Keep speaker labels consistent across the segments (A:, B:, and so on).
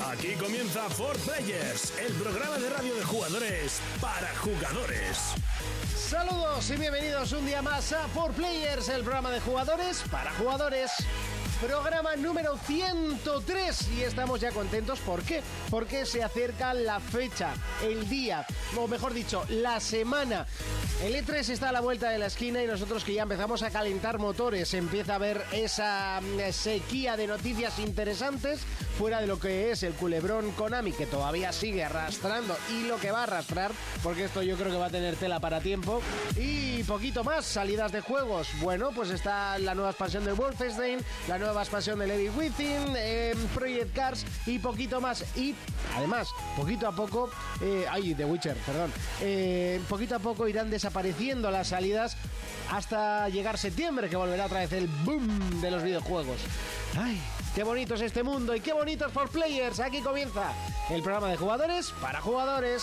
A: Aquí comienza For Players, el programa de radio de jugadores para jugadores.
B: Saludos y bienvenidos un día más a For Players, el programa de jugadores para jugadores. Programa número 103 y estamos ya contentos. ¿Por qué? Porque se acerca la fecha, el día, o mejor dicho, la semana el E3 está a la vuelta de la esquina y nosotros que ya empezamos a calentar motores, empieza a haber esa mm, sequía de noticias interesantes fuera de lo que es el culebrón Konami que todavía sigue arrastrando y lo que va a arrastrar, porque esto yo creo que va a tener tela para tiempo y poquito más, salidas de juegos. Bueno, pues está la nueva expansión de Wolfenstein, la nueva expansión de Lady Within, eh, Project Cars y poquito más y además, poquito a poco, eh, ay, The Witcher, perdón, eh, poquito a poco irán desapareciendo apareciendo las salidas hasta llegar septiembre, que volverá otra vez el boom de los videojuegos. ¡Ay! ¡Qué bonito es este mundo y qué bonitos for players! Aquí comienza el programa de jugadores para jugadores.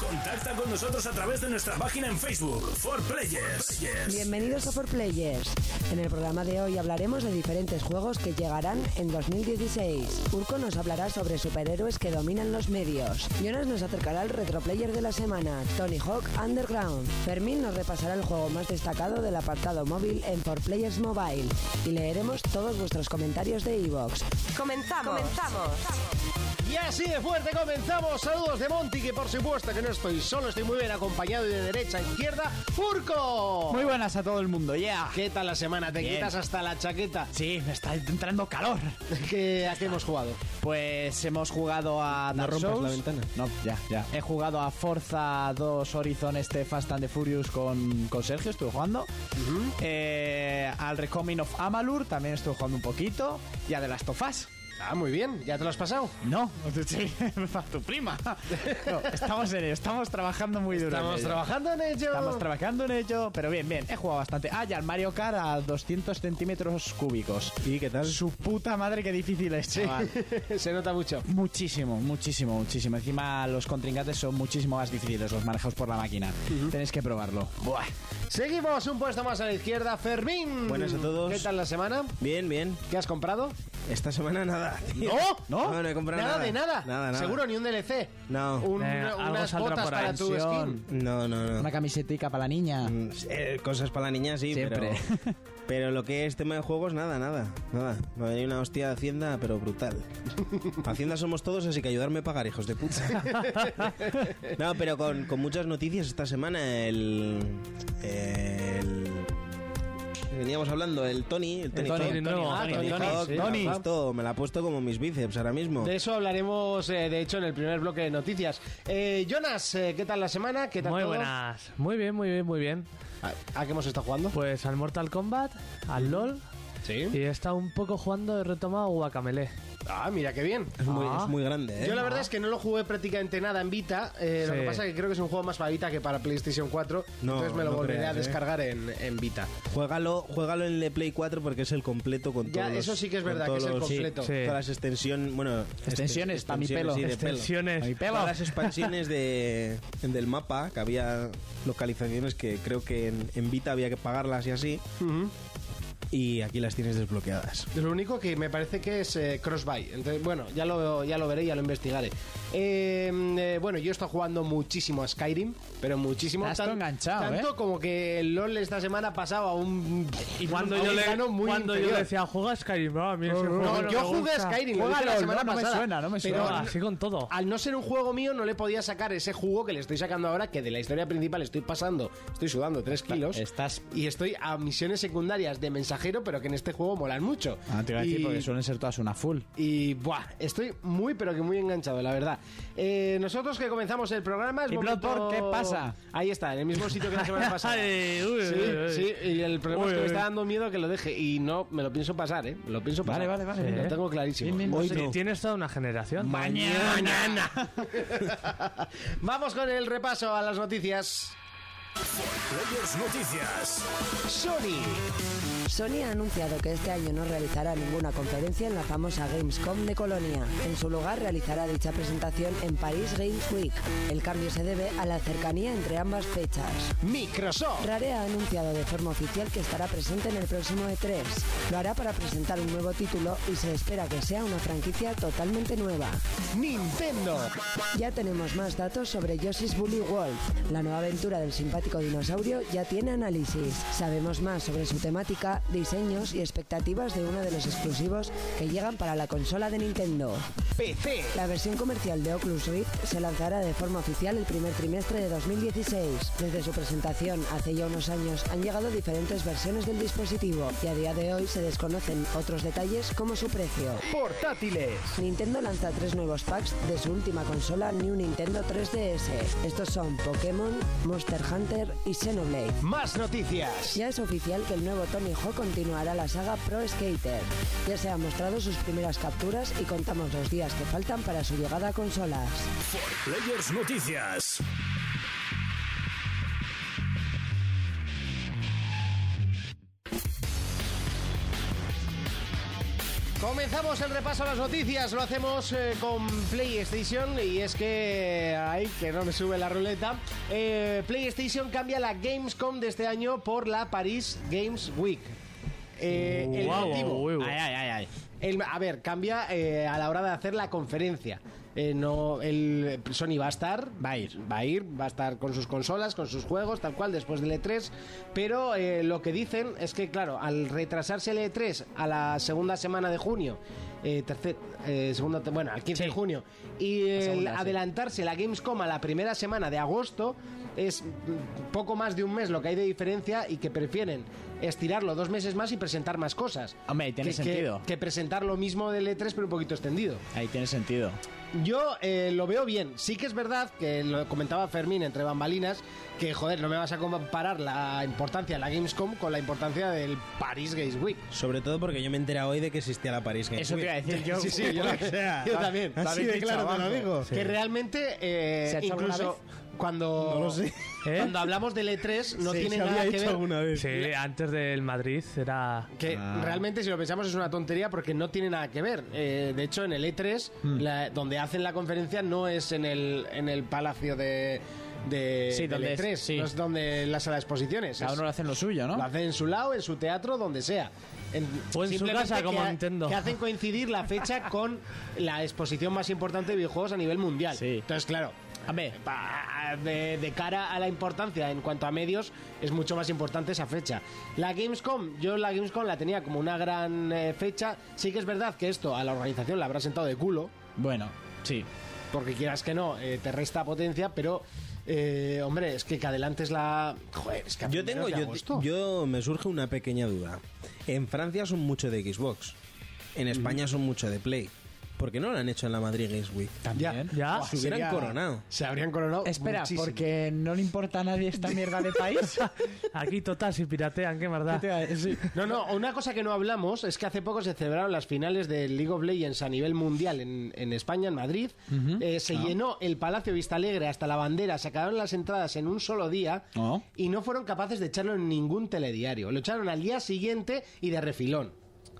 A: Contacta con nosotros a través de nuestra página en Facebook, For Players.
C: Bienvenidos a For Players. En el programa de hoy hablaremos de diferentes juegos que llegarán en 2016. Urco nos hablará sobre superhéroes que dominan los medios. Jonas nos acercará al retroplayer de la semana, Tony Hawk Underground. Fermín nos repasará el juego más destacado del apartado móvil en For Players Mobile. Y leeremos todos vuestros comentarios de Evox.
D: ¡Comenzamos! ¡Comenzamos!
B: Y así de fuerte comenzamos. Saludos de Monty, que por supuesto que no estoy solo, estoy muy bien acompañado y de derecha a izquierda, Urco.
E: Muy buenas a todo el mundo, ya. Yeah.
B: ¿Qué tal la semana? ¿Te
E: Bien.
B: quitas hasta la chaqueta?
E: Sí, me está entrando calor.
B: ¿Qué, ¿A qué hemos jugado?
E: Pues hemos jugado a
B: No
E: Dark
B: rompas
E: Souls.
B: la ventana.
E: No, ya, ya. He jugado a Forza 2 Horizon, este Fast and the Furious con, con Sergio, estuve jugando. Eh, al Recoming of Amalur también estuve jugando un poquito. Y a The Last of Us.
B: Ah, muy bien, ¿ya te lo has pasado?
E: No, sí, para tu prima. No, estamos en ello, estamos trabajando muy duro. en
B: Estamos
E: ello.
B: trabajando en ello.
E: Estamos trabajando en ello, pero bien, bien. He jugado bastante. Ah, ya, el Mario Kart a 200 centímetros cúbicos.
B: ¿Y qué tal?
E: Su puta madre, qué difícil es, chaval.
B: Se nota mucho.
E: Muchísimo, muchísimo, muchísimo. Encima los contrincantes son muchísimo más difíciles, los manejados por la máquina. Tenéis que probarlo. Buah.
B: Seguimos un puesto más a la izquierda, Fermín.
F: Buenas a todos.
B: ¿Qué tal la semana?
F: Bien, bien.
B: ¿Qué has comprado?
F: Esta semana nada. tío.
B: ¿No?
F: No, no he comprado nada.
B: de nada.
F: Nada, nada.
B: Seguro ni un DLC.
F: No.
B: Un-
E: Eh, algo
B: unas
E: saldrá
B: botas
E: por ahí,
B: para tu
E: Sion.
B: skin.
F: No, no, no.
E: Una camisetica para la niña.
F: Mm, eh, cosas para la niña, sí,
E: Siempre.
F: pero. Pero lo que es tema de juegos, nada, nada. Nada. Me ha venido una hostia de Hacienda, pero brutal. Hacienda somos todos, así que ayudarme a pagar, hijos de puta. No, pero con, con muchas noticias esta semana. El. El. Veníamos hablando, el Tony, el Tony,
E: Tony,
F: Hawk.
E: el nuevo,
B: Ah,
E: Tony,
B: Tony,
E: Tony,
B: Hawk,
F: Hawk,
B: sí.
E: Tony.
F: me la ha puesto- me la ha puesto como mis bíceps ahora mismo.
B: De eso hablaremos, eh, de hecho, en el primer bloque de noticias. Eh, Jonas, eh, ¿qué tal la semana? ¿Qué tal
G: Muy
B: todo?
G: buenas. Muy bien, muy bien, muy bien.
B: ¿A, a qué hemos estado jugando?
G: Pues al Mortal Kombat, al LOL
B: Sí.
G: y he estado un poco jugando, he retomado Guacamele.
B: Ah, mira qué bien.
F: Es muy,
G: Ah.
F: es muy grande, ¿eh?
B: Yo la verdad es que no lo jugué prácticamente nada en Vita. eh, Lo
G: Sí.
B: que pasa es que creo que es un juego más para Vita que para PlayStation 4.
F: No,
B: entonces me lo
F: no
B: volveré
F: creas,
B: a
F: ¿eh?
B: descargar en, en Vita.
F: Juégalo, juégalo en el Play 4 porque es el completo con
B: Ya,
F: todos los-
B: eso sí que es
F: con
B: verdad, que
F: todos
B: es el
F: los-
B: completo.
G: Sí.
F: Todas las extensiones, bueno...
E: Extensiones, pa' mi pelo.
F: sí, de
G: Extensiones.
E: Mi pelo.
F: Todas las expansiones de, del mapa, que había localizaciones que creo que en, en Vita había que pagarlas y así,
B: Ujú.
F: y aquí las tienes desbloqueadas.
B: Lo único que me parece que es eh, cross-buy. Entonces, bueno, ya lo, ya lo veré, ya lo investigaré. Eh, eh, bueno, yo he estado jugando muchísimo a Skyrim, pero muchísimo.
E: Estás enganchado,
B: Tanto
E: ¿eh?
B: como que el LOL esta semana pasaba un.
G: Y cuando
B: un
G: yo le,
B: plano muy
G: cuando yo
B: interior.
G: le decía, juega Skyrim, no, a mí ese juego
B: No,
G: no
B: yo
G: me
B: jugué a
G: gusta".
B: Skyrim, lo
E: Juega
B: dije la
E: LOL,
B: semana
E: no, no me
B: pasada,
E: suena, no me
B: pero
E: suena.
B: al-
G: Así con todo.
B: Al no ser un juego mío, no le podía sacar ese jugo que le estoy sacando ahora, que de la historia principal estoy pasando, estoy sudando 3 kilos.
E: estás-
B: Y estoy a misiones secundarias de mensajero, pero que en este juego molan mucho.
E: Ah, te iba a decir
B: Y-
E: porque suelen ser todas una full.
B: y buah, estoy muy pero que muy enganchado, la verdad. Eh, nosotros que comenzamos el programa es
E: ¿Y
B: momento-
E: Bloodborne qué pasa?
B: Ahí está, en el mismo sitio que la semana pasada.
G: Ay, uy,
B: sí,
G: uy, uy.
B: sí, y el problema es
G: Uy,
B: que me
G: uy.
B: está dando miedo que lo deje y no me lo pienso pasar, eh. Lo pienso pasar.
E: Vale, vale, vale.
B: Lo
G: Sí.
B: tengo clarísimo.
E: Bien, bien,
G: Sí, Tienes toda una generación.
B: Mañana. Vamos con el repaso a las noticias.
A: Players Noticias.
B: Sony.
C: Sony ha anunciado que este año no realizará ninguna conferencia en la famosa Gamescom de Colonia. En su lugar realizará dicha presentación en Paris Games Week. El cambio se debe a la cercanía entre ambas fechas.
B: Microsoft.
C: Rare ha anunciado de forma oficial que estará presente en el próximo E3. Lo hará para presentar un nuevo título y se espera que sea una franquicia totalmente nueva.
B: Nintendo.
C: Ya tenemos más datos sobre Yoshi's Bully Wolf. La nueva aventura del simpático dinosaurio ya tiene análisis. Sabemos más sobre su temática, diseños y expectativas de uno de los exclusivos que llegan para la consola de Nintendo.
B: PC.
C: La versión comercial de Oculus Rift se lanzará de forma oficial el primer trimestre de 2016. Desde su presentación hace ya unos años han llegado diferentes versiones del dispositivo y a día de hoy se desconocen otros detalles como su precio.
B: Portátiles.
C: Nintendo lanza tres nuevos packs de su última consola New Nintendo 3DS. Estos son Pokémon, Monster Hunter y Xenoblade.
B: Más noticias.
C: Ya es oficial que el nuevo Tony Hawk continuará la saga Pro Skater. Ya se han mostrado sus primeras capturas y contamos los días que faltan para su llegada a consolas.
A: Players Noticias.
B: Comenzamos el repaso a las noticias. Lo hacemos eh, con PlayStation y es que ay, que no me sube la ruleta. Eh, PlayStation cambia la Gamescom de este año por la Paris Games Week. Eh, el
G: Guau,
B: motivo-
G: guau, guau.
F: Ay, ay, ay, ay.
B: El- a ver, cambia eh, a la hora de hacer la conferencia. Eh, no, el Sony va a estar, va a ir, va a ir, va a estar con sus consolas, con sus juegos, tal cual, después del E3. Pero eh, lo que dicen es que, claro, al retrasarse el E3 a la segunda semana de junio, eh, tercer- eh, segunda, te- bueno, al 15 de junio, y el
F: segunda, sí.
B: adelantarse la Gamescom a la primera semana de agosto, es mm, poco más de un mes lo que hay de diferencia y que prefieren estirarlo dos meses más y presentar más cosas
E: Hombre, tiene
B: que- que-
E: sentido.
B: Que, presentar lo mismo del E3, pero un poquito extendido.
E: Ahí tiene sentido.
B: Yo eh, lo veo bien. Sí que es verdad que lo comentaba Fermín entre bambalinas, que joder, no me vas a comparar la importancia de la Gamescom con la importancia del Paris Games Week.
F: Sobre todo porque yo me he enterado hoy de que existía la París Games
E: Eso te
F: Week.
E: iba a decir yo.
B: Sí, sí, yo, yo también.
E: lo
F: Así
E: habéis
F: de
E: dicho
F: claro te lo
E: abajo.
F: digo.
B: Que realmente, eh,
E: ¿Se ha hecho alguna
B: incluso cuando,
F: No lo sé.
G: ¿Eh?
B: cuando hablamos del E3, no
F: Sí,
B: tiene
F: se había
B: nada que
F: hecho
B: ver
F: alguna vez.
G: Sí, antes del Madrid era...
B: Que realmente, si lo pensamos, es una tontería porque no tiene nada que ver. Eh, de hecho, en el E3, la- donde hacen la conferencia, no es en el, en el palacio de, de
E: Sí,
B: del
E: donde es-
B: E3,
E: sí.
B: no es donde la sala de exposiciones.
E: Cada
B: es-
E: uno lo hace en lo suyo, ¿no?
B: lo hacen en su lado, en su teatro, donde sea.
G: O en su
B: simplemente
G: casa, como
B: que ha-
G: Nintendo.
B: Que hacen coincidir la fecha con la exposición más importante de videojuegos a nivel mundial.
E: Sí.
B: Entonces, claro.
E: Hombre.
B: pa- De, de cara a la importancia en cuanto a medios, es mucho más importante esa fecha. La Gamescom, yo la Gamescom la tenía como una gran eh, fecha. Sí que es verdad que esto a la organización la habrá sentado de culo,
E: Bueno, sí.
B: porque quieras que no, eh, te resta potencia, pero eh, hombre, es que que adelantes la. Joder, es que a
F: Yo
B: primeros
F: tengo,
B: de
F: yo,
B: agosto.
F: yo- me surge una pequeña duda. En Francia son mucho de Xbox. En España son mucho de Play. ¿Por qué no lo han hecho en la Madrid Games Week?
E: También.
G: ¿Ya?
F: Se hubieran
B: Sería-
F: coronado.
B: Se habrían coronado.
E: Espera,
B: muchísimo.
E: porque no le importa a nadie esta mierda de país.
G: Aquí total, si piratean, qué verdad.
E: Este, Sí.
B: No, no, una cosa que no hablamos es que hace poco se celebraron las finales del League of Legends a nivel mundial en, en España, en Madrid. Eh,
F: Ah.
B: se llenó el Palacio Vistalegre hasta la bandera, se acabaron las entradas en un solo día
F: Ah.
E: Oh.
B: y no fueron capaces de echarlo en ningún telediario. Lo echaron al día siguiente y de refilón.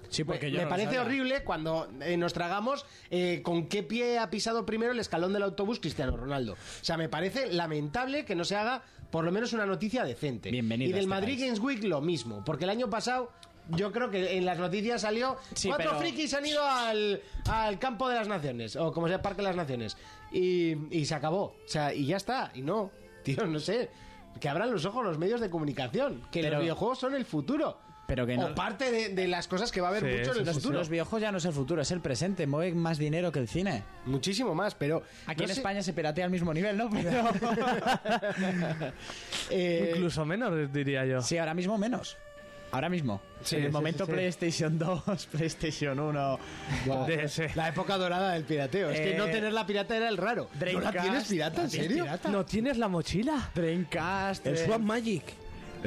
E: Sí, porque
B: me
E: yo
B: me
E: no lo
B: parece
E: sabía.
B: horrible cuando eh, nos tragamos eh, con qué pie ha pisado primero el escalón del autobús Cristiano Ronaldo. O sea, me parece lamentable que no se haga por lo menos una noticia decente.
E: Bienvenido
B: Y
E: a
B: del
E: este
B: Madrid
E: país.
B: Games Week lo mismo, porque el año pasado yo creo que en las noticias salió
E: Sí,
B: cuatro
E: pero-
B: frikis han ido al, al campo de las naciones, o como sea, Parque de las Naciones. Y, y se acabó. O sea, y ya está. Y no, tío, no sé. Que abran los ojos los medios de comunicación, que
E: Pero-
B: los videojuegos son el futuro.
E: Pero que no-
B: O parte de, de las cosas que va a haber
G: Sí,
B: mucho en
G: sí,
B: el
G: sí,
E: Los,
B: futuro.
E: los videojuegos ya no es el futuro, es el presente. Mueve más dinero que el cine.
B: Muchísimo más, pero.
E: Aquí
B: no
E: en
B: sé,
E: España se piratea al mismo nivel, ¿no? Pero...
B: eh,
G: Incluso menos, diría yo.
E: sí, ahora mismo menos. Ahora mismo.
G: Sí,
E: en el
G: sí,
E: momento
G: sí, sí.
E: PlayStation 2, PlayStation 1.
B: guau,
G: DS.
B: La época dorada del pirateo. Es que
E: Eh,
B: no tener la pirata era el raro. ¿No la
E: Dreamcast,
B: tienes pirata,
E: ¿la
B: en
E: tienes
B: serio?
E: pirata?
G: ¿No tienes la mochila?
E: Dreamcast.
F: El
E: eh,
F: Swap Magic.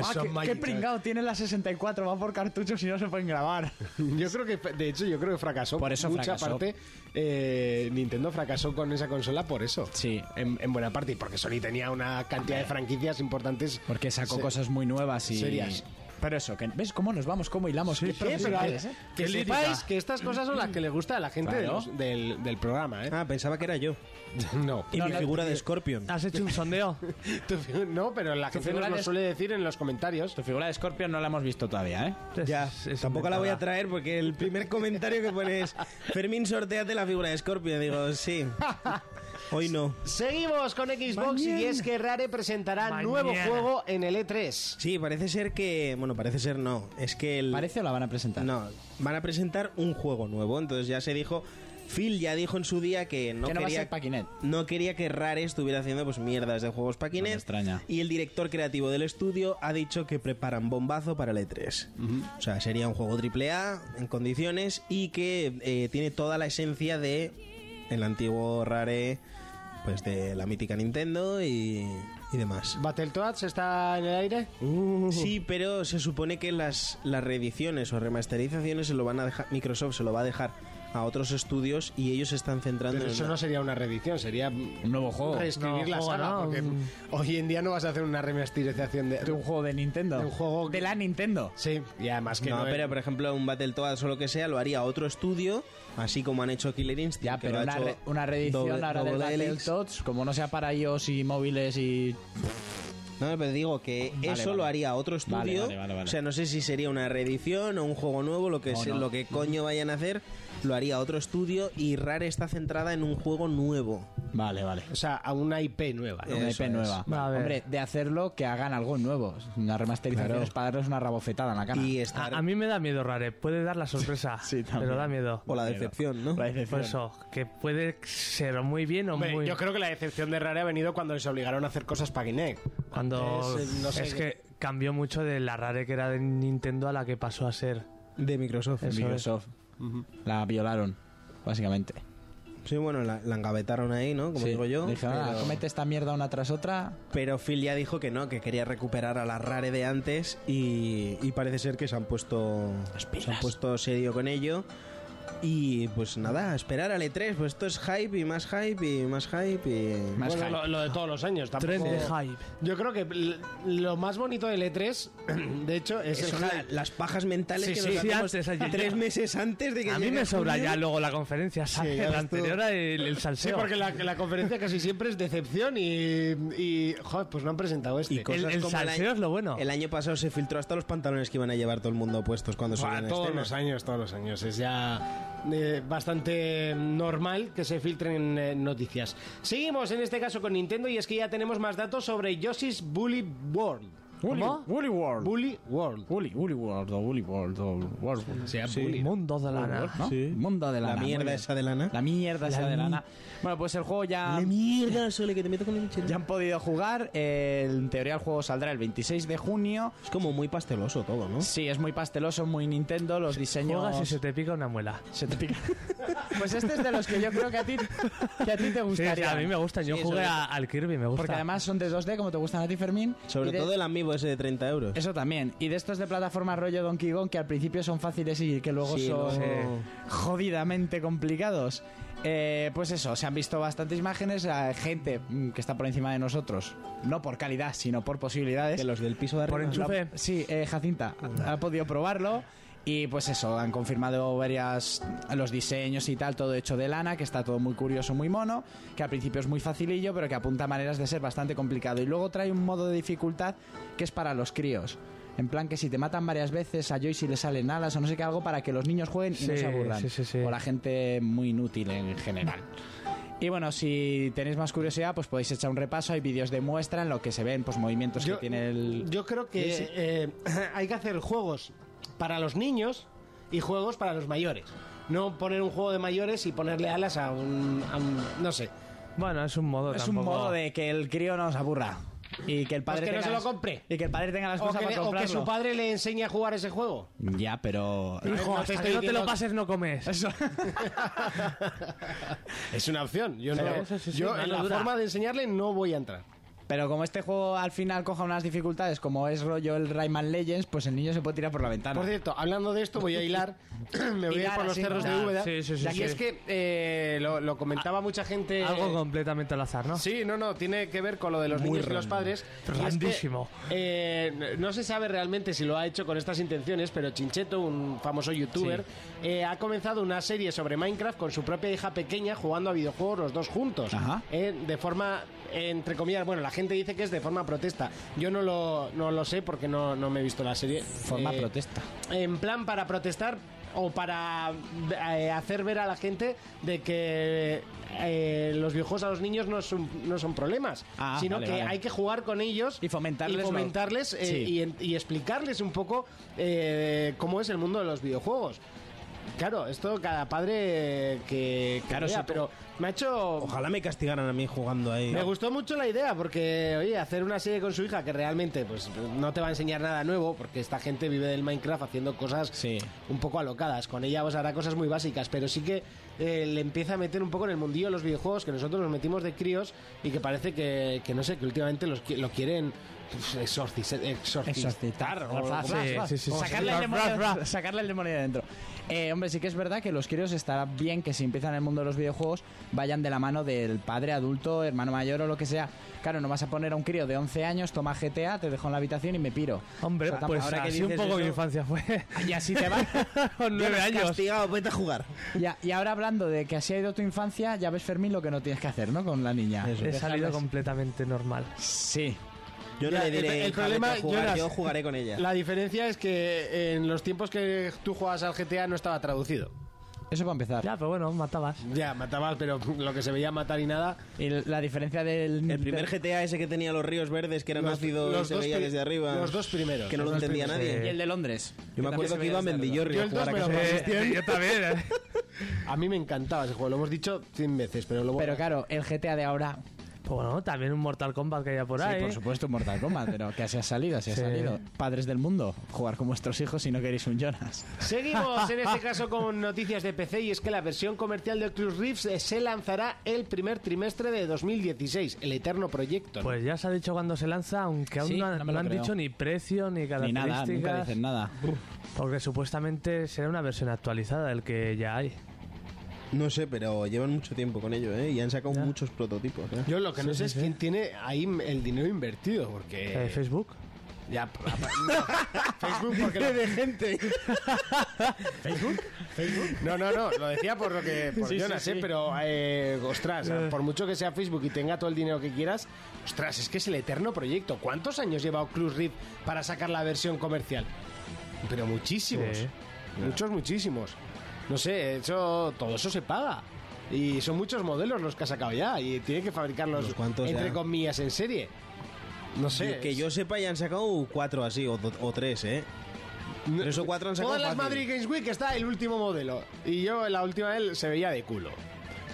E: Ah,
B: Son
E: qué- qué,
B: mágicas.
E: pringado tiene la 64, va por cartuchos y no se pueden grabar.
B: Yo creo que, de hecho, yo creo que fracasó.
E: Por eso
B: Mucha
E: fracasó.
B: parte, eh, Nintendo fracasó con esa consola por eso.
E: Sí.
B: En, en buena parte, y porque Sony tenía una cantidad de franquicias importantes.
E: Porque sacó
B: Se-
E: cosas muy nuevas y.
B: Serias.
E: Pero eso, que, ¿ves cómo nos vamos? ¿Cómo hilamos? Qué
B: Eh, pero
E: profesionales,
B: que-
E: ¿eh?
B: que
G: Qué lírica.
B: sepáis que estas cosas son las que le gusta a la gente de
E: Claro.
B: los- del, del programa, ¿eh?
F: Ah, pensaba que era yo.
B: No.
F: Y
G: No,
F: mi
G: no,
F: figura de Scorpion.
E: ah,
G: ¿Has hecho un sondeo?
B: Tu fi- No, pero la gente nos
E: figura
B: lo
E: es-
B: suele decir en los comentarios.
E: Tu figura de Scorpion no la hemos visto todavía, ¿eh?
F: Ya,
G: Es- es
F: tampoco la voy a
G: inventada.
F: traer porque el primer comentario que pones Fermín, sorteate la figura de Scorpion. Digo, sí. Hoy no.
H: Seguimos con Xbox y es que Rare presentará
G: Mañana.
H: nuevo juego en
B: E
H: el E3.
F: Sí, parece ser que. Bueno, parece ser no. Es que el.
E: ¿Parece o la van a presentar?
F: No, van a presentar un juego nuevo. Entonces ya se dijo. Phil ya dijo en su día que no
E: Que no va a
F: quería.
E: ser Paquinet.
F: no quería que Rare estuviera haciendo pues mierdas de juegos para Kinect.
E: No me extraña.
F: Y el director creativo del estudio ha dicho que preparan bombazo para el E3. O sea, sería un juego AAA en condiciones y que eh, tiene toda la esencia de el antiguo Rare, pues de la mítica Nintendo y, y demás.
B: ¿Battletoads está en el aire?
F: Sí, pero se supone que las, las reediciones o remasterizaciones se lo van a dejar, Microsoft se lo va a dejar a otros estudios y ellos se están centrando
B: Pero
F: en
B: eso no sería una reedición, sería
E: Un nuevo juego.
B: reescribir
G: No,
B: la
G: juego
B: saga,
G: no, Mm.
B: porque
G: un-
B: hoy en día no vas a hacer una remasterización de...
E: De un juego de Nintendo.
B: De un juego que-
E: De la Nintendo.
B: Sí, y además que
F: no,
B: no...
F: pero por ejemplo, un Battletoads o lo que sea lo haría otro estudio, así como han hecho Killer Instinct.
E: Ya,
F: que
E: pero
F: lo ha
E: una,
F: hecho
E: re- una reedición
F: Double-
E: ahora del
F: Double Helix.
E: Battletoads, como no sea para iOS y móviles y...
F: No, pero digo que eso
E: vale.
F: lo haría otro estudio.
E: Vale, vale, vale, vale.
F: O sea, no sé si sería una reedición o un juego nuevo, lo que,
E: No,
F: se-
E: no.
F: lo que coño vayan a hacer, lo haría otro estudio y Rare está centrada en un juego nuevo.
E: Vale, vale.
B: O sea, a una IP nueva. ¿no?
E: Una
F: Eso
E: IP
F: es.
E: nueva.
G: Va a ver.
E: Hombre, de hacerlo que hagan algo nuevo. Una remasterización es para darles una rabofetada en la cara.
F: Y
G: A,
F: estar...
G: a mí me da miedo, Rare. Puede dar la sorpresa,
E: Sí, también.
G: pero da miedo.
F: O la decepción, ¿no?
E: La
F: Pues
E: decepción.
G: Por eso, que puede ser muy bien o
B: Hombre,
G: muy...
B: yo creo que la decepción de Rare ha venido cuando les obligaron a hacer cosas para Kinect.
G: Cuando
B: Antes, eh, no sé
G: es
B: qué-
G: que cambió mucho de la rare que era de Nintendo a la que pasó a ser.
F: De Microsoft.
G: Eso es.
E: Microsoft. La violaron, básicamente.
F: Sí, bueno, la, la engavetaron ahí, ¿no? Como
E: Sí.
F: digo yo.
E: Dijeron, "Ah,
F: pero-
E: cómete esta mierda una tras otra.
F: Pero Phil ya dijo que no, que quería recuperar a la Rare de antes y, y parece ser que se han puesto se han puesto serio con ello. Y pues nada, a esperar al E3, pues esto es hype y más hype y más hype y...
E: Más
B: Bueno,
E: hype.
B: lo, lo de todos los años. Tampoco...
G: Tren de hype.
B: Yo creo que l- lo más bonito del E3, de hecho, es el
F: Son la-
B: hype.
F: las pajas mentales
G: Sí,
F: que
G: sí,
F: nos
G: sí,
F: hacemos
G: antes, ayer.
F: tres meses antes de que
G: A mí me
F: llegue
G: sobra
F: junio.
G: ya luego la conferencia, ¿sabes?
B: ya ves
G: la
B: tú.
G: anterior era el, el
B: Sí,
G: salseo.
B: porque la, la conferencia casi siempre es decepción y, y, joder, pues no han presentado este.
F: Y cosas
G: El- el
F: como
G: salseo
F: año-
G: es lo bueno.
F: El año pasado se filtró hasta los pantalones que iban a llevar todo el mundo puestos cuando
B: Buah,
F: subían a
B: todos
F: escena.
B: este los años, todos los años. Es ya eh, bastante normal que se filtren eh, noticias. Seguimos en este caso con Nintendo y es que ya tenemos más datos sobre Yoshi's Bully World.
G: ¿Cómo?
E: Woolly World.
B: Bully World.
E: Woolly, Woolly World. o Woolly World. o World.
B: Sea
G: El
B: Bully.
G: mundo de lana.
E: World, ¿no? Mundo de
F: La
E: lana. muy
F: mierda
E: bien.
F: esa de lana.
E: La mierda esa de lana. Bueno, pues el juego ya...
F: mierda, Sole, que te meto con el
E: Ya han podido jugar. eh, en teoría el juego saldrá el 26 de junio.
F: Es como muy pasteloso todo, ¿no?
E: Sí, es muy pasteloso, muy Nintendo. Los diseños...
G: Juegas y se te pica una muela.
E: Se te pica. Pues este es de los que yo creo que a ti, que a ti te
G: Sí,
E: gustaría.
G: sí, a mí me gustan. Yo
F: Sí,
G: jugué
F: sobre
G: a- al Kirby, me gusta.
E: Porque además son de 2D, como te gustan a ti, Fermín.
F: Sobre
E: Y de-
F: todo el amigo ese de 30 euros.
E: Eso también. Y de estos de plataforma rollo Donkey Kong, que al principio son fáciles y que luego
F: Sí,
E: son
F: luego-
E: jodidamente complicados. Eh, pues eso, se han visto bastantes imágenes, eh, gente mm, que está por encima de nosotros. No por calidad, sino por posibilidades.
F: Que los del piso de
G: Por
F: arriba.
G: enchufe.
E: La- sí, eh, Jacinta ha, ha podido probarlo. Y pues eso, han confirmado varias los diseños y tal, todo hecho de lana, que está todo muy curioso, muy mono, que al principio es muy facilillo, pero que apunta a maneras de ser bastante complicado. Y luego trae un modo de dificultad que es para los críos. En plan que si te matan varias veces a Joyce y le salen alas o no sé qué algo para que los niños jueguen y no
G: Sí,
E: se aburran.
G: sí, sí, sí.
E: O la gente muy inútil en general. Y bueno, si tenéis más curiosidad, pues podéis echar un repaso. Hay vídeos de muestra en lo que se ven pues movimientos
B: Yo-
E: que tiene el,
B: Yo creo que
E: Sí, sí.
B: eh, hay que hacer juegos para los niños y juegos para los mayores. No poner un juego de mayores y ponerle alas a un... a un- no sé.
G: Bueno, es un modo
E: Es
G: tampoco.
E: un modo de que el crío nos aburra. Y que el padre
B: Pues que no
E: tenga
B: se lo
E: las-
B: compre.
E: Y que el padre tenga las
B: O
E: cosas
B: que,
E: para
B: le- o que
E: comprarlo.
B: su padre le enseñe a jugar ese juego.
E: Ya, pero...
G: Hijo,
B: No te
G: hasta
B: estoy
G: que no te
B: diciendo-
G: lo pases no comes.
B: Es una opción. Yo, no-
G: sí, sí, sí,
B: yo
G: mano
B: en la
G: dura.
B: forma de enseñarle no voy a entrar.
E: Pero como este juego al final coja unas dificultades, como es rollo el Rayman Legends, pues el niño se puede tirar por la
G: Ah,
E: ventana.
B: Por cierto, hablando de esto, voy a hilar. Me voy a ir
E: Hilar
B: por los
E: así,
B: cerros de
E: ya.
B: Úbeda.
G: Ah, Sí, sí, sí,
B: y
G: sí. Ah,
B: es que eh, lo, lo comentaba mucha gente.
G: Algo completamente al azar, ¿no?
B: Sí, no, no, tiene que ver con lo de los
G: Muy
B: niños y
G: raro.
B: los padres. Y es que,
G: Randísimo.
B: eh, no se sabe realmente si lo ha hecho con estas intenciones, pero Chincheto, un famoso youtuber, eh, ha comenzado una serie sobre Minecraft con su propia hija pequeña jugando a videojuegos los dos juntos.
E: Ajá.
B: Eh, de forma, eh, entre comillas, bueno, la gente dice que es de forma protesta. Yo no lo, no lo sé porque no, no me he visto la serie.
E: Forma
B: Eh,
E: protesta.
B: en plan para protestar o para eh, hacer ver a la gente de que eh, los videojuegos a los niños no son, no son problemas,
E: Ah,
B: sino
E: vale,
B: que
E: vale.
B: hay que jugar con ellos
E: Y fomentarles
B: y, fomentarles,
E: lo-
B: eh,
E: Sí.
B: y en- y explicarles un poco eh, cómo es el mundo de los videojuegos. Claro, esto cada padre que, que
E: Claro,
B: vea,
E: si tú-
B: pero me ha hecho
F: Ojalá me castigaran a mí jugando ahí.
B: me gustó mucho la idea porque, oye, hacer una serie con su hija que realmente pues no te va a enseñar nada nuevo porque esta gente vive del Minecraft haciendo cosas
F: Sí.
B: un poco alocadas. Con ella os hará cosas muy básicas, pero sí que eh, le empieza a meter un poco en el mundillo de los videojuegos que nosotros nos metimos de críos y que parece que, que no sé, que últimamente los, qui- lo quieren pues, exorcis- exorcitar. o algo
E: Flash,
B: así.
E: flash,
G: sí, sí, sí.
E: Sacarle el
G: Flash,
E: demonio-
G: flash, flash.
E: Sacarle el demonio de dentro. Eh, hombre, sí que es verdad que los críos estará bien que si empiezan en el mundo de los videojuegos vayan de la mano del padre, adulto, hermano mayor o lo que sea. Claro, no vas a poner a un crío de 11 años, toma GTA, te dejo en la habitación y me piro.
G: Hombre,
E: O sea, tam-
G: pues
E: ahora que
G: así un
E: dices
G: poco mi
E: eso-
G: infancia fue.
E: Y así te vas.
G: Con
F: Ya me
G: nueve
F: has
G: años.
F: castigado, vete a jugar.
E: Y, a- y ahora hablando de que así ha ido tu infancia, ya ves Fermín lo que no tienes que hacer, ¿no? Con la niña.
G: He
E: Dejarles-
G: salido completamente normal.
E: Sí.
F: Yo no
B: Ya,
F: le diré,
B: el- el
F: "Hija, vete
B: problema,
F: a jugar,
B: Jonas,
F: yo jugaré con ella.
B: La diferencia es que en los tiempos que tú jugabas al GTA no estaba traducido.
E: Eso para empezar.
G: Ya, pero bueno, matabas.
B: Ya, matabas, pero lo que se veía matar y nada.
E: Y la diferencia del...
F: El primer GTA ese que tenía los ríos verdes, que era
B: Los-
F: nacido
B: los
F: y se
B: dos
F: veía
B: pri-
F: desde arriba.
B: los dos primeros,
F: Que no
B: los
F: lo
B: dos
F: entendía
G: primeros,
F: nadie.
G: sí.
E: Y el de Londres.
F: Yo me acuerdo que iba a Mendillorri
B: Yo
F: a
B: el dos
F: jugar
B: me
F: a
B: lo
F: casa.
B: pasé.
G: yo también, ¿eh?
B: A mí me encantaba ese juego, lo hemos dicho 100 veces, pero lo
E: Pero claro, el GTA de ahora
G: Pues bueno, también un Mortal Kombat que haya por
E: Sí,
G: ahí.
E: por supuesto, Mortal Kombat, pero que así ha salido, así ha
G: Sí.
E: salido. Padres del mundo, jugar con vuestros hijos si no queréis un Jonas.
B: Seguimos en este caso con noticias de PC y es que la versión comercial de Oculus Rift eh, se lanzará el primer trimestre de 2016, el eterno proyecto. ¿no?
G: Pues ya se ha dicho cuando se lanza, aunque aún
E: Sí,
G: no, han-
E: no me
G: no
E: lo
G: han
E: creo.
G: dicho ni precio ni
E: Ni nada,
G: características.
E: nunca dicen nada.
G: Porque supuestamente será una versión actualizada del que ya hay.
F: No sé, pero llevan mucho tiempo con ello, ¿eh? Y han sacado
G: Ya.
F: muchos prototipos, ¿eh?
B: Yo lo que no sé
G: Sí, sí,
B: es
G: sí.
B: quién tiene ahí el dinero invertido,
G: Eh,
B: porque...
G: Facebook.
B: Ya, pa- pa- no. Facebook, porque... lo-
F: de gente!
B: No, no, no, lo decía por lo que... Por Jonas, ¿eh? Pero, eh, ostras, por mucho que sea Facebook y tenga todo el dinero que quieras, ostras, es que es el eterno proyecto. ¿Cuántos años lleva Oculus Rift para sacar la versión comercial? Pero muchísimos.
G: Sí.
B: Muchos, muchísimos. No sé, eso, todo eso se paga. Y son muchos modelos los que ha sacado ya. Y tiene que fabricarlos,
F: Unos cuantos
B: entre
F: ya.
B: comillas, en serie. No sé.
F: Que yo sepa, ya han sacado cuatro así, o, do- o tres, ¿eh?
B: No-
F: Tres o cuatro han sacado
B: Todas las
F: fácil.
B: Madrid Games Week está el último modelo. Y yo en la última él se veía de culo.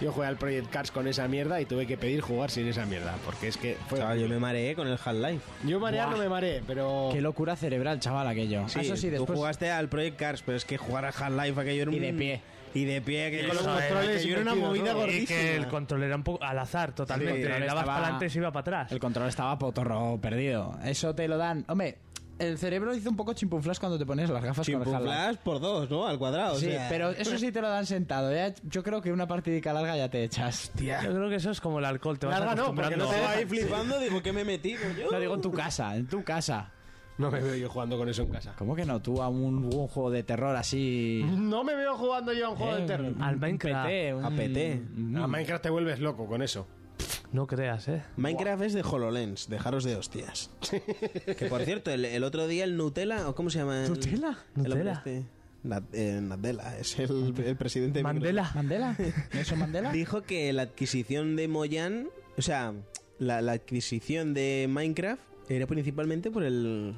B: Yo jugué al Project Cars con esa mierda y tuve que pedir jugar sin esa mierda. Porque es que fue.
F: Chaval, yo me mareé con el Half-Life.
B: Yo marear no me mareé, pero.
E: Qué locura cerebral, chaval, aquello. Ah, Eso sí,
F: tú
E: después.
F: jugaste al Project Cars, pero es que jugar a Half-Life aquello era un...
E: Y de pie.
F: Y de pie, que
G: Eso
F: con los
G: era,
F: controles...
B: que
F: Aquello era una
B: metido, ¿no? Y
F: movida
G: Y
F: gordísima.
G: que el control era un poco al azar
F: Sí,
G: totalmente.
E: el control
G: dabas
E: estaba-
G: para adelante y se iba para atrás.
E: El control estaba potorro perdido. Eso te lo dan. Hombre, el cerebro hizo un poco chimpunflas cuando te pones las gafas con el
F: Chimpum
E: Half-Life.
F: Flash por dos, ¿no? Al cuadrado,
E: Sí,
F: o sea.
E: pero eso sí te lo dan sentado. ya- Yo creo que una partidica larga ya te echas.
G: Yo creo que eso es como el alcohol, te vas
B: Larga no, porque
G: acostumbrando.
B: no te
F: Estaba ahí flipando, digo, ¿qué me he metido yo?
E: Lo digo en tu casa, en tu casa.
B: No me veo yo jugando con eso en casa.
E: ¿Cómo que no? Tú a un, un juego de terror así.
B: No me veo jugando yo a un juego
E: Eh,
B: de terror.
E: un-
G: Al
E: un
G: Minecraft.
E: PT, un-
F: APT.
E: un-
B: A Minecraft te vuelves loco con eso.
G: No creas, ¿eh?
F: Minecraft es de HoloLens, dejaros de hostias. que por cierto, el, el otro día el Nutella, ¿o cómo se llama? el-
E: ¿Nutella?
F: el hombre
G: Nutella.
F: este? Na- eh, Nadella, es el, el presidente de
G: Mandela.
E: ¿Mandela? ¿Nelson Mandela?
F: Microsoft. Dijo que la adquisición de Moyan, o sea, la, la adquisición de Minecraft era principalmente por el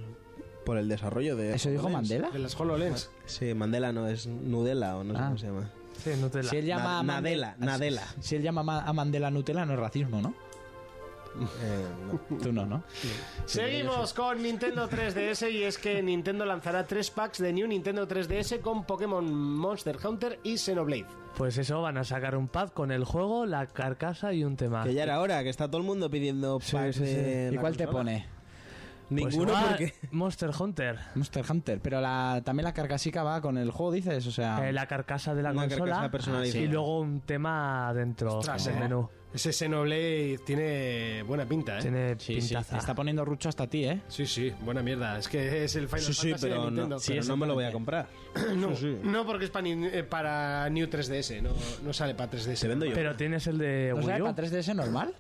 F: por el desarrollo de.
E: ¿Eso dijo
F: HoloLens.
E: Mandela?
B: De las HoloLens.
F: Sí, Mandela no, es Nudela o no sé
E: Ah.
F: cómo se llama.
G: Sí, Nutella.
E: Si él llama
F: Na-
E: a Mande-
F: Nadela, Nadela.
E: Si él llama a Ma- a Mandela Nutella, no es racismo, ¿no?
F: Eh, no.
E: Tú no, ¿no?
B: Seguimos con Nintendo 3DS y es que Nintendo lanzará tres packs de New Nintendo 3DS con Pokémon Monster Hunter y Xenoblade.
G: Pues eso, van a sacar un pad con el juego, la carcasa y un tema.
F: Que ya era hora, que está todo el mundo pidiendo packs
E: Ah. Sí, sí, sí.
F: de
E: ¿Y
F: la
E: cuál te
F: consola.
E: pone?
G: Pues
F: Ninguno
G: igual,
F: porque...
G: Monster Hunter.
E: Monster Hunter. Pero la, también la carcasica va con el juego, dices. O sea,
G: eh, la carcasa de la
F: Ah. Una
G: consola
F: carcasa personalizada.
G: y luego un tema dentro
B: Ostras,
G: del
B: eh.
G: menú.
B: Ese Xenoblade tiene buena pinta, ¿eh?
G: Tiene
E: sí, sí.
G: pintaza.
E: Te está poniendo rucho hasta ti, ¿eh?
B: Sí, sí, buena mierda. Es que es el Final
F: Sí, sí,
B: Fantasy Ah, de
F: pero
B: Nintendo.
F: no, pero no me lo voy a comprar.
B: no, no, porque es para, ni- eh, para New 3DS, no, no sale para 3DS.
F: Te vendo yo.
G: Pero tienes el de
E: ¿No
G: Wii
E: sale
G: U.
E: para 3DS normal?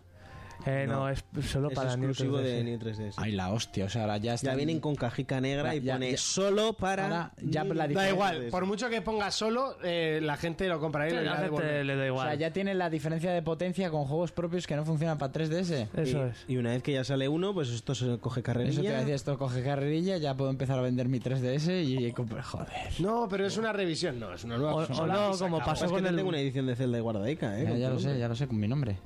G: Eh, no,
F: No.
G: es solo
F: Es
G: para Nintendo
F: exclusivo de
G: 3DS.
F: New 3DS.
E: Ay, la hostia. O sea, ahora ya está.
F: ya vienen con cajica negra y
E: Ya-
F: pone
E: ya-
F: solo para...
E: Ahora ya la
B: Da
E: diferencia-
B: igual, por mucho que ponga solo, eh, la gente lo comprará y lo
G: A la
B: irá a
G: gente
B: devolver.
G: le da
E: O
G: igual.
E: sea, ya tienen la diferencia de potencia con juegos propios que no funcionan para 3DS.
F: Y,
G: Eso es.
F: y una vez que ya sale uno, pues esto se coge
E: Eso
F: carrerilla.
E: te decía, esto coge carrerilla, ya puedo empezar a vender mi 3DS y comprar. Joder.
B: No, pero es una revisión, no, es una nueva
G: O-
B: consola.
G: o no,
B: y se
G: como
B: acabó.
F: Pues es
G: pasó
F: que
G: con
F: te
G: el-
F: tengo una edición de Zelda y Guardaica, ¿eh?
E: Ya,
F: con
E: ya lo
F: todo.
E: sé, ya lo sé, con mi nombre.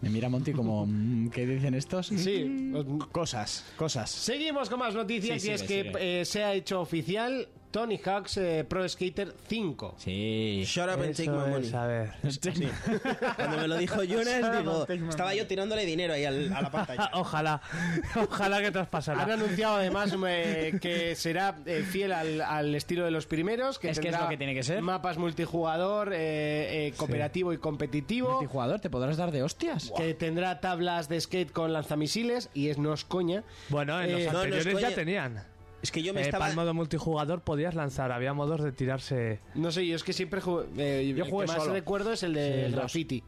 E: Me mira Monty como, mm, ¿qué dicen estos?
B: Sí, os-
E: Cosas, cosas.
B: Seguimos con más noticias
E: Sí,
B: y
E: sigue,
B: es que
E: sigue.
B: eh, se ha hecho oficial Tony Hawk's eh, Pro Skater 5.
E: Sí.
F: Shut up and take
G: Eso
F: my money.
G: es, a ver.
F: Sí. Cuando me lo dijo Jonas, digo, estaba yo tirándole dinero ahí al- a la pantalla.
G: Ojalá, ojalá que
B: Han
G: traspasara.
B: anunciado además eh, que será eh, fiel al, al estilo de los primeros, que
E: Es que es
B: tendrá
E: lo que tiene que ser.
B: mapas multijugador, eh, eh, cooperativo y competitivo,
E: Multijugador, te podrás dar de hostias.
B: que tendrá tablas de skate con lanzamisiles y es no es coña.
G: Bueno, en
B: Eh,
G: los
F: no, no es
G: anteriores ya
F: coña.
G: tenían.
F: Es que yo me
G: Eh,
F: estaba...
G: Para el modo multijugador podías lanzar, había modos de tirarse.
B: No sé, yo es que siempre ju- eh,
E: Yo
B: el
E: jugué
B: que más
E: solo.
B: recuerdo es el de
E: el dos.
B: Graffiti.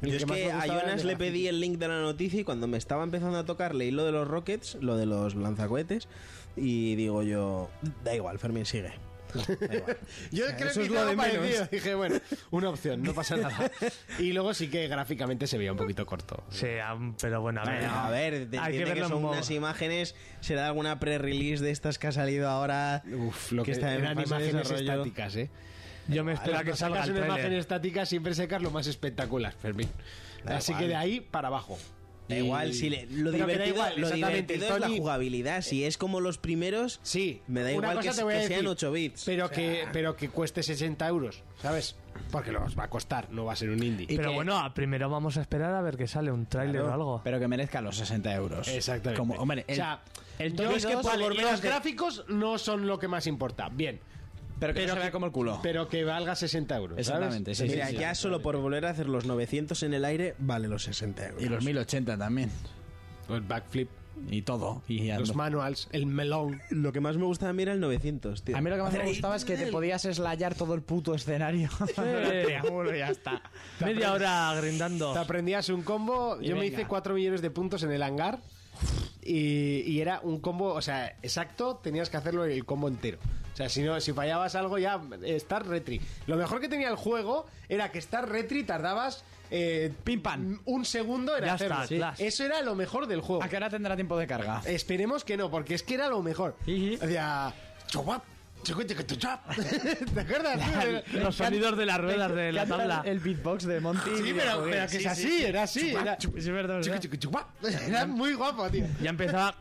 B: El
F: Yo es
B: más
F: que
B: me
F: a
B: gustaba era el
F: Jonas
B: de
F: le pedí
B: Graffiti.
F: el link de la noticia y cuando me estaba empezando a tocar leí lo de los rockets, lo de los lanzacohetes y digo yo, da igual, Fermín sigue. Da igual.
B: Yo creo
F: eso
B: que
F: es
B: hice
F: lo
B: algo
F: de menos.
B: parecido. Dije, bueno, una opción, no pasa nada. Y luego sí que gráficamente se veía un poquito corto.
G: Sí, am- pero bueno, a ver.
F: Bueno, a ver, te
G: hay
F: entiende
G: que
F: que,
G: verlo en
F: son
G: modo.
F: unas imágenes, será alguna pre-release de estas que ha salido ahora.
B: Uf, lo que,
F: está en
B: eran
F: fase de
B: imágenes
F: desarrollo.
B: estáticas, ¿eh?
G: Yo me espero a que
B: Cuando
G: salga
B: sacas
G: el
B: una imagen
G: trailer.
B: estática siempre sacas lo más espectacular, Fermín.
F: Da
B: Así
F: igual.
B: que de ahí para abajo.
F: Da
B: Y-
F: igual, si le-
B: Pero
F: lo
B: que da
F: divertido,
B: igual,
F: lo
B: exactamente,
F: divertido es la
B: Sony-
F: jugabilidad. Si es como los primeros,
B: Sí,
F: me da
B: una
F: igual
B: cosa
F: que,
B: te voy a
F: que sean
B: decir,
F: 8 bits.
B: Pero, que, pero que cueste 60 euros, ¿sabes? Porque los va a costar, no va a ser un indie.
G: Pero bueno, a- primero vamos a esperar a ver que sale un tráiler o algo.
E: Pero que merezca los 60 euros.
B: Exactamente.
E: Como, hombre, el,
B: o sea,
E: el
B: yo
E: Tony
B: es que
E: 2,
B: vale,
E: por
B: y
E: menos
B: los
E: que-
B: gráficos no son lo que más importa. Bien,
E: Pero que no
B: pero
E: se vea
B: que-
E: como el culo.
B: pero que valga 60 euros. ¿sabes?
E: Exactamente, sí, sí,
F: Mira,
E: sí.
F: ya solo por volver a hacer los 900 en el aire, vale los 60 euros.
E: Y los 1080 también.
B: Los backflip,
E: Y todo. Y ando.
B: los manuals, el melón.
F: Lo que más me gusta a mí era el 900, tío.
E: A mí lo que más me gustaba es que te podías slayar todo el puto escenario.
G: Eh,
E: ya está.
G: Media hora grindando.
B: Te aprendías un combo.
E: Y
B: yo me
E: venga.
B: hice 4 millones de puntos en el hangar. Y, y era un combo, o sea, exacto, tenías que hacerlo el combo entero. O sea, si, no, si fallabas algo ya, eh, Star Retri. Lo mejor que tenía el juego era que Star Retri tardabas... Eh,
E: Pim, pam.
B: Un segundo en
G: Ya
B: hacerlo.
G: está, clash.
B: Eso era lo mejor del juego.
E: ¿A qué hora tendrá tiempo de carga?
B: Esperemos que no, porque es que era lo mejor.
E: Iji.
B: Hacía... "Chowap, chocotecotochap". ¿Te acuerdas? tú?
G: Los sonidos de las ruedas de la tabla.
E: El beatbox de Monty.
B: Sí, pero, pero que es así, era así. Era,
E: Es verdad,
B: Chucu, chucu, chucu, guap. Era muy guapo, tío.
G: Ya empezaba.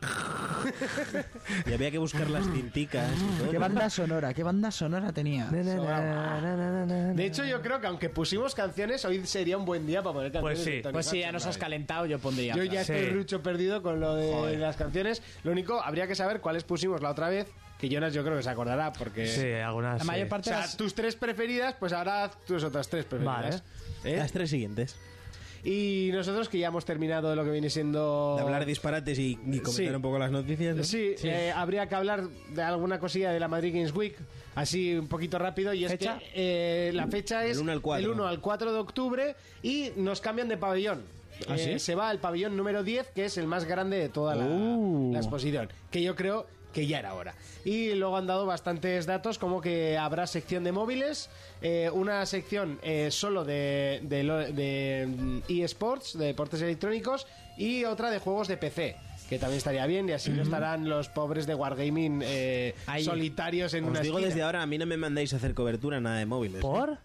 F: Y había que buscar las cinticas. y todo.
E: ¿Qué banda sonora? ¿Qué banda sonora tenía?
B: De hecho, yo creo que aunque pusimos canciones, hoy sería un buen día para poner canciones.
G: sí.
B: de Tony
E: Pues sí, ya
B: Hawk,
E: nos has
B: madre.
E: calentado, yo pondría.
B: Yo ya
G: Sí.
B: estoy rucho perdido con lo de las canciones. Lo único, habría que saber cuáles pusimos la otra vez, que Jonas yo creo que se acordará, porque...
G: Sí, algunas.
E: La
G: sí.
E: mayor
B: O
E: parte de
B: sea,
E: las...
B: tus tres preferidas, pues ahora haz tus otras tres preferidas. ¿eh?
F: Las tres siguientes.
B: Y nosotros que ya hemos terminado lo que viene siendo...
F: De hablar disparates y, y comentar
B: Sí.
F: un poco las noticias. ¿no?
B: Sí, eh, habría que hablar de alguna cosilla de la Madrid Games Week, así un poquito rápido. Y es
E: ¿Fecha?
B: que eh, la fecha es
F: Del uno al cuatro.
B: el 1 al 4 de octubre y nos cambian de pabellón.
F: ¿Ah,
B: Eh,
F: sí?
B: Se va al pabellón número 10, que es el más grande de toda la,
F: Uh.
B: la exposición, que yo creo que ya era hora. Y luego han dado bastantes datos, como que habrá sección de móviles, eh, una sección eh, solo de, de, lo- de, mm, eSports, de deportes electrónicos, y otra de juegos de PC. Que también estaría bien, y así no estarán los pobres de Wargaming eh,
E: Ahí.
B: solitarios en
F: Os
B: una
F: digo
B: esquina.
F: desde ahora, a mí no me mandáis a hacer cobertura nada de móviles.
G: ¿Por?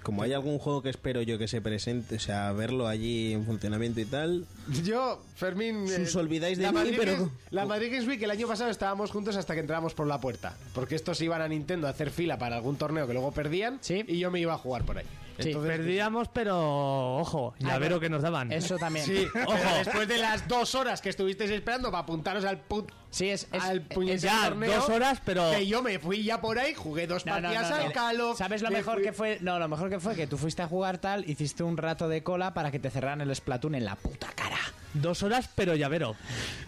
F: Como hay algún juego que espero yo que se presente, o sea, verlo allí en funcionamiento y tal.
B: Yo, Fermín.
F: Si
B: eh,
F: os olvidáis de
B: la
F: mí,
B: Madrid
F: pero-
B: Games- la Madrid Games Week el año pasado estábamos juntos hasta que entramos por la puerta. Porque estos iban a Nintendo a hacer fila para algún torneo que luego perdían.
E: Sí.
B: Y yo me iba a jugar por ahí.
E: Sí,
G: Perdíamos, pero ojo, llavero que nos daban.
E: Eso también.
B: Sí, pero después de las dos horas que estuvisteis esperando para apuntaros al put.
E: Sí, es- es-
B: al
E: es
B: puñetero
E: ya
B: torneo,
E: dos horas, pero-
B: Que yo me fui ya por ahí, jugué dos
E: No, no,
B: partidas
E: no, no.
B: al calo.
E: ¿Sabes lo
B: me
E: mejor
B: fui-
E: que fue? No, lo mejor que fue que tú fuiste a jugar tal, hiciste un rato de cola para que te cerraran el Splatoon en la puta cara.
G: Dos horas, pero llavero.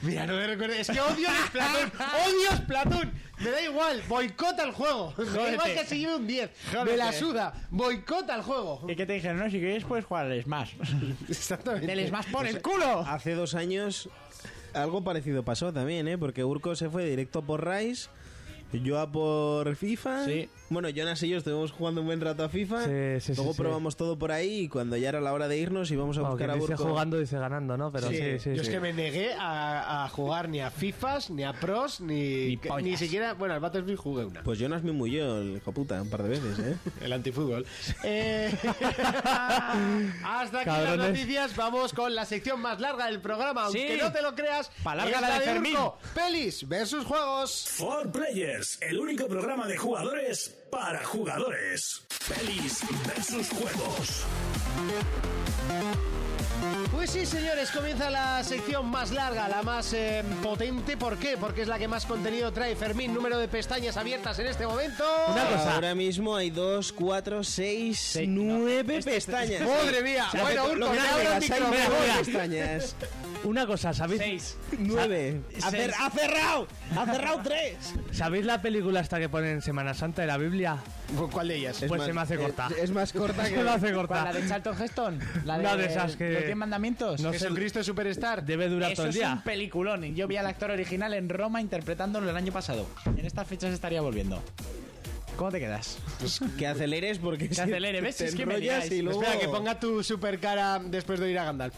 B: Mira, no me recuerdes. Es que odio el Splatoon. odio Splatoon. Me da igual. Boicota el juego. Me da igual que se lleve un 10. Me la suda. Boicota el juego.
E: Y que te dijeron, no, si quieres puedes jugar al Smash.
B: Exactamente.
E: ¡Del Smash por el culo!
B: Ah,
F: Hace dos años algo parecido pasó también, ¿eh? Porque Urco se fue directo por Rice, yo a por FIFA.
E: Sí.
F: Bueno, Jonas y yo estuvimos jugando un buen rato a FIFA.
G: Sí, sí, sí,
F: Luego
G: sí.
F: probamos todo por ahí y cuando ya era la hora de irnos íbamos a
G: Como
F: buscar
G: quien
F: a
G: dice
F: Urco.
G: jugando, dice ganando, ¿no? Pero sí, sí, sí.
B: Yo es que me negué a, a jugar ni a FIFAs, ni a pros, ni, que- ni,
E: pollas.
B: siquiera. Bueno, al Battlefield jugué una.
F: Pues Jonas me murió el hijo puta, un par de veces, ¿eh?
B: El antifútbol. Eh, hasta aquí las
G: Cabrones.
B: noticias. Vamos con la sección más larga del programa. Aunque
E: Sí.
B: no te lo creas.
E: Pa' larga
B: es
E: la de Fermín.
B: Urco. Pelis versus juegos.
A: For Players, el único programa de jugadores para jugadores. Pelis versus juegos.
B: Pues sí, señores, comienza la sección más larga, la más eh, potente. ¿Por qué? Porque es la que más contenido trae Fermín. Número de pestañas abiertas en este momento.
E: Una cosa.
F: Ahora mismo hay dos, cuatro, seis, nueve pestañas.
B: ¡Madre mía!
F: O sea,
B: bueno,
F: que
B: Urco,
F: lo que
B: te abro el
F: tengas, hay
B: micrófono.
F: nueve
G: mira.
F: pestañas.
G: Una cosa, ¿sabéis?
F: Nueve. Ha cer- ha cerrado. Ha cerrado tres.
G: ¿Sabéis la película hasta que ponen en Semana Santa de la Biblia?
B: ¿Cuál de ellas?
G: Pues
F: más-
G: se me
E: eh,
G: hace corta.
F: Es, es más corta
G: Se me
F: que...
G: hace
E: ¿Cuál,
G: corta.
B: ah.
E: ¿La de Charlton Heston? ¿La de,
G: Una de esas que-
E: los 10 mandamientos?
G: No sé,
B: ¿Jesucristo Superstar?
G: debe durar
E: Eso
G: todo el
E: es un
G: día.
E: peliculón. Yo vi al actor original en Roma interpretándolo el año pasado. En estas fechas estaría volviendo. ¿Cómo te quedas?
F: que aceleres porque si
E: acelere, ¿ves?
F: te
E: Es que me
F: enrollas
E: liáis.
F: y luego...
B: Espera, que ponga tu super cara después de ir a Gandalf.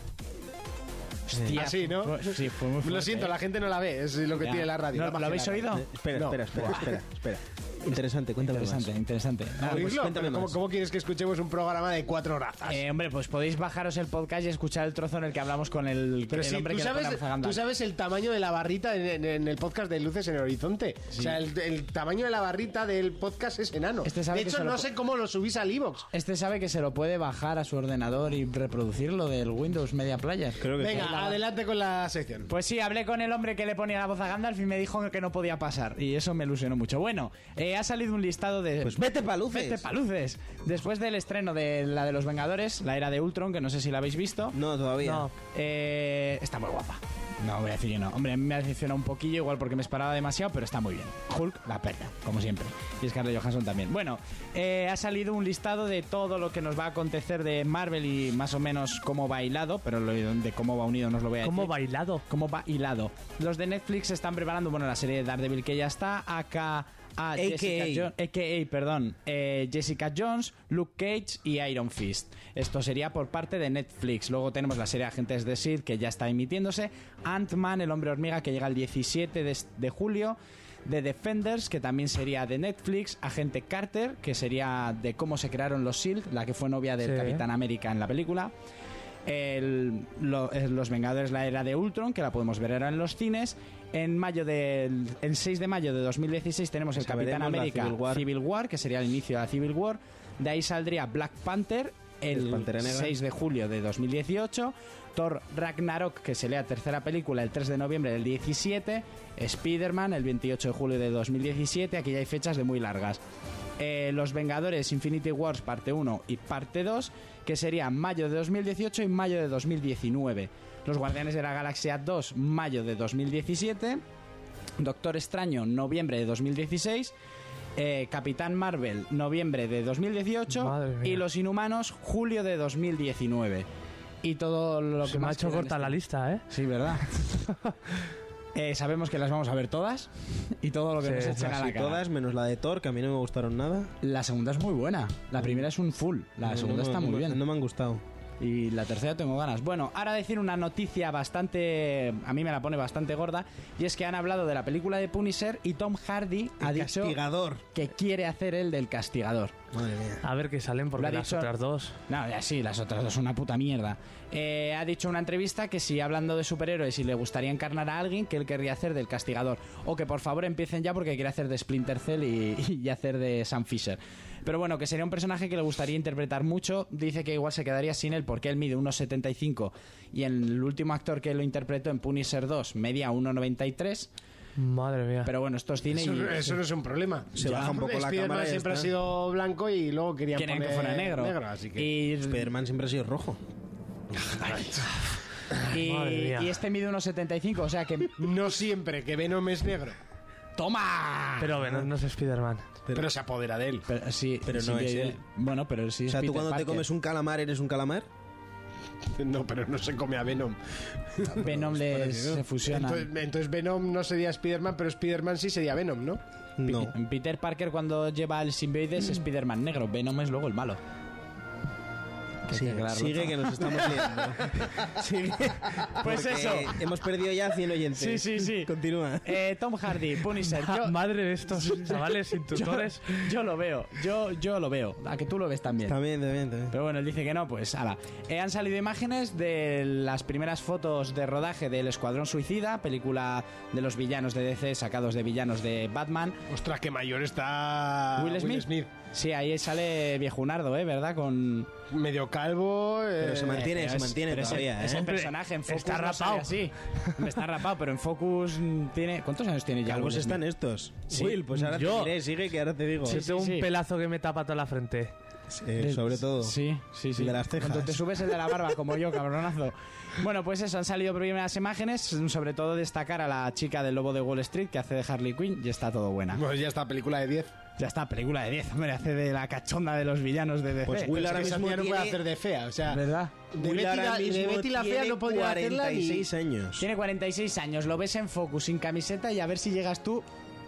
E: Hostia.
B: Así, ¿no?
E: fue- Sí, fue muy
B: Lo
E: fuerte,
B: siento,
E: ¿eh?
B: la gente no la ve, es lo que
E: Ya.
B: tiene la radio.
E: ¿No-
B: la
E: ¿Lo
B: magia
E: habéis
B: de la radio.
E: oído?
F: Eh, Espera,
B: No.
F: espera, espera, espera, espera. Interesante, cuéntame
E: Interesante,
F: más.
E: interesante. Nada, pues,
B: ¿Oírlo?
F: cuéntame
B: ¿Pero ¿Cómo,
F: más.
B: cómo quieres que escuchemos un programa de cuatro razas?
E: eh, hombre, pues podéis bajaros el podcast y escuchar el trozo en el que hablamos con el,
B: Pero
E: el
B: sí,
E: hombre
B: tú
E: que
B: sabes,
E: representa a Gandalf.
B: tú sabes el tamaño de la barrita en, en- en el podcast de Luces en el Horizonte. O sea, el, el tamaño de la barrita del podcast es enano.
E: Este sabe
B: de
E: que
B: hecho,
E: se lo
B: no
E: pu-
B: sé cómo lo subís al iVoox.
E: Este sabe que se lo puede bajar a su ordenador y reproducirlo del Windows Media Player.
F: Creo que
B: Venga, adelante con la sección.
E: Pues sí, hablé con el hombre que le ponía la voz a Gandalf y me dijo que no podía pasar. Y eso me ilusionó mucho. Bueno, eh, ha salido un listado de...
F: Pues vete pa' luces.
E: Vete pa' luces. Después del estreno de la de los Vengadores, la era de Ultron, que no sé si la habéis visto.
F: No, todavía.
G: No.
E: Eh, está muy guapa. No, voy a decir que no. Hombre, a mí me decepciona un poquillo, igual porque me esperaba demasiado, pero está muy bien. Hulk, la perra, como siempre. Y Scarlett Johansson también. Bueno, eh, ha salido un listado de todo lo que nos va a acontecer de Marvel y más o menos cómo va hilado, pero lo de cómo va unido no os lo voy a
G: ¿Cómo
E: decir
G: bailado?
E: cómo va hilado. Los de Netflix están preparando, bueno, la serie de Daredevil que ya está, acá a Jessica Jo- AKA, perdón, eh, Jessica Jones, Luke Cage y Iron Fist. Esto sería por parte de Netflix. Luego tenemos la serie Agentes de SID E que ya está emitiéndose, Ant-Man, el hombre hormiga que llega el 17 de, de julio. The Defenders, que también sería de Netflix, Agente Carter, que sería de cómo se crearon los SEAL, E la que fue novia del
G: Sí.
E: Capitán América en la película, el- lo- eh, Los Vengadores, la era de Ultron, que la podemos ver ahora en los cines. En mayo del, el 6 de mayo de 2016 tenemos el
F: O sea,
E: Capitán
F: veremos la
E: América
F: Civil War.
E: que sería el inicio de la Civil War. De ahí saldría Black Panther
F: Es
E: el
F: Pantera Negra.
E: 6 de julio de 2018. Thor Ragnarok, que sería la tercera película, el 3 de noviembre del 17. Spider-Man, el 28 de julio de 2017. Aquí ya hay fechas de muy largas. Eh, Los Vengadores Infinity Wars parte 1 y parte 2, que serían mayo de 2018 y mayo de 2019. Los Guardianes de la Galaxia 2, mayo de 2017. Doctor Extraño, noviembre de 2016. eh, Capitán Marvel, noviembre de 2018.
G: Madre mía.
E: Y Los Inhumanos, julio de 2019. Y todo lo
G: Se
E: que
G: me ha
E: más
G: hecho
E: queda en
G: corta
E: este-
G: la lista, ¿eh?
E: Sí, ¿verdad? Eh, sabemos que las vamos a ver todas. Y todo lo que
G: Sí,
E: nos echen a la
F: Casi
E: cara.
F: todas, menos la de Thor, que a mí no me gustaron nada.
G: Mm.
E: La segunda es muy buena. La primera es un full. La
F: No,
E: segunda
F: no me-
E: está
F: no
E: muy
F: me-
E: bien.
F: No me han gustado.
E: Y la tercera tengo ganas. Bueno, ahora decir una noticia bastante. A mí me la pone bastante gorda. Y es que han hablado de la película de Punisher y Tom Hardy ha dicho
F: Castigador.
E: que quiere hacer el del castigador.
F: Madre mía.
G: A ver qué salen,
E: Lo
G: porque
E: ha
G: las
E: dicho-
G: otras dos.
E: No, ya sí, las otras dos son una puta mierda. Eh, ha dicho en una entrevista que si hablando de superhéroes y le gustaría encarnar a alguien, que él querría hacer del castigador. O que por favor empiecen ya porque quiere hacer de Splinter Cell y, y hacer de Sam Fisher. Pero bueno, que sería un personaje que le gustaría interpretar mucho. Dice que igual se quedaría sin él porque él mide 1,75 y el último actor que lo interpretó en Punisher 2 medía 1,93.
G: Madre mía.
E: Pero bueno, esto Ah. es cine
B: Eso,
E: y...
B: eso no es un problema.
F: Se baja un poco la
B: Spiderman
F: cámara y ya
B: siempre ha
F: está.
B: sido blanco y luego querían
E: Querían
B: poner
E: que fuera negro.
B: así que...
E: Y
F: Spiderman siempre ha sido rojo.
E: Y,
G: Madre mía.
E: y este mide unos 75, o sea que...
B: No siempre, que Venom es negro,
E: ¡Toma!
G: Pero bueno, no es Spider-Man.
B: pero, se apodera de él.
E: Pero ¿eh? sí,
F: Pero
E: sí
F: no
E: que-
F: es él.
E: Bueno, pero sí
F: O
E: es
F: sea, tú
E: Peter
F: cuando te
E: Parker.
F: comes un calamar, ¿eres un calamar?
B: No, pero no se come a Venom.
E: Venom les se fusiona.
B: Entonces, entonces Venom no sería Spider-Man, pero Spider-Man sí sería Venom, ¿no?
F: Ah. No.
E: Peter Parker cuando lleva el simbioide es Spider-Man negro, Venom es luego el malo. Que hay que aclararlo.
F: Sigue que nos estamos liando. Sigue.
E: Pues
F: Porque
E: eso.
F: Hemos perdido ya 100 oyentes.
E: Sí, sí, sí.
F: Continúa.
E: Eh, Tom Hardy, Punisher, yo,
G: Madre de estos chavales sin tutores.
E: yo lo veo, yo, yo lo veo, a que tú lo ves también.
F: También, también, también.
E: Pero bueno, él dice que no, pues ala. Eh, han salido imágenes de las primeras fotos de rodaje del Escuadrón Suicida, película de los villanos de DC sacados de villanos de Batman.
B: Ostras, que mayor está
E: Will Smith. Sí, ahí sale viejunardo, ¿eh? ¿Verdad? Con...
B: Medio calvo.
F: Pero
B: eh,
F: se mantiene,
E: Pero
F: se
E: es-
F: mantiene
E: pero es el-
F: todavía,
E: Es el
F: ¿eh?
G: Hombre,
E: personaje en Focus.
G: está
E: no sale
G: rapao.
E: así. Hombre, está rapado, pero en Focus mm, tiene... ¿Cuántos años tiene ya?
F: Calvos
E: Will
F: están
E: Smith?
F: estos.
E: Sí.
F: Will, pues ahora
G: Yo.
F: te diré, sigue que ahora te digo.
G: Yo tengo
E: sí.
G: un pelazo que me tapa toda la frente.
F: Eh, sobre todo.
E: Sí, sí, sí.
F: De las cejas.
E: Cuando te subes el de la barba, como yo, cabronazo. Bueno, pues eso, han salido primeras imágenes. Sobre todo destacar a la chica del lobo de Wall Street que hace de Harley Quinn y está todo buena.
B: Pues ya está, película de 10.
E: Ya está, película de 10, hombre, hace de la cachonda de los villanos de DC.
F: Pues
B: Pero
F: Will
B: es
F: ahora
B: que esa
F: mismo
B: tía no puede
F: tiene-
B: hacer de fea, o sea...
E: ¿Verdad?
B: De
F: Will
B: Betty,
F: ahora
B: la, de
F: mismo
B: Betty la fea
F: tiene
B: no podría hacerla ni...
F: 46 años.
E: Tiene 46 años, lo ves en Focus sin camiseta y a ver si llegas tú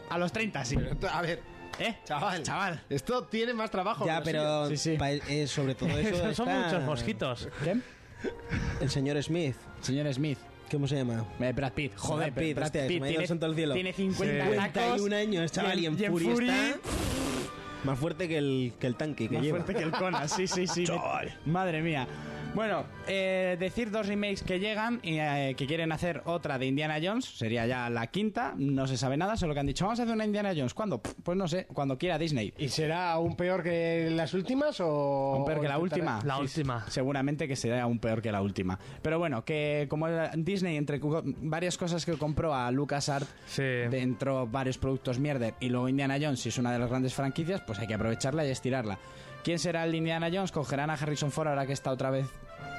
E: a los 30, sí.
B: Pero, A ver,
E: ¿Eh?
B: chaval.
E: Chaval.
B: Esto tiene más trabajo.
F: Ya,
B: que lo suyo.
F: pero
E: Sí, sí.
F: pa- eh, sobre todo eso
G: Esos son
F: está
G: muchos mosquitos.
E: ¿Quién?
F: El señor Smith,
E: Señor Smith.
F: ¿cómo se llama?
E: Eh, Brad Pitt. Joder,
F: Brad Pitt,
E: Brad
F: hostia,
E: Pitt.
F: se me ha ido el santo al cielo.
E: tiene 50
G: Sí.
E: tacos.
F: 41 años, chaval, y en, Fury está más fuerte que el, que el tanque que
E: Más
F: lleva.
E: fuerte que el Conan, sí, sí, sí. Madre mía. Bueno, eh, decir dos remakes que llegan y eh, que quieren hacer otra de Indiana Jones, sería ya la quinta, no se sabe nada, solo que han dicho, vamos a hacer una Indiana Jones. ¿Cuándo? Pff, Pues no sé, cuando quiera Disney.
B: ¿Y será aún peor que las últimas o...?
E: Aún peor que la
B: o
E: última.
B: intentará-
G: La última.
E: Seguramente que será aún peor que la última. Pero bueno, que como era Disney, entre cu- varias cosas que compró a LucasArts,
G: Sí.
E: dentro varios productos mierder y luego Indiana Jones, si es una de las grandes franquicias, pues hay que aprovecharla y estirarla. ¿Quién será el Indiana Jones? ¿Cogerán a Harrison Ford ahora que está otra vez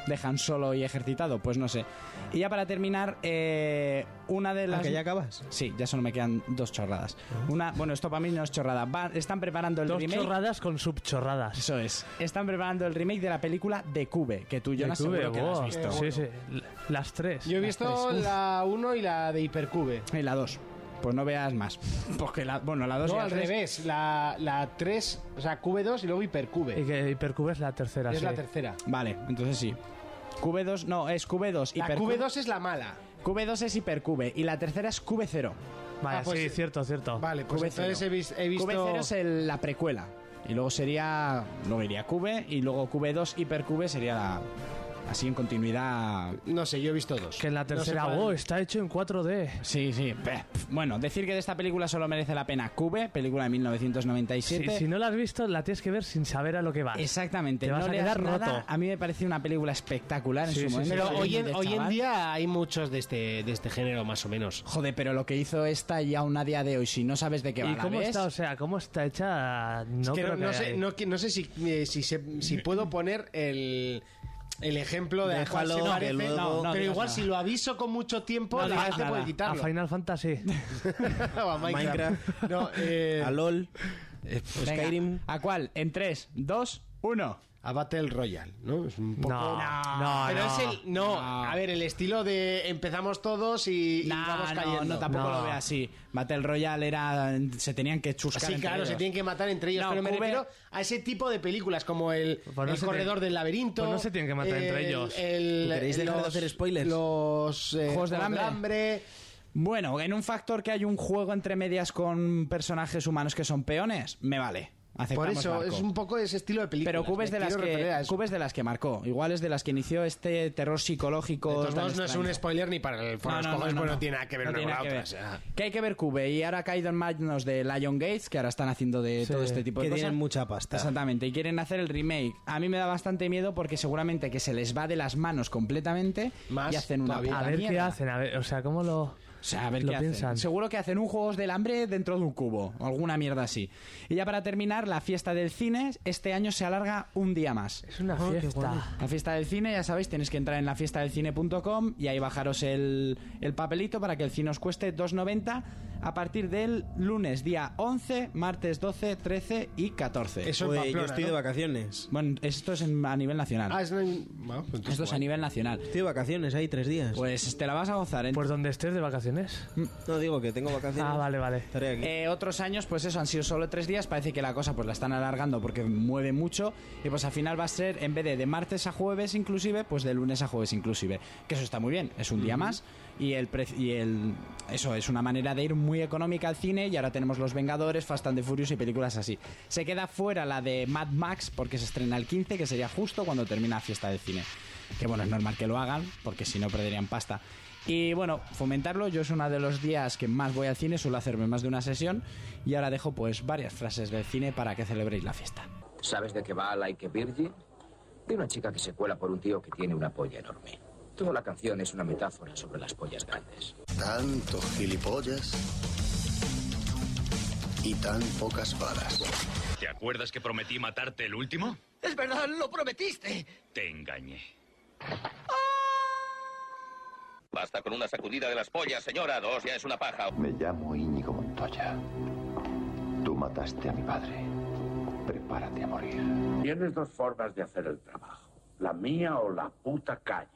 E: dejan solo y ejercitado? Pues no sé. Y ya para terminar, eh, una de las...
F: Ah, que ya Ah. acabas.
E: Sí, ya solo me quedan dos chorradas. Una, bueno, esto para mí no es chorrada. Va- están preparando el
G: Dos
E: remake.
G: chorradas con subchorradas.
E: Eso es. Están preparando el remake de la película de Cube, que tú y yo
G: De
E: seguro
G: Cube,
E: que la has
G: wow.
E: visto.
G: Sí, sí. L- Las tres.
B: Yo he
E: Las
B: visto
E: tres. Uf.
B: la 1 y la de Hipercube.
E: Y la 2. Pues no veas más. Porque la, bueno, la 2
B: No, al revés. La, la 3, o sea, Cube2 y luego Hipercube.
G: Y que Hipercube es la tercera.
B: es
G: sí.
B: la tercera.
E: Vale, entonces sí. QB2, no, es QB2.
B: La
E: hipercube-
B: Cube2 es la mala.
E: QB2 es hipercube y la tercera es QB0.
G: Vale,
B: Ah, pues
G: sí,
B: sí.
G: cierto, cierto.
B: Vale, pues
E: Cube
B: entonces he,
E: cero.
B: vis- he visto...
E: QB0 es el- la precuela. Y luego sería. Luego iría QB y luego QB2 hipercube sería la. Así en continuidad.
B: No sé, yo he visto dos.
G: Que en la
B: No sé
G: tercera,
B: cuál-
G: wow, está hecho en 4D.
E: Sí, sí. pe- Bueno, decir que de esta película solo merece la pena QB, película de
G: Si,
E: 1997.
G: si no la has visto, la tienes que ver sin saber a lo que va.
E: Exactamente,
G: Te vas
E: no
G: a
E: leas
G: quedar
E: nada.
G: roto.
E: A mí me parece una película espectacular en
G: Sí,
E: su
G: sí,
E: momento.
G: sí,
B: Pero
G: sí.
B: hoy, en,
E: Del
B: hoy en
E: chaval.
B: día hay muchos de este, de este género, más o menos.
E: Joder, pero lo que hizo esta y aún a día de hoy, si no sabes de qué va
G: ¿Y
E: la
G: cómo
E: ves,
G: está? O sea, ¿cómo está hecha? No
B: Es que
G: creo
B: no,
G: que
B: no sé,
G: hay.
B: no, que- no sé si, eh, si, se- si puedo poner el, el ejemplo de a cuál se
F: Déjalo,
B: parece,
F: que luego- No,
E: no
B: pero
E: digas
B: igual
E: nada.
B: si lo aviso con mucho tiempo,
E: No
B: la
E: digas
B: gente
E: nada.
B: puede
G: A
B: quitarlo.
G: Final Fantasy.
B: O a Minecraft.
F: Minecraft.
B: No, eh,
F: A LOL,
E: Venga,
F: Skyrim.
E: ¿A cuál? En 3, 2, Uno.
B: A Battle Royale, ¿no? Es un poco...
G: No, no,
B: Pero
G: no.
B: es el... No, a ver, el estilo de empezamos todos y, y
E: Nah,
B: vamos
E: no,
B: cayendo.
E: no, tampoco
G: No.
E: lo veo así. Battle Royale era. Se tenían que chuscar.
B: Sí,
E: entre
B: claro, se
E: ellos.
B: tienen que matar entre ellos.
E: Pues
B: pero
E: No,
B: me
E: Cube-
B: refiero a ese tipo de películas como El,
G: Pues no
B: El
G: se
B: Corredor
G: tiene-
B: del Laberinto.
G: pues no se tienen que matar entre ellos.
B: el-
F: ¿Queréis dejar de hacer spoilers?
B: Los eh,
E: Juegos del Hambre. Bueno, en un factor que hay un juego entre medias con personajes humanos que son peones, me vale.
B: Por
E: Aceptamos
B: eso
E: barco.
B: es un poco ese estilo de película.
E: Pero Cubes de, las que, Cube es de las que marcó. Igual es de las que inició este terror psicológico. tan
B: no es
E: extraño.
B: un spoiler ni para el
E: No,
B: Forrest
E: no,
B: Gump,
E: no, no,
B: pues
E: no.
B: no tiene nada que ver
E: No
B: una
E: tiene
B: con la
E: nada que
B: otra.
E: ver.
B: o sea.
E: Que hay que ver Cube. Y ahora ha caído en manos de Lion Gates, que ahora están haciendo de todo este tipo de
F: que
E: cosas.
F: tienen mucha pasta.
E: Exactamente, y quieren hacer el remake. A mí me da bastante miedo porque seguramente que se les va de las manos completamente
B: Más
E: y hacen una
B: todavía.
E: puta
B: la
G: A ver qué
E: mierda.
G: hacen, a ver, o sea, ¿cómo lo...?
E: O sea, a ver
G: Lo
E: qué hacen.
G: piensan.
E: Seguro que hacen un Juegos del Hambre dentro de un cubo, o alguna mierda así. Y ya para terminar, la fiesta del cine este año se alarga un día más.
G: Es una fiesta.
E: La fiesta del cine, ya sabéis, tenéis que entrar en lafiestadelcine.com y ahí bajaros el, el papelito para que el cine os cueste 2,90 a partir del lunes día 11, martes 12, 13 y 14.
B: Eso en
F: Oye, yo
B: Pamplona,
F: estoy
B: ¿no?
F: de vacaciones.
E: Bueno, esto es en- a nivel nacional.
B: Ah, es... bueno, pues entonces
E: Esto es a
B: igual.
E: nivel nacional.
F: Estoy de vacaciones, hay tres días.
E: Pues te la vas a gozar. ¿eh?
G: Pues donde estés de vacaciones.
F: No digo que tengo vacaciones.
G: Ah, vale, vale.
F: Estaré aquí.
E: Eh, otros años, pues eso, han sido solo tres días. Parece que la cosa pues la están alargando porque mueve mucho. Y pues al final va a ser, en vez de de martes a jueves inclusive, pues de lunes a jueves inclusive. Que eso está muy bien, es un día más. Y el, pre- y el eso es una manera de ir muy económica al cine. Y ahora tenemos Los Vengadores, Fast and the Furious y películas así. Se queda fuera la de Mad Max porque se estrena el 15, que sería justo cuando termina la fiesta del cine. Que bueno, es normal que lo hagan porque si no perderían pasta. Y bueno, fomentarlo, yo es uno de los días que más voy al cine, suelo hacerme más de una sesión y ahora dejo pues varias frases del cine para que celebréis la fiesta.
I: ¿Sabes de qué va Like a Virgin? De una chica que se cuela por un tío que tiene una polla enorme. Toda la canción es una metáfora sobre las pollas grandes.
J: Tantos gilipollas y tan pocas balas.
I: ¿Te acuerdas que prometí matarte el último? Es verdad, lo prometiste. Ah. Te engañé. Basta con una sacudida de las pollas, señora. Dos ya es una paja.
J: Me llamo Íñigo Montoya. Tú mataste a mi padre. Prepárate a morir.
I: Tienes dos formas de hacer el trabajo. La mía o la puta calle.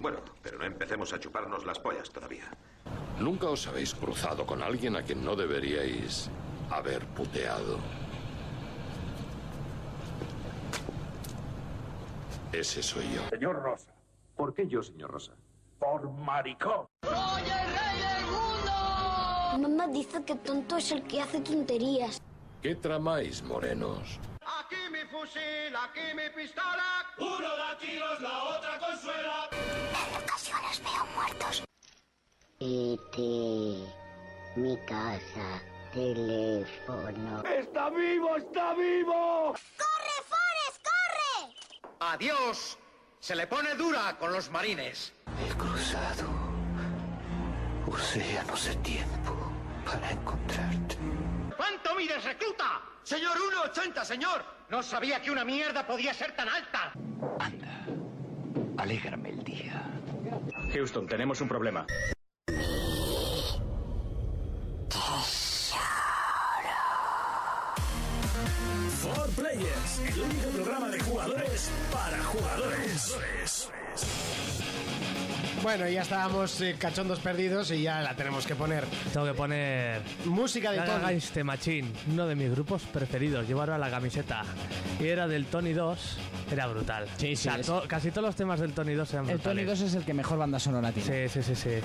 K: Bueno, pero no empecemos a chuparnos las pollas todavía.
J: Nunca os habéis cruzado con alguien a quien no deberíais haber puteado. Ese soy yo.
I: Señor Rosa.
K: ¿Por qué yo, señor Rosa?
I: Por maricón.
L: Mamá dice que tonto es el que hace tonterías.
J: ¿Qué tramáis, morenos?
L: Ocasiones veo muertos. Ete, mi casa, teléfono.
I: Adiós. Se le pone dura con los marines.
J: He cruzado océanos de tiempo para encontrarte.
I: ¿Cuánto mides, recluta? Señor 1,80, señor. No sabía que una mierda podía ser tan alta.
J: Anda, alégrame el día.
K: Houston, tenemos un problema.
A: For Players, el único programa de jugadores para jugadores.
B: Bueno, ya estábamos eh, cachondos perdidos y ya la tenemos que poner.
G: Tengo que poner...
B: Música de
G: Gaga
B: Tony.
G: Gaiste Machine, uno de mis grupos preferidos. Llevo ahora la camiseta. Y era del Tony 2, era brutal.
E: Sí, sí,
G: O sea,
E: es-
G: to- casi todos los temas del Tony 2 eran
E: El Tony
G: brutales.
E: 2 es el que mejor banda sonora tiene.
G: Sí, sí, sí, sí.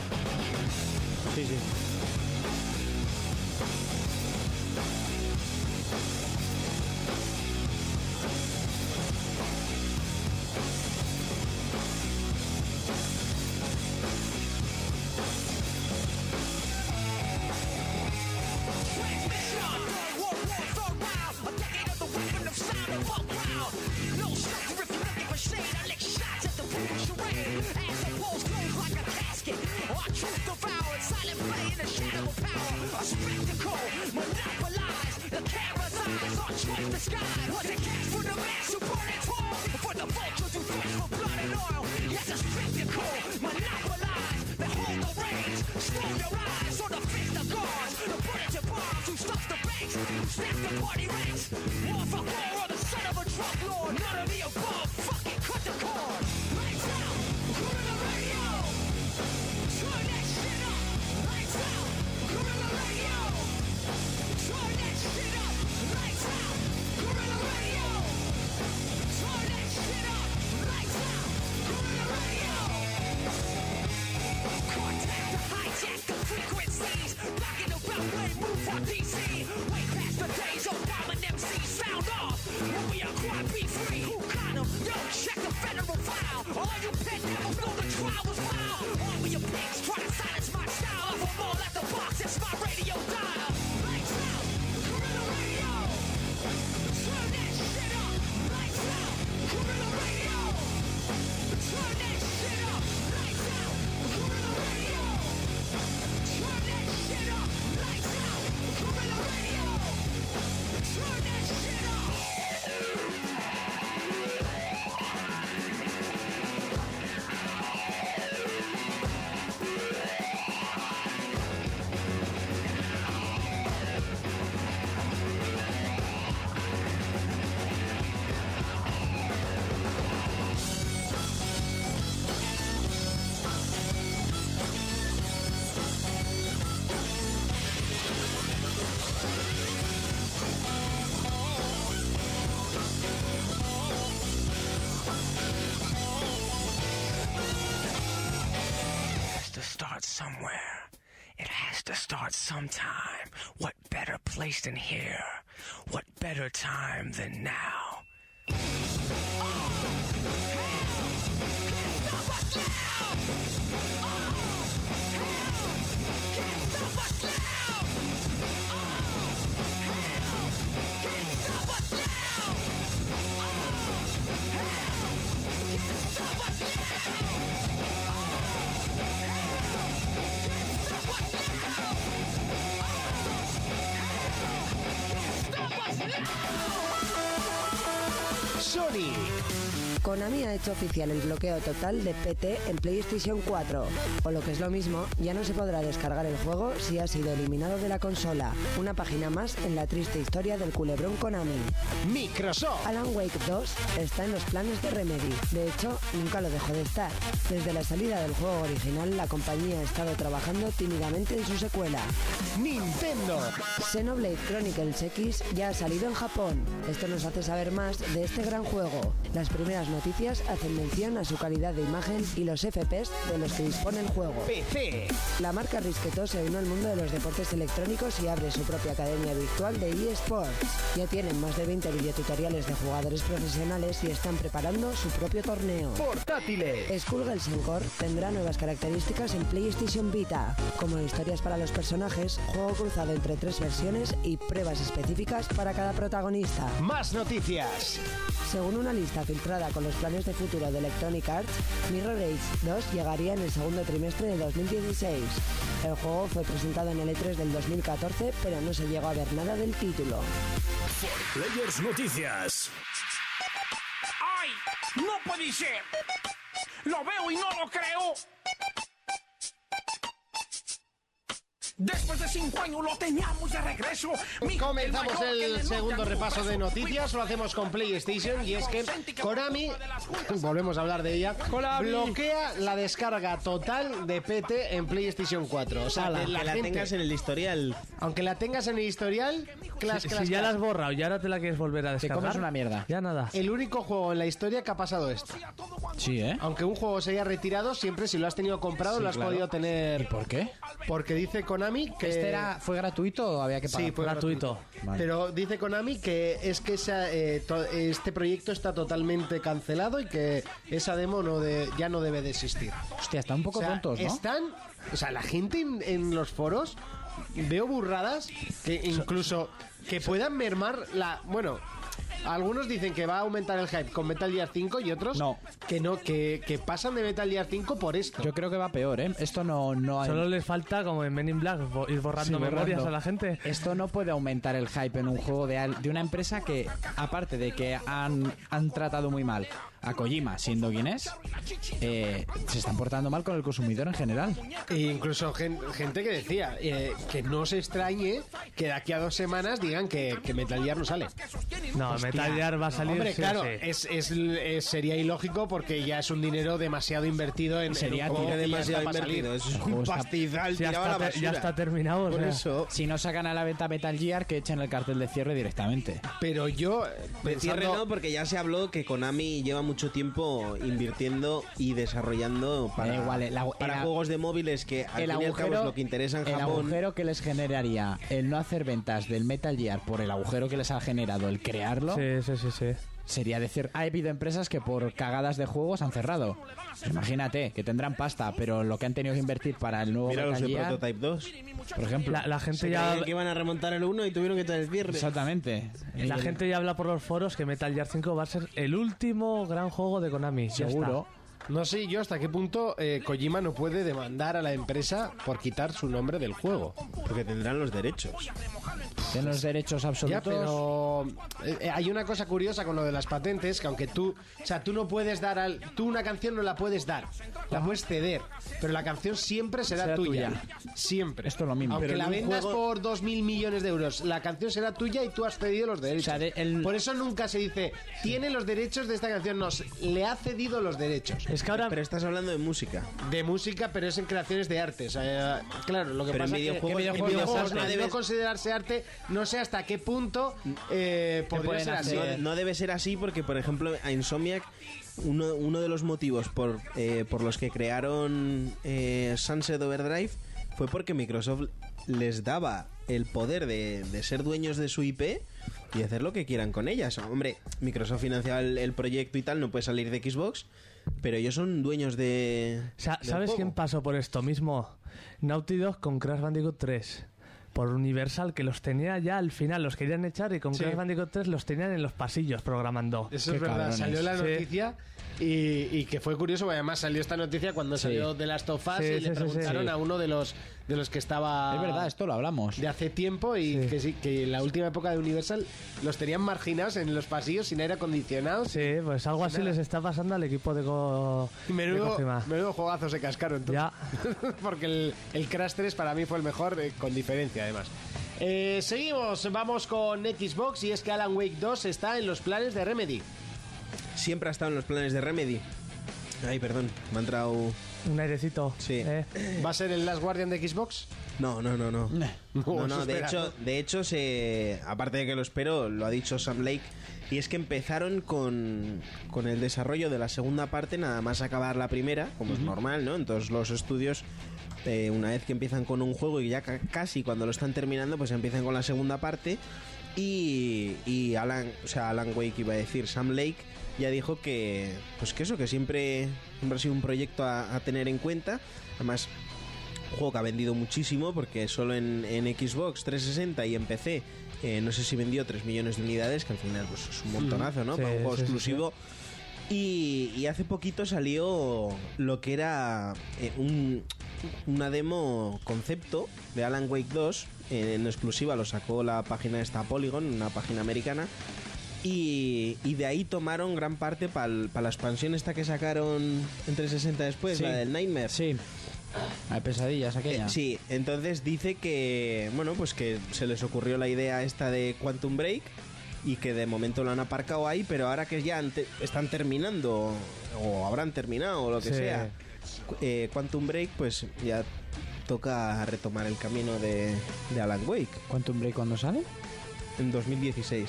M: son of a drug lord. None of the above. Fucking cut the cord. Lights out. Gorilla radio. Turn that shit up. Lights out. Gorilla radio. Turn that shit up. Lights out. Gorilla radio. Turn that shit up. Lights out. Gorilla radio. Contact the hijack the frequencies. Rocking the runway. Move for DC. Way past the days of diamond MC sound off. When we are quite be free, who caught 'em? Yo, check the federal file. All you pet devils know the trial was foul. All of your pigs try to silence my style. I'm from all at the box, it's my radio dial. Lights out, Gorilla Radio. Turn that shit up. Lights out, Gorilla Radio. Turn that shit up. Lights out, Gorilla Radio. Turn that shit up. Lights out, Gorilla Radio. Turn that shit up.
A: has to start somewhere. It has to start sometime. What better place than here? What better time than now?
B: Sony.
C: Konami ha hecho oficial el bloqueo total de PT en PlayStation 4, o lo que es lo mismo, ya no se podrá descargar el juego si ha sido eliminado de la consola. Una página más en la triste historia del culebrón Konami.
B: Microsoft.
C: Alan Wake 2 está en los planes de Remedy. De hecho, nunca lo dejó de estar. Desde la salida del juego original, la compañía ha estado trabajando tímidamente en su secuela.
B: Nintendo.
C: Xenoblade Chronicles X ya ha salido en Japón. Esto nos hace saber más de este gran juego. Las primeras noticias hacen mención a su calidad de imagen y los FPS de los que dispone el juego.
B: PC.
C: La marca Risqueto se unió al mundo de los deportes electrónicos y abre su propia academia virtual de eSports. Ya tienen más de 20 videotutoriales de jugadores profesionales y están preparando su propio torneo.
B: Portátiles.
C: Skullgirls Encore tendrá nuevas características en PlayStation Vita, como historias para los personajes, juego cruzado entre tres versiones y pruebas específicas para cada protagonista.
B: Más noticias.
C: Según una lista filtrada con los planes de futuro de Electronic Arts, Mirror Age 2 llegaría en el segundo trimestre de 2016. El juego fue presentado en el E3 del 2014, pero no se llegó a ver nada del título.
N: Players Noticias.
M: ¡Ay! ¡No puede ser! Lo veo y no lo creo.
B: Después de cinco años lo teníamos de regreso. Comenzamos el segundo repaso de noticias. Lo hacemos con PlayStation y es que Konami, volvemos a hablar de ella, bloquea la descarga total de PT en PlayStation 4. O sea,
O: Ala,
B: de
O: que la tengas en el historial.
B: Aunque la tengas en el historial, clas,
G: si,
B: clas,
G: si ya la
B: clas.
G: has borrado y ahora te la quieres volver a descargar.
E: comes una mierda.
G: Ya nada.
B: El único juego en la historia que ha pasado esto.
E: Sí, ¿eh?
B: Aunque un juego se haya retirado, siempre si lo has tenido comprado
E: Sí,
B: lo has
E: claro.
B: podido tener.
E: ¿Por qué?
B: Porque dice Konami que.
E: ¿Este era, fue gratuito o había que pagar?
B: Sí, fue gratuito.
E: Vale.
B: Pero dice Konami que es que esa, eh, to- este proyecto está totalmente cancelado y que esa demo no de, ya no debe de existir.
E: Hostia, están un poco
B: O sea,
E: tontos, ¿no?
B: Están, o sea, la gente en, en los foros veo burradas que incluso que puedan mermar la, bueno. Algunos dicen que va a aumentar el hype con Metal Gear 5 y otros
E: No.
B: que no, que, que pasan de Metal Gear 5 por esto.
E: Yo creo que va peor, ¿eh? Esto no, no hay...
G: Solo les falta, como en Men in Black, bo- ir borrando
E: Sí,
G: memorias
E: borrando.
G: a la gente.
E: Esto no puede aumentar el hype en un juego de, al- de una empresa que, aparte de que han, han tratado muy mal a Kojima, siendo quien es, eh, se están portando mal con el consumidor en general.
B: E incluso gen- gente que decía eh, que no se extrañe que de aquí a dos semanas digan que, que Metal Gear no sale.
G: No, Metal Gear va a salir.
B: Hombre,
G: sí o
B: claro,
G: sí.
B: es- es- es- sería ilógico porque ya es un dinero demasiado invertido en
E: Sería
B: en un juego que ya está pa' salir. un pastizal tirado a la basura.
E: terminado.
B: Por eso.
E: Si no sacan a la venta Metal Gear, que echen el cartel de cierre directamente.
B: Pero yo. eh,
F: De cierre
E: pensando-
F: no, Pues porque ya se habló que Konami lleva mucho tiempo invirtiendo y desarrollando para,
E: Da Eh, igual, el agu-
F: para
E: el a-
F: juegos de móviles que al fin y al cabo es lo que interesa en
E: el
F: Japón.
E: agujero que les generaría el no hacer ventas del Metal Gear por el agujero que les ha generado el crearlo.
G: Sí, sí, sí, sí.
E: Sería decir, ha habido empresas que por cagadas de juegos han cerrado. Pues imagínate, que tendrán pasta, pero lo que han tenido que invertir para el nuevo
F: Mira los
E: Metal
F: de
E: Gear,
F: Prototype 2.
E: por ejemplo.
G: La- la gente
F: Se
E: Ah,
G: ya-
F: creían que iban Eh, a remontar el 1 y tuvieron que traer el cierre.
E: Exactamente. Eh,
G: La
E: Y-
G: gente ya habla por los foros que Metal Gear 5 va a ser el último gran juego de Konami. Ya
E: Seguro.
G: está.
B: No sé yo hasta qué punto eh, Kojima no puede demandar a la empresa por quitar su nombre del juego.
F: Porque tendrán los derechos.
E: Tienen los derechos
B: Ya,
E: absolutos.
B: pero eh, eh, hay una cosa curiosa con lo de las patentes, que aunque tú, o sea, tú no puedes dar al, tú una canción no la puedes dar, la puedes ceder, pero la canción siempre será,
E: Será
B: tuya.
E: tuya.
B: Siempre.
E: Esto es lo mismo.
B: Aunque
E: Pero en
B: la
E: un
B: vendas
E: juego-
B: por 2.000 millones de euros, la canción será tuya y tú has cedido los derechos. Por eso nunca se dice, tiene los derechos de esta canción, no, se- le ha cedido los derechos.
G: Es que ahora.
F: Pero estás hablando de música.
B: De música, pero es en creaciones de arte. o sea, eh, claro, lo que
F: Pero en
B: pasa es que-
F: videojuegos-
B: que
F: en
B: videojuegos,
F: videojuegos no
B: al no
F: debes-
B: considerarse arte, no sé hasta qué punto eh, podría ser así.
F: No, no debe ser así porque, por ejemplo, a Insomniac, uno, uno de los motivos por, eh, por los que crearon eh, Sunset Overdrive fue porque Microsoft les daba el poder de, de ser dueños de su IP y hacer lo que quieran con ellas. Hombre, Microsoft financiaba el, el proyecto y tal, no puede salir de Xbox, pero ellos son dueños de...
G: Sa-
F: del
G: ¿Sabes
F: juego.
G: quién pasó por esto mismo? Naughty Dog con Crash Bandicoot 3. Por Universal, que los tenía ya al final, los querían echar y con
B: Sí.
G: Crash Bandicoot 3 los tenían en los pasillos programando.
B: Eso es verdad, salió la
G: Sí.
B: noticia y, y que fue curioso, porque además salió esta noticia cuando
E: Sí.
B: salió de Last of Us
G: Sí,
B: y
G: sí,
B: le
G: sí,
B: preguntaron
G: sí.
B: a uno de los de los que estaba
E: Es verdad, esto lo hablamos.
B: de hace tiempo y que sí, que en la última época de Universal los tenían marginados en los pasillos sin aire acondicionado.
G: Sí, pues algo así les está pasando al equipo de, Go...
B: Y
G: de
B: menudo,
G: Kojima.
B: menudo juegazo se cascaron. tú.
G: Ya.
B: Porque el, el Crash 3 para mí fue el mejor, eh, con diferencia además. Eh, seguimos, vamos con Xbox y es que Alan Wake 2 está en los planes de Remedy.
F: Siempre ha estado en los planes de Remedy. Ay, perdón, me ha entrado...
G: Un airecito.
F: Sí.
G: ¿eh?
B: ¿Va a ser el Last Guardian de Xbox?
F: No, no, no, no. No,
B: eso
F: no, de
B: espera.
F: hecho, de hecho se, aparte de que lo espero, lo ha dicho Sam Lake, y es que empezaron con, con el desarrollo de la segunda parte, nada más acabar la primera, como es normal, ¿no? Entonces los estudios, eh, una vez que empiezan con un juego y ya ca- casi cuando lo están terminando, pues empiezan con la segunda parte. Y, y Alan, o sea, Alan Wake iba a decir, Sam Lake ya dijo que, pues que eso, que siempre, siempre ha sido un proyecto a- a tener en cuenta. Además, un juego que ha vendido muchísimo porque solo en, en Xbox 360 y en PC eh, no sé si vendió 3 millones de unidades, que al final pues, es un montonazo, ¿no?
G: Mm. Sí,
F: Para un juego
G: sí, sí,
F: exclusivo. Y, y hace poquito salió lo que era eh, un- una demo concepto de Alan Wake 2. eh, En exclusiva lo sacó la página esta Polygon, una página americana. Y, y de ahí tomaron gran parte para la expansión esta que sacaron en 360 después,
E: Sí.
F: la del Nightmare.
E: Sí. Hay pesadillas aquella.
F: Eh, sí, entonces dice que, bueno, pues que se les ocurrió la idea esta de Quantum Break y que de momento lo han aparcado ahí, pero ahora que ya ante- están terminando o habrán terminado o lo que
G: Sí.
F: sea, cu- eh, Quantum Break, pues ya toca retomar el camino de, de Alan Wake
E: ¿Quantum Break cuándo sale?
F: en 2016.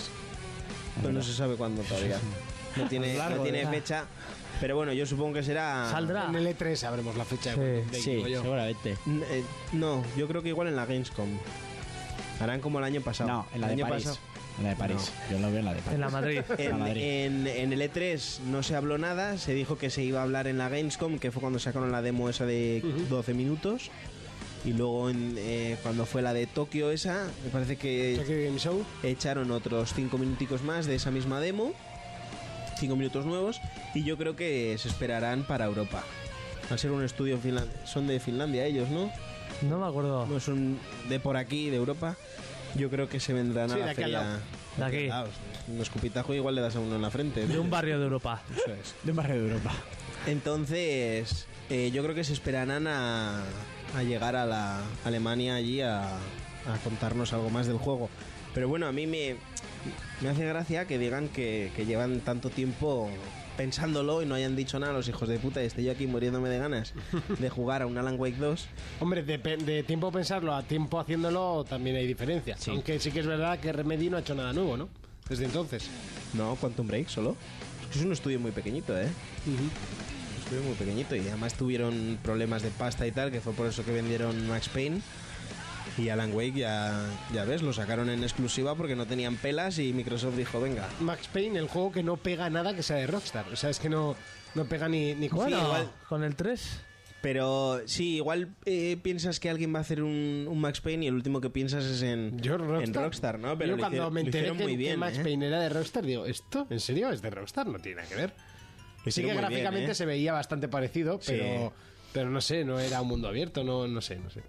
F: Pues no
E: verdad.
F: se sabe cuándo todavía. No tiene,
E: Largo,
F: no tiene
E: ¿verdad?
F: fecha, pero bueno, yo supongo que será...
G: Saldrá.
B: En el E3 sabremos la fecha. de- de-
E: Sí,
B: digo yo.
E: seguramente.
F: N- eh, No, yo creo que igual en la Gamescom. Harán como el año pasado.
E: No, en la de
F: el año
E: París.
F: pasado.
E: En la de París. Yo lo veo en la de París.
G: En la Madrid.
E: En
F: En,
E: Madrid.
F: en- en el E3 no se habló nada, se dijo que se iba a hablar en la Gamescom, que fue cuando sacaron la demo esa de 12 minutos. Y luego en, eh, cuando fue la de Tokio esa, me parece que
B: Tokyo Game Show.
F: echaron otros 5 minuticos más de esa misma demo. 5 minutos nuevos. Y yo creo que se esperarán para Europa. Va a ser un estudio en Finlandia. Son de Finlandia ellos, ¿no?
G: No me acuerdo.
F: No son de por aquí, de Europa. Yo creo que se vendrán
G: Sí,
F: a
G: de
F: la
G: aquí al
F: feria.
G: lado. De aquí.
F: Ah, un escupitajo igual le das a uno en la frente.
G: De un barrio de Europa.
F: Eso es.
E: De un barrio de Europa.
F: Entonces, eh, yo creo que se esperarán a, a llegar a la Alemania allí a, a contarnos algo más del juego. Pero bueno, a mí me, me hace gracia que digan que, que llevan tanto tiempo pensándolo y no hayan dicho nada los hijos de puta y estoy yo aquí muriéndome de ganas de jugar a un Alan Wake 2.
B: Hombre, de, pe- de tiempo pensarlo a tiempo haciéndolo también hay diferencia. Aunque sí que es verdad que Remedy no ha hecho nada nuevo, ¿no? Desde entonces.
F: No, Quantum Break solo. Es que es un estudio muy pequeñito, ¿eh? Un estudio muy pequeñito y además tuvieron problemas de pasta y tal, que fue por eso que vendieron Max Payne. Y Alan Wake, ya, ya ves, lo sacaron en exclusiva porque no tenían pelas y Microsoft dijo, venga.
B: Max Payne, el juego que no pega nada que sea de Rockstar. O sea, es que no, no pega ni, ni
F: Bueno,
G: con el 3.
F: Pero sí, igual eh, piensas que alguien va a hacer un, un Max Payne y el último que piensas es en, en Rockstar, ¿no? Pero
B: Yo
F: lo
B: cuando
F: hicieron-
B: me
F: lo
B: enteré
F: hicieron
B: que,
F: muy
B: que
F: bien,
B: Max
F: ¿eh?
B: Payne era de Rockstar, digo, ¿esto? ¿En serio? Es de Rockstar, no tiene nada que ver. Sí
F: hicieron
B: que
F: muy bien,
B: gráficamente
F: ¿eh?
B: se veía bastante parecido,
F: Sí.
B: pero, pero no sé, no era un mundo abierto, no, no sé, no sé.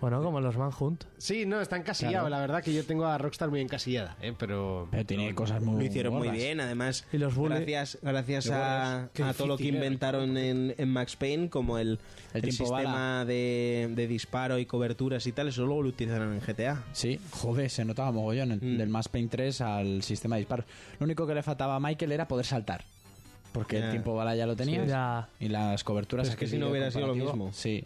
G: Bueno, como los Manhunt.
B: Sí, no, está encasillado,
G: Claro.
B: la verdad que yo tengo a Rockstar muy encasillada, ¿eh? pero...
E: Pero tiene cosas muy
F: Lo hicieron muy
B: gordas.
F: bien, además.
B: Y los bullies.
F: gracias gracias
B: Qué
F: a,
B: gordas. Qué
F: a todo lo que
B: difícil era.
F: inventaron en, en Max Payne, como el, el
E: tiempo
F: sistema de, de disparo y coberturas y tal, eso luego lo utilizaron en GTA.
E: Sí, joder, se notaba mogollón en-
F: Mm.
E: del Max Payne 3 al sistema de disparos. Lo único que le faltaba a Michael era poder saltar. Porque
F: Ya.
E: el tiempo bala ya lo tenía.
F: Sí. Ya.
E: Y las coberturas.
F: Pero es que
E: aquel
F: si no
E: vídeo
F: hubiera sido lo
E: comparativo,
F: mismo.
E: Sí.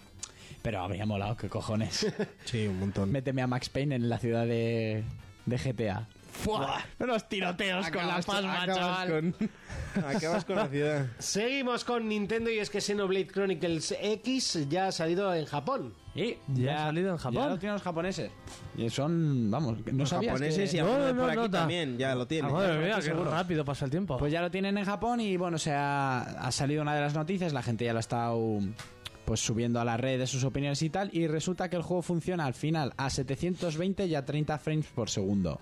E: Pero habría molado, qué cojones.
F: sí, un montón.
E: Méteme a Max Payne en la ciudad de, de GTA.
M: ¡Fua!
E: Unos tiroteos
M: con la palma, chaval.
F: Acabas con la ciudad.
B: Seguimos con Nintendo y es que Xenoblade Chronicles X ya ha salido en Japón.
E: ¿Y?
G: Ya, ha salido en
E: Ya
G: Japón.
E: lo tienen los japoneses. Y son, vamos, que no
F: Los
E: sabías
F: japoneses
E: que...
F: y alguno de No, no, por aquí no, ta- también, ya lo tienen.
E: tiene.
F: Ah, madre mía, qué
G: rápido pasa el tiempo.
E: Pues ya lo tienen en Japón y bueno, se ha, ha salido una de las noticias, la gente ya la ha estado pues subiendo a las redes sus opiniones y tal, y resulta que el juego funciona al final a 720 y a 30 frames por segundo.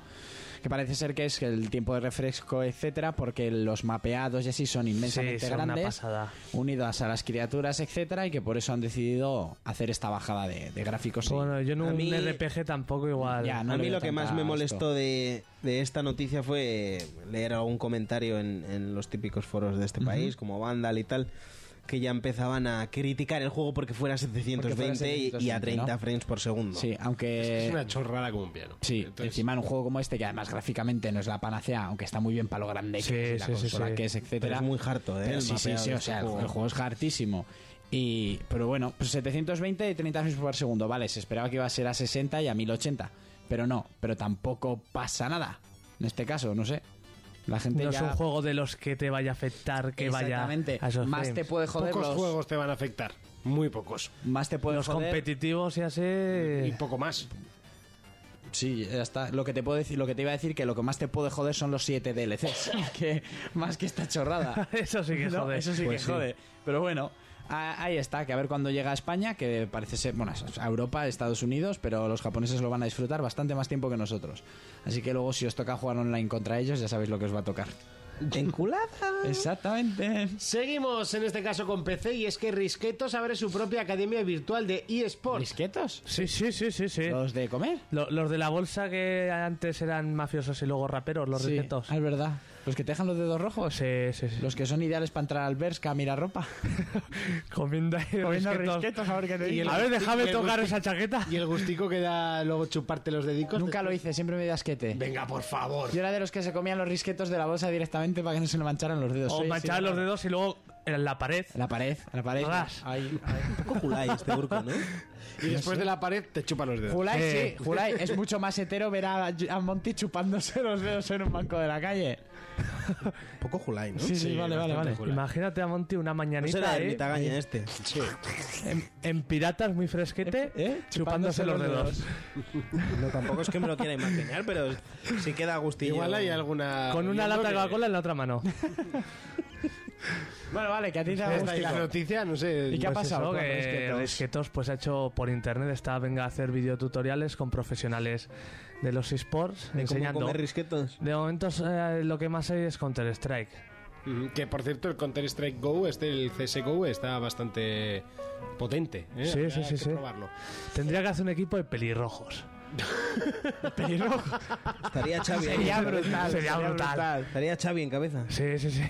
E: Que parece ser que es el tiempo de refresco, etcétera, porque los mapeados y así son inmensamente
G: son una
E: grandes.
G: pasada.
E: Unidas a las criaturas, etcétera, y que por eso han decidido hacer esta bajada de, de gráficos.
G: Bueno, yo en
E: A
G: un
E: mí-
G: RPG tampoco igual.
E: Ya, no
F: a
E: le
F: mí
E: veo
F: lo que más
E: tanta
F: me
E: esto.
F: molestó de, de esta noticia fue leer algún comentario en, en los típicos foros de este país, como Vandal y tal, que ya empezaban a criticar el juego porque fuera 720,
E: Porque fuera
F: y- y a 30
E: ¿no?
F: frames por segundo.
E: Sí, aunque...
B: Es una chorrada como un piano.
E: Sí, encima en un juego como este, que además gráficamente no es la panacea, aunque está muy bien para lo grande que
F: Sí,
E: es y la
F: sí, sí,
E: consola
F: sí.
E: que es, etcétera.
F: Pero es muy harto, ¿eh?
E: Pero
F: el
E: sí, sí,
F: mapeado
E: sí,
F: de
E: o
F: este
E: sea, el-
F: juego.
E: el juego es hartísimo. Y, pero bueno, pues 720 y 30 frames por segundo, vale, se esperaba que iba a ser a 60 y a 1080, pero no, pero tampoco pasa nada. En este caso, no sé. La gente
G: No
E: ya...
G: es un juego de los que te vaya a afectar, que vaya.
E: Exactamente.
G: a esos
E: Más
G: frames.
E: te puede joder
B: Pocos
E: los-
B: juegos te van a afectar, muy pocos.
E: Más te puede
G: Los
E: joder...
G: competitivos y así.
B: Y poco más.
E: Sí, ya está. Lo que te puedo decir, lo que te iba a decir que lo que más te puede joder son los 7 DLCs, que más que esta chorrada.
G: eso sí que
E: No,
G: jode.
E: Eso sí
G: Pues sí.
E: que jode. Pero bueno, a- ahí está, que a ver cuando llega a España, que parece ser, bueno, a Europa, Estados Unidos, pero los japoneses lo van a disfrutar bastante más tiempo que nosotros. Así que luego si os toca jugar online contra ellos, ya sabéis lo que os va a tocar.
F: Enculada.
E: Exactamente.
B: Seguimos en este caso con PC y es que Risquetos abre su propia academia virtual de eSports.
E: ¿Risquetos?
G: Sí, sí, sí, sí, sí.
E: ¿Los de comer?
G: los de la bolsa que antes eran mafiosos y luego raperos, los
E: Sí, Ah,
G: riquetos.
E: Es verdad. Los que te dejan los dedos rojos.
G: Sí, sí, sí.
E: Los que son ideales para entrar al Berska a mirar ropa.
G: Comiendo ahí
E: Comiendo
G: risquetos.
E: risquetos, a ver qué te dicen.
G: A ver, déjame
E: Y el
G: tocar
E: gusti-
G: esa chaqueta.
B: Y el gustico que da luego chuparte los dedicos.
E: Nunca
F: pues.
E: lo hice, siempre me dio asquete.
B: Venga, por favor.
E: Yo era de los que se comían los risquetos de la bolsa directamente para que no se le mancharan los dedos.
G: O manchar los dedos y luego en la pared.
E: La pared, la pared.
G: Ras.
E: Un poco
F: Julai este grupo, ¿no?
B: Y después de la pared te chupa los dedos.
E: Julai,
B: Eh.
E: sí, Julai. Es mucho más hetero ver a, a Monty chupándose los dedos en un banco de la calle.
F: Un poco Julai, ¿no?
E: Sí, sí, vale, vale, vale. eh.
G: Imagínate a Monty una mañanita.
F: será
G: ahí,
F: ermitagaña
G: ahí,
F: este.
G: En, en piratas muy fresquete, chupándose, los dedos.
F: No, tampoco es que me lo quiera imaginar, pero sí queda gustillo.
B: Igual hay alguna...
G: Con una lata de Coca-Cola en la otra mano.
E: Bueno, vale, que a ti te
B: Esta
E: ha
B: es la
E: gustado.
B: noticia, no sé.
E: ¿Y qué ha
G: Pues
E: pasado
G: eso,
E: con
G: que
E: Risquetos?
G: Risquetos, pues ha hecho por internet, está venga a hacer videotutoriales con profesionales de los esports
F: ¿De cómo
G: enseñando.
F: comer risquetos?
G: De momento eh, lo que más hay es Counter Strike.
B: Ujú, Que por cierto, el Counter-Strike Go, este, el CSGO, está bastante potente. ¿eh?
G: Sí,
B: Habrá
G: sí, sí,
B: que
G: sí.
B: probarlo.
G: Tendría que hacer un equipo de pelirrojos.
E: Pelirrojo.
F: Estaría Xavi ahí.
E: Sería brutal, sería brutal.
F: Estaría Xavi en cabeza.
G: Sí, sí, sí.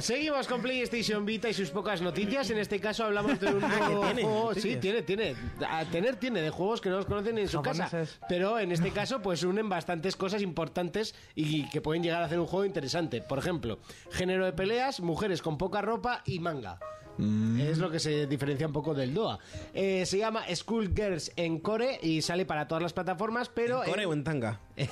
B: Seguimos con PlayStation Vita y sus pocas noticias. En este caso hablamos de un nuevo
F: tiene
B: juego.
F: noticias.
B: Sí, tiene, tiene. A tener tiene de juegos que no los conocen en su
G: Japoneses.
B: casa. Pero en este caso, pues unen bastantes cosas importantes y que pueden llegar a hacer un juego interesante. Por ejemplo, género de peleas, mujeres con poca ropa y manga.
F: Mm.
B: Es lo que se diferencia un poco del DOA. Eh, se llama Schoolgirls en Core y sale para todas las plataformas, pero.
F: ¿Core o en tanga?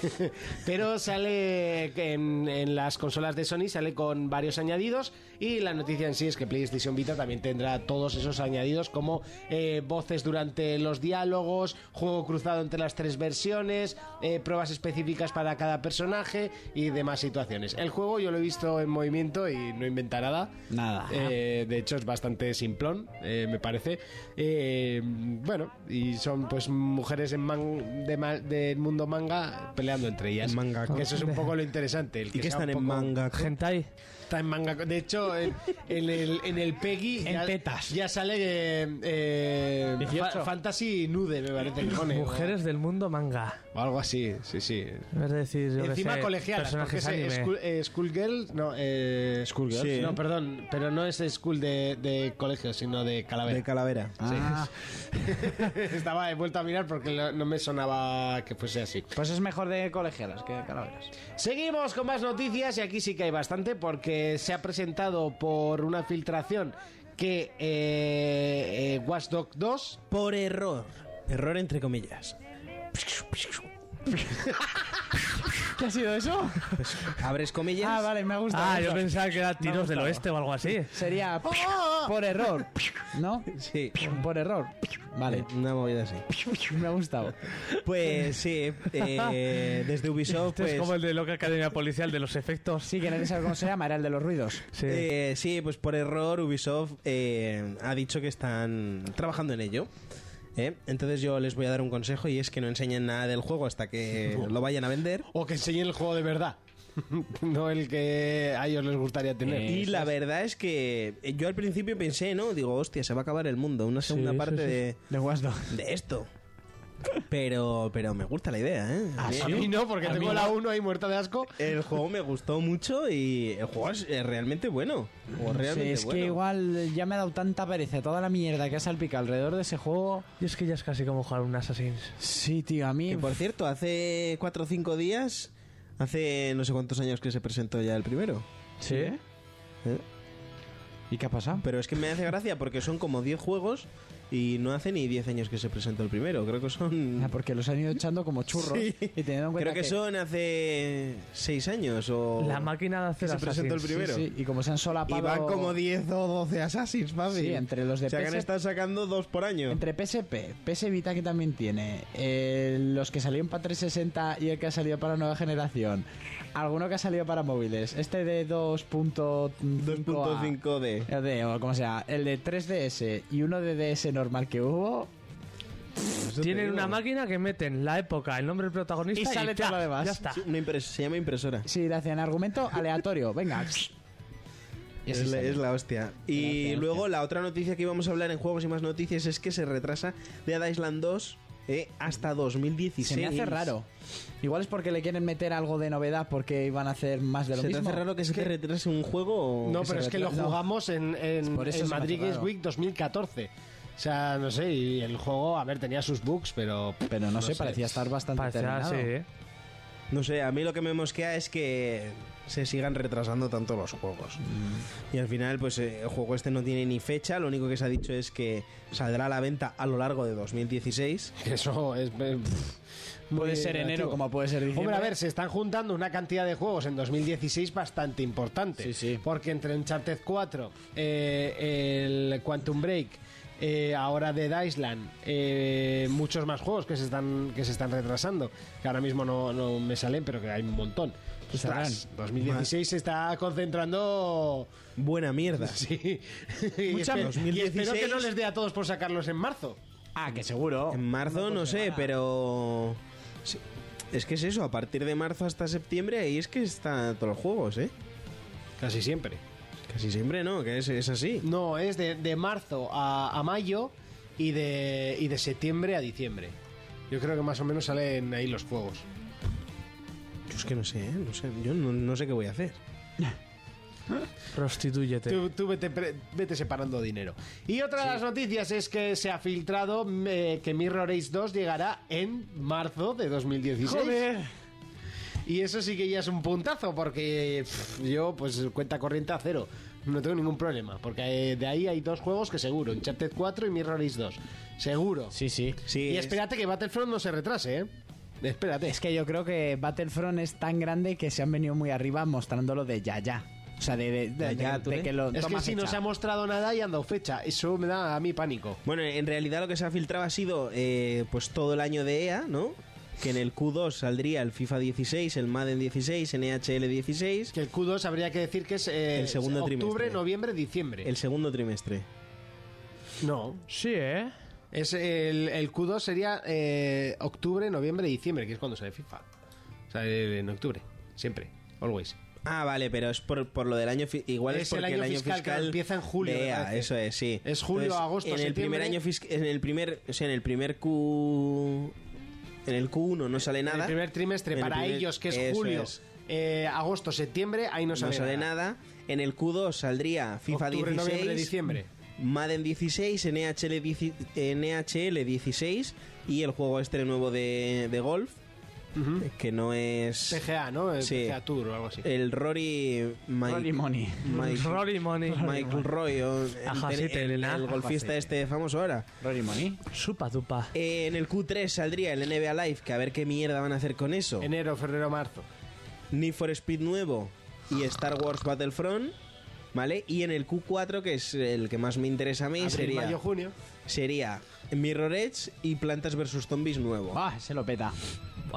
B: Pero sale en, en las consolas de Sony, sale con varios añadidos y la noticia en sí es que PlayStation Vita también tendrá todos esos añadidos como eh, voces durante los diálogos, juego cruzado entre las tres versiones, eh, pruebas específicas para cada personaje y demás situaciones. El juego yo lo he visto en movimiento y no inventa nada.
E: Nada.
B: Eh, de hecho, es bastante simplón, eh, me parece. Eh, bueno, y son pues mujeres en man- de ma- del mundo manga peleando entre ellas. Manga. Que eso es un poco lo interesante. El
F: ¿Y
B: que
F: qué
B: sea un
F: están en
B: poco-
F: manga?
G: Hentai.
B: Está en manga. De hecho, en, en el, en el Peggy.
E: En
B: ya,
E: tetas.
B: Ya sale. eh, eh,
G: 18.
B: fa- fantasy nude, me parece que pone. o-
G: Mujeres del mundo manga.
B: O algo así, sí, sí.
G: Es decir, yo que
B: Encima
G: sé,
B: colegialas, porque
G: personajes
B: es eh,
G: anime.
B: school, eh, Schoolgirl, no, eh, Schoolgirls,
F: Sí.
B: no, perdón, pero no es de school de, de colegio, sino de calavera.
F: De calavera.
E: Ah,
B: Estaba he vuelto a mirar porque lo- no me sonaba que fuese así.
E: Pues es mejor de colegialas que de calaveras.
B: Seguimos con más noticias y aquí sí que hay bastante porque se ha presentado por una filtración que eh, eh, Watch Dogs 2
F: Por error. Error entre comillas.
E: ¿Qué ha sido eso?
F: Abres comillas.
E: Ah, vale, me ha gustado.
G: Ah,
E: eso.
G: yo pensaba que era
E: Me ha
G: tiros del
E: gustado.
G: oeste o algo así.
E: Sería por error, ¿no?
F: Sí.
E: Por error. Vale,
F: Una movida así.
E: me ha gustado.
F: Pues sí, eh, desde Ubisoft
G: Este
F: pues,
G: es como el de Loca Academia Policial de los efectos.
E: Sí, que nadie sabe cómo se llama, era el de los ruidos.
G: Sí.
F: Eh, sí, pues por error Ubisoft eh, ha dicho que están trabajando en ello. ¿eh? Entonces yo les voy a dar un consejo y es que no enseñen nada del juego hasta que lo vayan a vender.
B: o que enseñe el juego de verdad, no el que a ellos les gustaría tener.
F: Y la verdad es que eh, yo al principio pensé, ¿no? Digo, hostia, se va a acabar el mundo. Una segunda
G: sí,
F: parte
G: sí.
F: de,
E: De Wasdog.
F: de esto. Pero, pero me gusta la idea, ¿eh? A mí-
B: A mí no, porque
G: A mí
B: tengo
G: no.
B: la 1 ahí muerta de asco.
F: El juego me gustó mucho y el juego es eh, realmente bueno. El juego es realmente
E: es
F: bueno.
E: que igual eh, ya me ha dado tanta pereza toda la mierda que ha salpicado alrededor de ese juego.
G: Y es que ya es casi como jugar un Assassin's.
E: Sí, tío, a mí.
F: Que por cierto, hace cuatro o cinco días, hace no sé cuántos años que se presentó ya el primero.
E: ¿Sí?
F: ¿Eh?
E: ¿Y qué ha pasado?
F: Pero es que me hace gracia porque son como 10 juegos y no hace ni 10 años que se presentó el primero. Creo que son.
E: Ah, porque los han ido echando como churros.
F: Sí.
E: Y teniendo en cuenta
F: Creo que son hace 6 años o.
G: La máquina de
F: Oh. que
G: hacer
F: se presentó el
G: Assassin's.
F: primero.
E: Sí, sí, y como se han solapado.
F: Y van como 10 o 12 Assassins, papi.
E: Sí, entre los de
F: O sea, que han
E: PS
F: estado sacando dos por año.
E: Entre PSP, PS Vita que también tiene, eh, los que salieron para 360 y el que ha salido para nueva generación, alguno que ha salido para móviles, este de 2.5A,
F: 2.5D.
E: el Eh, de, o como sea, el de 3DS y uno de DS normal que hubo,
F: Eso te
G: Tienen
F: digo.
G: una máquina que meten la época, el nombre del protagonista
E: Y
G: y,
E: sale
G: ¡plas!
E: todo lo demás.
G: Ya está.
F: Sí, una impres- se llama impresora.
E: sí, le hacían argumento aleatorio, venga. Y así
F: Es la,
E: salió.
F: es la hostia. Y
E: hostia.
F: luego la otra noticia que íbamos a hablar en juegos y más noticias es que se retrasa Dead Island 2 eh, hasta 2016.
E: Se me hace raro. Igual es porque le quieren meter algo de novedad porque iban a hacer más de lo
F: ¿Se te
E: mismo.
F: hace raro que se te retrase un juego? o
B: No,
F: que se
B: pero es que lo
F: retrasa?
B: jugamos en, en,
E: Por eso
B: en
E: se me hace
B: Madrid Games
E: raro.
B: Week 2014. O sea, no sé, y el juego, a ver, tenía sus bugs, pero...
E: Pero no, sé, parecía estar bastante
G: Parece
E: terminado.
G: así, ¿eh?
F: No sé, a mí lo que me mosquea es que se sigan retrasando tanto los juegos. Y al final, pues eh, el juego este no tiene ni fecha, lo único que se ha dicho es que saldrá a la venta a lo largo de 2016.
B: Eso es... eh, muy
E: Puede ser enero
B: relativo.
E: como puede ser diciembre.
B: Hombre, a ver, se están juntando una cantidad de juegos en 2016 bastante importante.
E: Sí, sí.
B: Porque entre Uncharted 4, eh, el Quantum Break, eh, ahora Dead Island, eh, muchos más juegos que se están que se están retrasando, que ahora mismo no, no me salen, pero que hay un montón. Ostras, 2016 se está concentrando...
F: Buena mierda.
B: Sí. Y
F: Mucha-
B: espe- y
F: 2016.
B: espero que no les dé a todos por sacarlos en marzo.
E: Ah, que seguro.
F: En marzo, no, sé, pero. sí, Es que es eso, a partir de marzo hasta septiembre, ahí es que están todos los juegos, ¿eh?
B: Casi siempre.
F: Casi siempre no, que es, es así.
B: No, es de, de marzo a, a mayo y de, y de septiembre a diciembre. Yo creo que más o menos salen ahí los fuegos.
F: Yo es que no sé, ¿eh? No sé. Yo no, no sé qué voy a hacer.
G: Prostitúyete.
B: Tú, tú vete, pre- vete separando dinero. Y otra de las noticias es que se ha filtrado eh, que Mirror Ace 2 llegará en marzo de 2016.
M: Joder.
B: Y eso sí que ya es un puntazo, porque pff, yo, pues, cuenta corriente a cero. No tengo ningún problema, porque eh, de ahí hay dos juegos que seguro: Uncharted 4 y Mirror Ace 2. Seguro. Sí,
E: sí.
B: y espérate que Battlefront no se retrase, ¿eh? Espérate.
P: Es que yo creo que Battlefront es tan grande que se han venido muy arriba mostrándolo de ya ya. O sea, de, de- de- de- de que lo
B: es que
P: toma
B: si no
P: fecha.
B: se ha mostrado nada y han dado fecha. Eso me da a mí pánico.
F: Bueno, en realidad lo que se ha filtrado ha sido eh, pues todo el año de EA, ¿no? Que en el Q2 saldría el FIFA 16, el Madden 16, NHL 16.
B: Que el Q2 habría que decir que es eh,
F: el segundo
B: octubre,
F: trimestre.
B: noviembre, diciembre.
F: El segundo trimestre.
B: No.
G: Sí, ¿eh?
B: Es el, el Q2 sería eh, octubre, noviembre, diciembre, que es cuando sale FIFA. O sea, en octubre, siempre, always.
F: Ah, vale, pero es por, por lo del año fi- igual es,
B: Es el
F: porque
B: año
F: el año
B: fiscal
F: fiscal,
B: que empieza en julio,
F: de
B: me
F: EA,
B: parece.
F: eso es, sí.
B: Es julio, agosto,
F: pues, en el primer
B: septiembre. ¿eh?
F: año fisc- en el primer, o sea, en el primer Q en el Q1 no sale nada.
B: Eh, El primer trimestre
F: En el
B: para
F: primer-
B: ellos, que es
F: eso
B: julio,
F: es.
B: eh, agosto, septiembre, ahí no
F: no
B: sale,
F: sale
B: nada.
F: nada. En el Q2 saldría FIFA
B: Octubre,
F: 16,
B: noviembre, diciembre.
F: Madden 16, NHL, 10 NHL 16 y el juego este nuevo de, de golf que no es
B: PGA, ¿no? El
F: Sí.
B: PGA Tour o algo así.
F: El Rory Mike,
B: Rory Money.
F: Mike-
G: Rory Money.
F: Michael Roy, o el,
G: Ajá, sí,
F: el-
G: te-
F: el
G: ajá,
F: golfista
G: sí.
F: este famoso ahora.
P: Rory Money.
G: Supa tupa.
F: Eh, en el Q3 saldría el NBA Live, que a ver qué mierda van a hacer con eso.
B: Enero, febrero, marzo.
F: Need for Speed nuevo y Star Wars Battlefront, ¿vale? Y en el Q4, que es el que más me interesa a mí,
B: Abril,
F: sería...
B: mayo, junio.
F: Sería Mirror Edge y Plantas vs. Zombies nuevo.
P: Ah, se lo peta.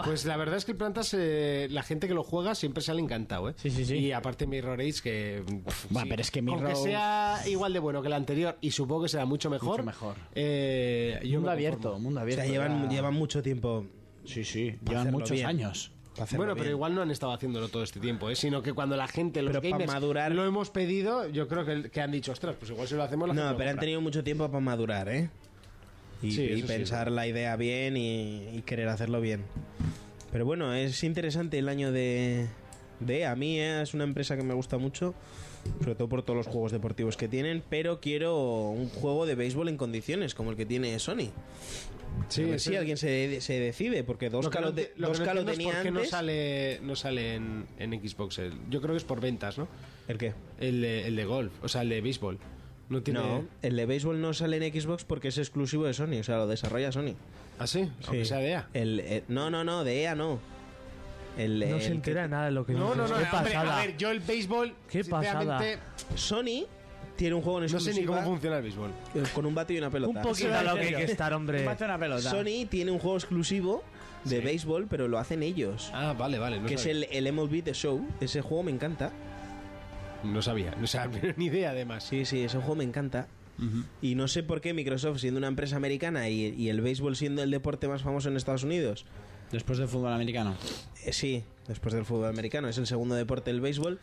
B: Pues la verdad es que el Plantas, eh, la gente que lo juega siempre sale encantado, ¿eh? Sí, sí, sí. Y aparte Mirror Age, que... pff,
P: Buah,
B: sí.
P: pero es que
B: Con
P: Mirror-
B: sea igual de bueno que el anterior, y supongo que será mucho mejor.
P: Mucho mejor.
B: eh, yo
P: Mundo
B: me
P: abierto,
B: conformo.
P: mundo
F: O sea,
P: abierto.
F: llevan,
P: ya.
F: llevan mucho tiempo...
P: Sí, sí, llevan muchos años.
B: Bueno, pero igual no han estado haciéndolo todo este tiempo, ¿eh? sino que cuando la gente, los
F: Pero pa'
B: gamers,
F: madurar-
B: lo hemos pedido, yo creo que, que han dicho, ostras, pues igual si lo hacemos la gente
F: No,
B: lo
F: pero han
B: compra".
F: tenido mucho tiempo para madurar, ¿eh? Y,
B: Sí,
F: y
B: eso sí,
F: pensar la idea bien y, y querer hacerlo bien. Pero bueno, es interesante el año de... De a mí ¿eh? es una empresa que me gusta mucho, sobre todo por todos los juegos deportivos que tienen, pero quiero un juego de béisbol en condiciones, como el que tiene Sony.
B: Sí,
F: a ver
B: eso
F: si
B: es-
F: alguien se, se decide, porque dos
B: Lo que no
F: calos
B: enti- lo que no entiendo es
F: tenía
B: por qué no
F: antes.
B: sale, no sale en, en Xbox. el- yo creo que es por ventas, ¿no?
F: ¿El qué?
B: El de, el de golf, o sea, el de béisbol. No tiene...
F: No, el de béisbol no sale en Xbox porque es exclusivo de Sony, o sea, lo desarrolla Sony.
B: ¿Ah, sí? Aunque sea de EA.
F: El, eh, no, no, no, de EA no. El, eh,
G: No
F: el
G: se
F: que-
G: entera nada de lo que
B: No,
G: dices.
B: no, no,
G: Qué
B: hombre,
G: pasada.
B: a ver, yo el béisbol,
G: Qué pasada.
B: sinceramente,
F: Sony tiene un juego en
B: no
F: exclusiva
B: sé ni cómo funciona el béisbol.
F: eh, con un bate y una pelota.
G: Un poquito a lo que hay que estar, hombre.
F: Sony tiene un juego exclusivo de béisbol, pero lo hacen ellos.
B: Ah, vale, vale. No
F: que es
B: sabía.
F: el, el MLB The Show. Ese juego me encanta.
B: No sabía, no sabía ni idea además.
F: Sí, sí, ese juego me encanta. Y no sé por qué Microsoft, siendo una empresa americana y, y el béisbol siendo el deporte más famoso en Estados Unidos.
P: Después del fútbol americano.
F: eh, sí, después del fútbol americano. Es el segundo deporte el béisbol.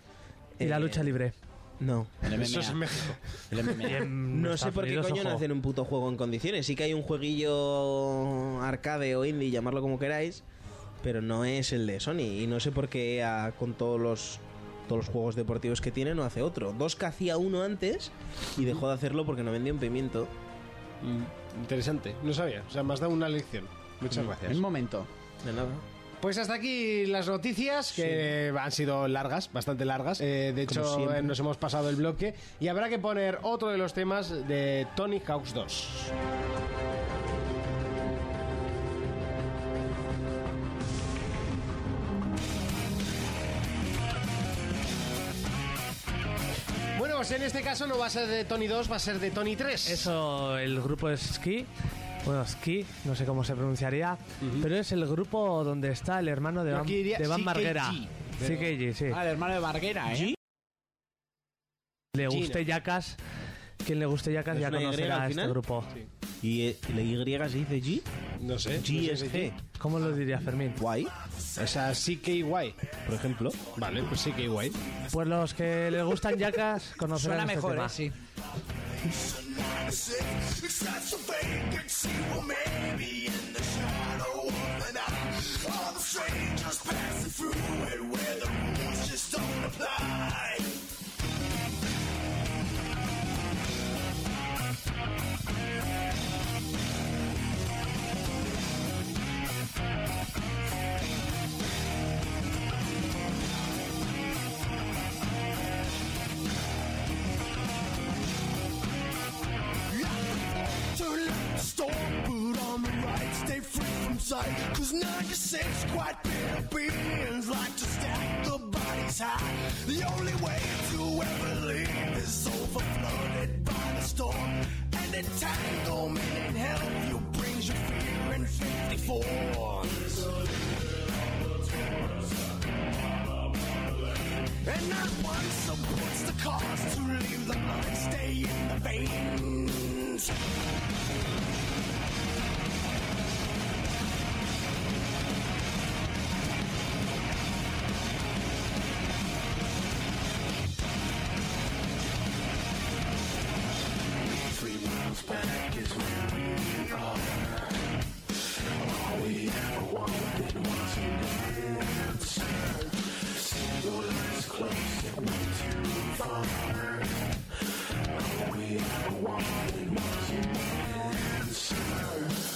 G: Y la
F: Eh,
G: lucha libre.
F: No.
P: El
B: Eso es en
P: MMA.
B: México.
P: El MMA.
F: No sé por qué coño no hacen un puto juego en condiciones. Sí que hay un jueguillo arcade o indie, llamarlo como queráis, pero no es el de Sony. Y no sé por qué EA, con todos los todos los juegos deportivos que tiene no hace otro. Dos que hacía uno antes y dejó de hacerlo porque no vendía un pimiento.
B: Mm, interesante, no sabía. O sea, me has dado una lección. Muchas gracias.
P: Un momento.
F: De nada.
B: Pues hasta aquí las noticias, que han sido largas, bastante largas. Eh, de
F: Como
B: hecho,
F: siempre.
B: eh, nos hemos pasado el bloque y habrá que poner otro de los temas de Tony Hawk's 2. Bueno, pues en este caso no va a ser de Tony 2, va a ser de Tony 3.
G: Eso, el grupo es Ski. Bueno, Ski, no sé cómo se pronunciaría. Pero es el grupo donde está el hermano de
B: Yo
G: Van,
B: aquí diría
G: de Van
B: CKG,
G: Marguera.
B: pero-
G: CKG, sí.
P: Ah, el hermano de Barguera, ¿eh?
G: Le
P: Gina.
G: guste Yacas. Quien le guste Yacas
F: ¿Es
G: ya
F: una Y
G: conocerá
F: al
G: a este
F: final?
G: grupo.
F: ¿Y eh, la Y se dice G?
B: No sé. no
F: G
B: sé
F: es
B: si-
F: G.
G: ¿Cómo lo diría Fermín?
F: Guay,
B: O sea, CKY.
F: por ejemplo.
B: Vale, pues CKY.
G: Pues los que les gustan Yacas conocerán
P: Suena
G: este
P: mejor,
G: tema.
P: ¿eh? Sí.
M: It's not so vacancy, well, maybe in the shadow strangers passing through it where the rules just don't apply. Turn left, storm boot on the right, stay free from sight. Cause 96 quite bitter beings like to stack the bodies high. The only way to ever live is overflooded by the storm. And entanglement in hell, you brings your fear in 54. And not one supports the cause to leave the blood stay in the veins. Three miles back is where we are. All we ever wanted was an answer. Single is close and way too far. All we ever wanted was an answer.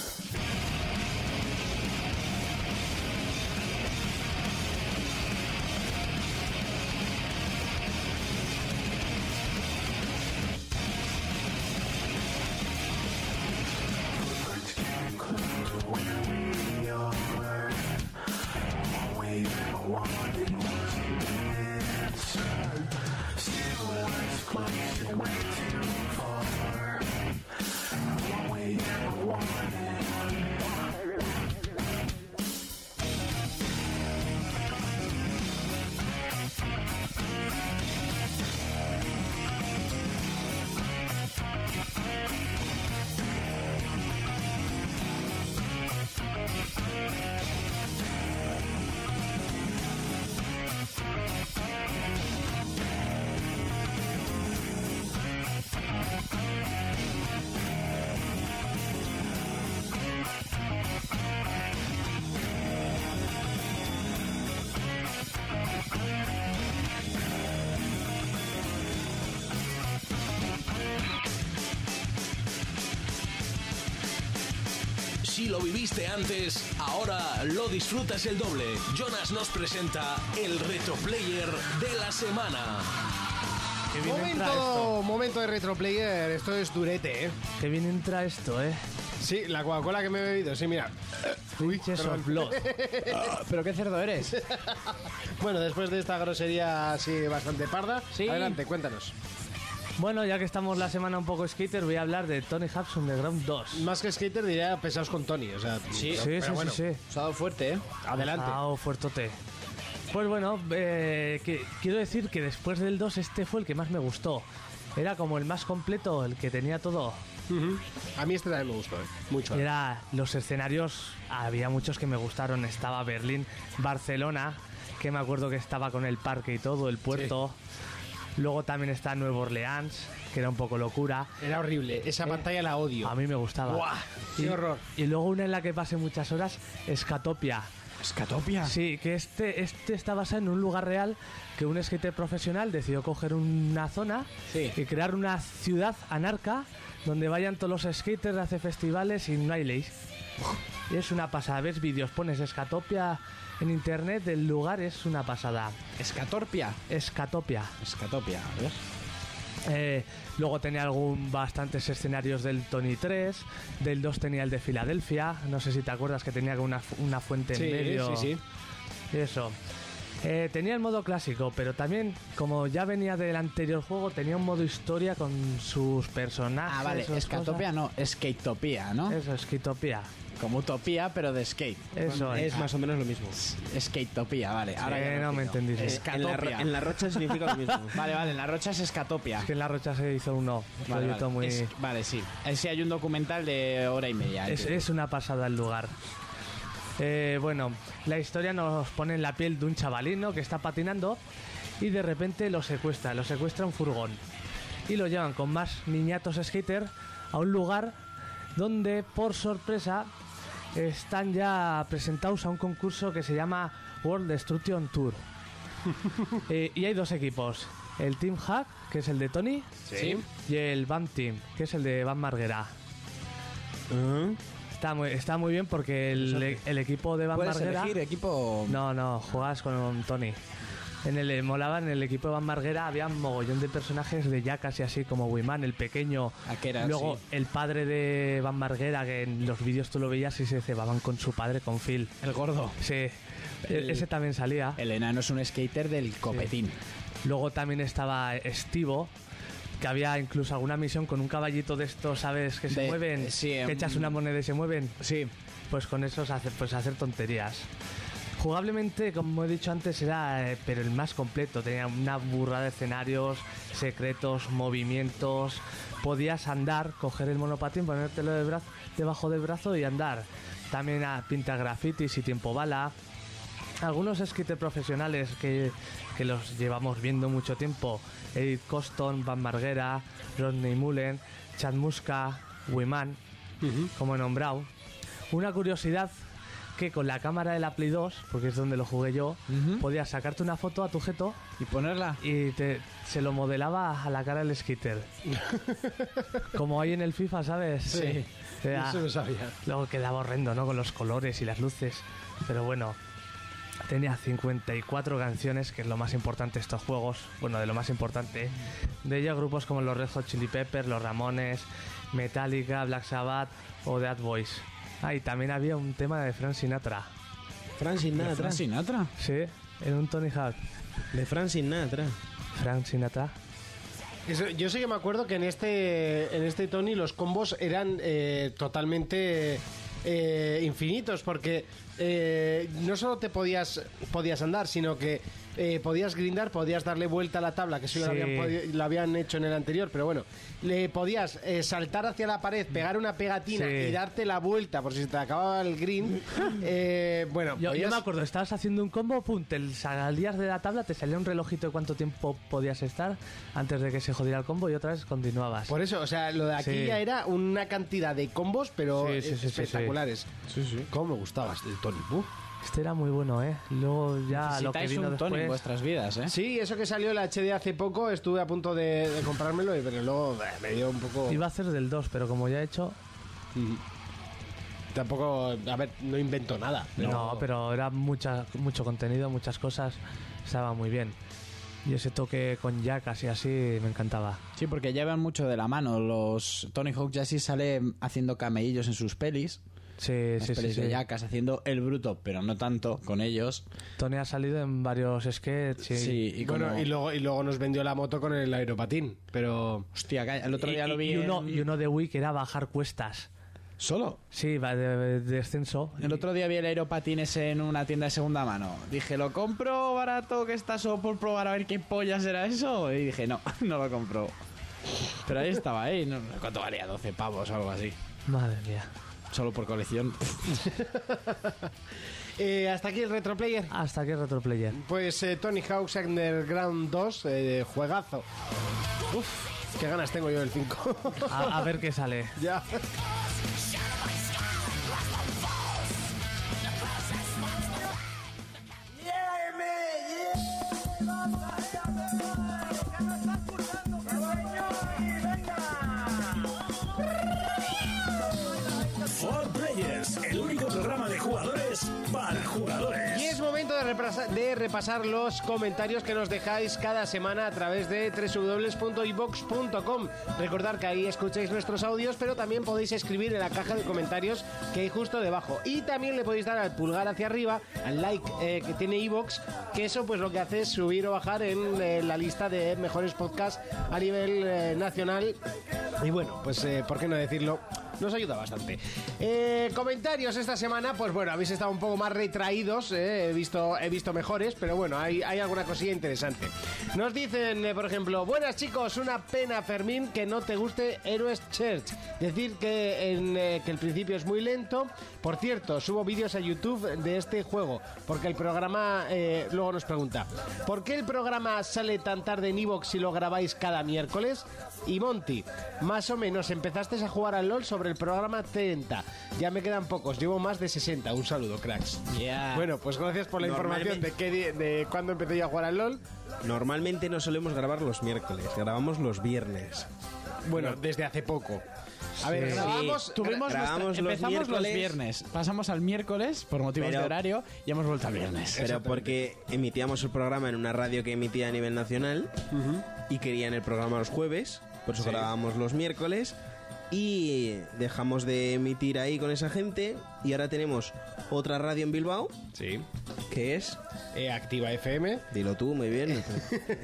Q: Si lo viviste antes, ahora lo disfrutas el doble. Jonas nos presenta el retroplayer de la semana.
H: esto.
B: Momento, momento de retroplayer. Esto es durete, ¿eh?
G: Que bien entra esto, ¿eh?
B: Sí, la Coca-Cola que me he bebido. Sí, mira.
G: Uy, of Love. Ah, Pero qué cerdo eres.
B: bueno, después de esta grosería así bastante parda, adelante, cuéntanos.
G: Bueno, ya que estamos la semana un poco skater, voy a hablar de Tony Hawk's Underground 2.
B: Más que skater diría pesados con Tony, o sea,
G: Sí,
B: pero-
G: sí,
B: pero
G: sí,
B: bueno.
G: sí,
B: Ha dado fuerte, ¿eh? Adelante.
G: Pesado, Ah, oh, fuertote. Pues bueno, eh, que- quiero decir que después del 2 este fue el que más me gustó. Era como el más completo, el que tenía todo.
B: A mí este también me gustó, ¿eh? mucho.
G: Era los escenarios, había muchos que me gustaron. Estaba Berlín, Barcelona, que me acuerdo que estaba con el parque y todo, el puerto. Luego también está Nueva Orleans, que era un poco locura.
B: Era horrible, esa pantalla la odio.
G: Eh, A mí me gustaba.
B: ¡Buah! ¡Qué
G: Y-
B: horror!
G: Y luego una en la que pasé muchas horas, Escatopia.
P: ¿Escatopia?
G: Sí, que este, este está basado en un lugar real que un skater profesional decidió coger una zona y crear una ciudad anarca donde vayan todos los skaters, hace festivales y no hay leyes. Y Es una pasada. Ves vídeos, pones escatopia en internet, el lugar es una pasada.
P: ¿Escatorpia?
G: Escatopia.
P: Escatopia, a ver.
G: Eh, luego tenía algún bastantes escenarios del Tony 3, del 2 tenía el de Filadelfia, no sé si te acuerdas que tenía una, fu- una fuente
B: Sí,
G: en medio.
B: sí,
G: Eso. Eh, tenía el modo clásico, pero también, como ya venía del anterior juego, tenía un modo historia con sus personajes.
P: Ah, vale,
G: sus
P: escatopia
G: cosas.
P: no, skateopia, ¿no?
G: Eso, esquitopia.
P: Como utopía, pero de skate.
G: Eso es.
P: más
F: o menos lo mismo.
P: Skateopia, vale. Ahora
G: Eh,
P: ya
G: no me
P: entiendo.
G: entendiste. En la
P: Escatopia.
G: ro- en la rocha significa lo mismo.
P: vale, vale, en la rocha es escatopia.
G: Es que en la rocha se hizo uno. un
P: Vale,
G: proyecto
P: vale.
G: muy...
P: Es- vale, sí. Eh, sí, hay un documental de hora y media.
G: Es,
P: entiendo.
G: es una pasada el lugar. Eh, bueno, la historia nos pone en la piel de un chavalino que está patinando y de repente lo secuestra, lo secuestra un furgón. Y lo llevan con más niñatos skater a un lugar donde, por sorpresa, están ya presentados a un concurso que se llama World Destruction Tour. Eh, y hay dos equipos, el Team Hack, que es el de Tony,
M: Sí.
G: y el Band Team, que es el de Van Marguera.
P: Ah.
G: Está, muy, está muy bien porque el, el equipo de Van
P: ¿Puedes
G: Marguera...
P: elegir equipo?
G: No, no, juegas con Tony. En el, eh, molaba en el equipo de Van Marguera había un mogollón de personajes de ya casi así como Wiman, el pequeño.
P: era,
G: Luego
P: sí.
G: el padre de Van Marguera, que en los vídeos tú lo veías y se cebaban con su padre, con Phil.
P: El gordo.
G: Sí.
P: El-
G: Ese también salía.
P: El enano es un skater del copetín.
G: Luego también estaba Estivo, que había incluso alguna misión con un caballito de estos, ¿sabes? Que se
P: De-
G: mueven,
P: sí,
G: que
P: em-
G: echas una moneda y se mueven. Sí. Pues con esos hacer, pues hacer tonterías. Jugablemente, como he dicho antes, era eh, pero el más completo. Tenía una burrada de escenarios, secretos, movimientos. Podías andar, coger el monopatín, ponértelo de brazo, debajo del brazo y andar. También a pinta grafitis y tiempo bala. Algunos escritores profesionales que, que los llevamos viendo mucho tiempo, Edith Coston, Van Marguera, Rodney Mullen, Chad Muska, Wiman, como he nombrado. Una curiosidad que con la cámara de la Play 2, porque es donde lo jugué yo, podías sacarte una foto a tu jeto
P: y ponerla
G: y te- se lo modelaba a la cara del skitter. como hay en el FIFA, ¿sabes?
B: Sí, eso lo sabía.
G: Luego quedaba horrendo, ¿no? Con los colores y las luces. Pero bueno, tenía 54 canciones, que es lo más importante de estos juegos. Bueno, de lo más importante. De ellos grupos como los Red Hot Chili Peppers, los Ramones, Metallica, Black Sabbath o Dead Boys. Ah, y también había un tema de Frank Sinatra.
F: Frank Sinatra.
G: ¿De Frank
P: Sinatra?
G: Sí, en un Tony Hawk.
F: De Frank Sinatra.
G: Frank Sinatra.
B: Eso- yo sí que me acuerdo que en este, en este Tony los combos eran eh, totalmente eh, infinitos porque eh, no solo te podías, podías andar, sino que eh, podías grindar, podías darle vuelta a la tabla, que eso ya lo
G: Sí.
B: habían, podi- lo habían hecho en el anterior, pero bueno, le podías eh, saltar hacia la pared, pegar una pegatina
G: Sí.
B: y darte la vuelta por si se te acababa el grind. Eh, bueno,
G: Yo, yo
B: podías-
G: me acuerdo, estabas haciendo un combo, pum, te salías de la tabla, te salía un relojito de cuánto tiempo podías estar antes de que se jodiera el combo y otra vez continuabas.
B: Por eso, o sea, lo de aquí
G: Sí.
B: ya era una cantidad de combos, pero
G: Sí, sí, sí, sí,
B: espectaculares. Sí, sí. ¿Cómo me gustaba este Tony Puh?
G: Este era muy bueno, ¿eh? Luego ya lo que
P: Necesitáis
G: vino
P: un Tony en
G: después...
P: vuestras vidas, ¿eh?
B: Sí, eso que salió el HD hace poco, estuve a punto de, de comprármelo, y- pero luego eh, me dio un poco...
G: Iba a hacer del 2, pero como ya he hecho...
B: Tampoco, a ver, no inventó nada. pero-
G: No, pero era mucha, mucho contenido, muchas cosas, estaba muy bien. Y ese toque con Jackass y así me encantaba.
P: Sí, porque llevan mucho de la mano. Los Tony Hawk ya sí sale haciendo cameillos en sus pelis.
G: Sí,
P: las
G: sí, sí,
P: pelis de
G: sí.
P: yacas, haciendo el bruto, pero no tanto con ellos.
G: Tony ha salido en varios sketches y...
P: Sí, y
B: Bueno,
P: como-
B: y luego, y luego nos vendió la moto con el aeropatín, pero...
P: Hostia, calla, el otro día
G: y,
P: lo vi.
G: y uno,
P: en-
G: y uno de Wii que era bajar cuestas.
P: ¿Solo?
G: Sí, va de, de descenso.
P: El otro día vi el aeropatín ese en una tienda de segunda mano. Dije, ¿lo compro barato que está solo por probar a ver qué pollas era eso? Y dije, no, no lo compro. Pero ahí estaba, ¿eh? No- ¿Cuánto valía? 12 pavos o algo así.
G: Madre mía.
P: Solo por colección.
B: Eh, hasta aquí el Retroplayer.
G: Hasta que Retroplayer.
B: Pues eh, Tony Hawk's Underground 2, eh, juegazo. Uf, qué ganas tengo yo del 5.
G: A, a ver qué sale.
B: ya.
A: For Players, el único programa de jugadores para jugadores.
B: Y es momento de, reprasa- de repasar los comentarios que nos dejáis cada semana a través de www.ibox.com. Recordad que ahí escucháis nuestros audios, pero también podéis escribir en la caja de comentarios que hay justo debajo. Y también le podéis dar al pulgar hacia arriba, al like eh, que tiene iBox, que eso pues lo que hace es subir o bajar en eh, la lista de mejores podcasts a nivel eh, nacional. Y bueno, pues eh, por qué no decirlo, nos ayuda bastante. Eh, comentarios esta semana, pues bueno, habéis estado un poco más retraídos, eh, he, visto, he visto mejores, pero bueno, hay, hay alguna cosilla interesante. Nos dicen, eh, por ejemplo, buenas chicos, una pena Fermín que no te guste Heroes Church. Decir que, en, eh, que el principio es muy lento. Por cierto, subo vídeos a YouTube de este juego, porque el programa, eh, luego nos pregunta, ¿por qué el programa sale tan tarde en Evox si lo grabáis cada miércoles? Y Monty, más o menos empezaste a jugar al LOL sobre por el programa 30. Ya me quedan pocos, llevo más de 60. Un saludo, cracks. Bueno, pues gracias por la información de, qué di- de cuándo empecé yo a jugar al LOL.
F: Normalmente no solemos grabar los miércoles, grabamos los viernes.
B: Bueno, desde hace poco.
F: A ver, grabamos-
E: Tuvimos
F: gra-
E: nuestra-
F: grabamos los
E: empezamos los
F: miércoles.
E: viernes, pasamos al miércoles por motivos
F: Pero-
E: de horario y hemos vuelto al viernes.
F: Pero porque emitíamos el programa en una radio que emitía a nivel nacional y querían el programa los jueves, por eso grabábamos los miércoles y dejamos de emitir ahí con esa gente y ahora tenemos otra radio en Bilbao.
R: Sí.
F: Que es
B: eh, Activa FM.
F: Dilo tú, muy bien.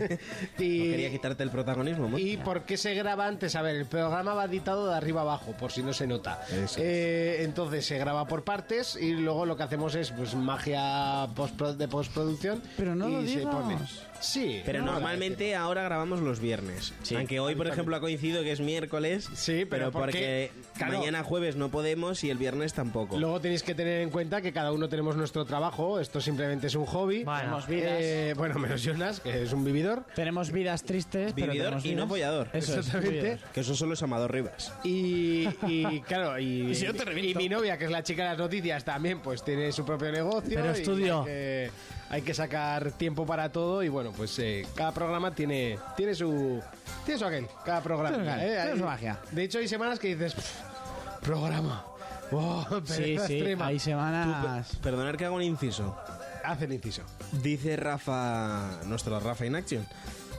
B: Y-
F: No quería quitarte el protagonismo. Monty.
B: ¿Y por qué se graba antes? A ver, el programa va editado de arriba abajo, por si no se nota. Eh, entonces se graba por partes y luego lo que hacemos es pues magia postpro- de postproducción. Pero
E: no
B: y
E: lo
B: se
E: digas.
B: pone. Sí.
F: Pero
B: no,
F: normalmente ahora grabamos los viernes. Aunque hoy, por ejemplo, ha coincidido que es miércoles.
B: Sí, pero
F: porque,
B: porque, claro.
F: mañana jueves no podemos y el viernes tampoco.
B: Luego tenéis que tener en cuenta que cada uno tenemos nuestro trabajo, esto simplemente es un hobby.
E: Tenemos vidas.
B: Eh, bueno, menos Jonas, que es un vividor.
E: Tenemos vidas tristes, pero
F: Vividor
E: tenemos
F: y no
E: vidas-
F: apoyador.
E: Eso es,
B: Exactamente.
E: vividor.
F: Que eso solo es Amador Rivas.
B: Y, y, claro, y,
E: Y si yo te
B: y mi novia, que es la chica de las noticias, también pues tiene su propio negocio.
G: Pero
B: y
G: estudio.
B: Hay que, hay que sacar tiempo para todo y bueno, pues eh, cada programa tiene, tiene su... Tiene su aquel, cada programa.
E: Tiene su aquel,
B: ¿eh?
E: tiene
B: Hay-
E: su magia.
B: De hecho, hay semanas que dices, "Pff, programa. Oh,
E: Sí,
B: pereza
E: sí,
B: extrema".
E: hay semanas...
F: Tú, pe- Perdonad que hago un inciso.
B: Haz el inciso.
F: Dice Rafa, nuestro Rafa in Action,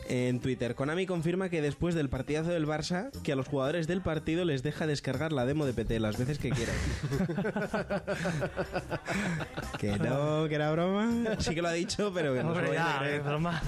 F: en Twitter, Konami confirma que después del partidazo del Barça, que a los jugadores del partido les deja descargar la demo de PT las veces que quieran. que no, que era broma. Sí que lo ha dicho, pero que no se lo
G: Hombre,
F: voy a
G: ya,
F: creer.
G: es broma.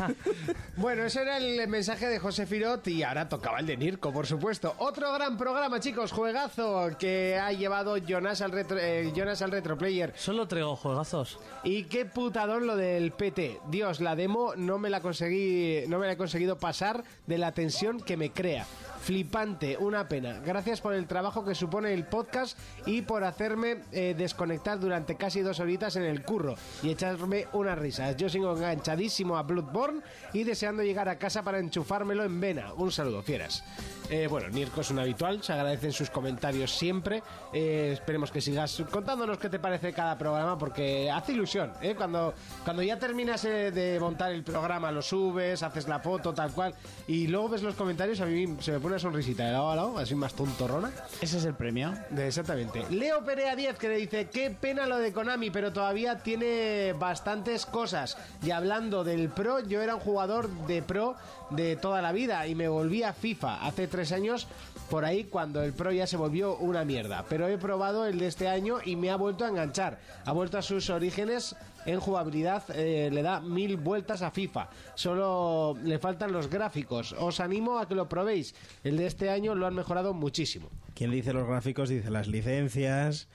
B: Bueno, ese era el mensaje de José Firot y ahora tocaba el de Nirko, por supuesto. Otro gran programa, chicos, juegazo que ha llevado Jonas al retro, eh, Jonas al retroplayer.
G: Solo traigo juegazos.
B: Y qué putadón lo del PT. Dios, la demo no me la conseguí, no me la he conseguido pasar de la tensión que me crea. Flipante, una pena. Gracias por el trabajo que supone el podcast y por hacerme eh, desconectar durante casi dos horitas en el curro y echarme unas risas. Yo sigo enganchadísimo a Bloodborne y deseando llegar a casa para enchufármelo en vena. Un saludo, fieras. Eh, bueno, Nirko es un habitual, se agradecen sus comentarios siempre. Eh, esperemos que sigas contándonos qué te parece cada programa porque hace ilusión. ¿eh? Cuando, cuando ya terminas eh, de montar el programa, lo subes, haces la foto, tal cual, y luego ves los comentarios, a mí se me pone una sonrisita de lado a lado, así más tontorrona.
E: Ese es el premio.
B: De- Exactamente. Leo Perea 10 que le dice, qué pena lo de Konami, pero todavía tiene bastantes cosas. Y hablando del pro, yo era un jugador de pro de toda la vida y me volví a FIFA hace tres años por ahí cuando el pro ya se volvió una mierda. Pero he probado el de este año y me ha vuelto a enganchar. Ha vuelto a sus orígenes en jugabilidad eh, le da mil vueltas a FIFA. Solo le faltan los gráficos. Os animo a que lo probéis. El de este año lo han mejorado muchísimo.
F: Quien dice los gráficos dice las licencias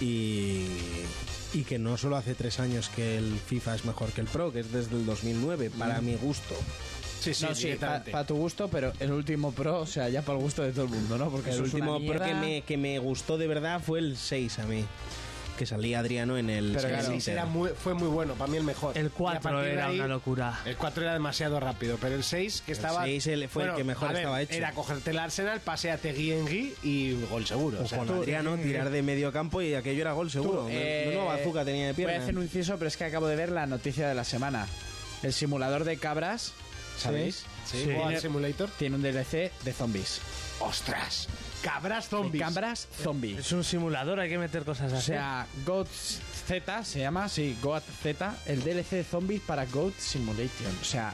F: y, y que no solo hace tres años que el FIFA es mejor que el Pro, que es desde el 2009, para mi gusto.
B: Sí,
E: no, sí, para tu gusto, pero el último pro, o sea, ya para el gusto de todo el mundo, ¿no? Porque
F: El
E: eso es una
F: último Pro que
E: mierda.
F: me, que me gustó de verdad fue el 6 a mí, que salía Adriano en el...
B: Pero
F: Sky
B: claro,
F: Center.
B: era muy- fue muy bueno, para mí el mejor.
G: El
B: Y a partir
G: 4
B: de
G: era
B: ahí,
G: una locura.
B: El 4 era demasiado rápido, pero el 6 que
F: El
B: estaba...
F: 6 el- fue el que mejor
B: a
F: estaba hecho.
B: Era cogerte el Arsenal, paseate Guillengui y gol seguro.
F: O con Adriano tirar de medio campo y aquello era gol seguro. No
E: Eh,
F: bazooka tenía de
E: Voy a hacer un
F: pierna.
E: inciso, pero es que acabo de ver la noticia de la semana. El simulador de cabras, ¿sabéis?
B: Sí, sí. Goat Simulator.
E: Tiene un DLC de zombies.
B: ¡Ostras! Cabras zombies.
E: Cabras zombie.
G: Es un simulador, hay que meter cosas así.
E: O sea, Goat Z se llama, sí, Goat Z, el DLC de zombies para Goat Simulation. O sea,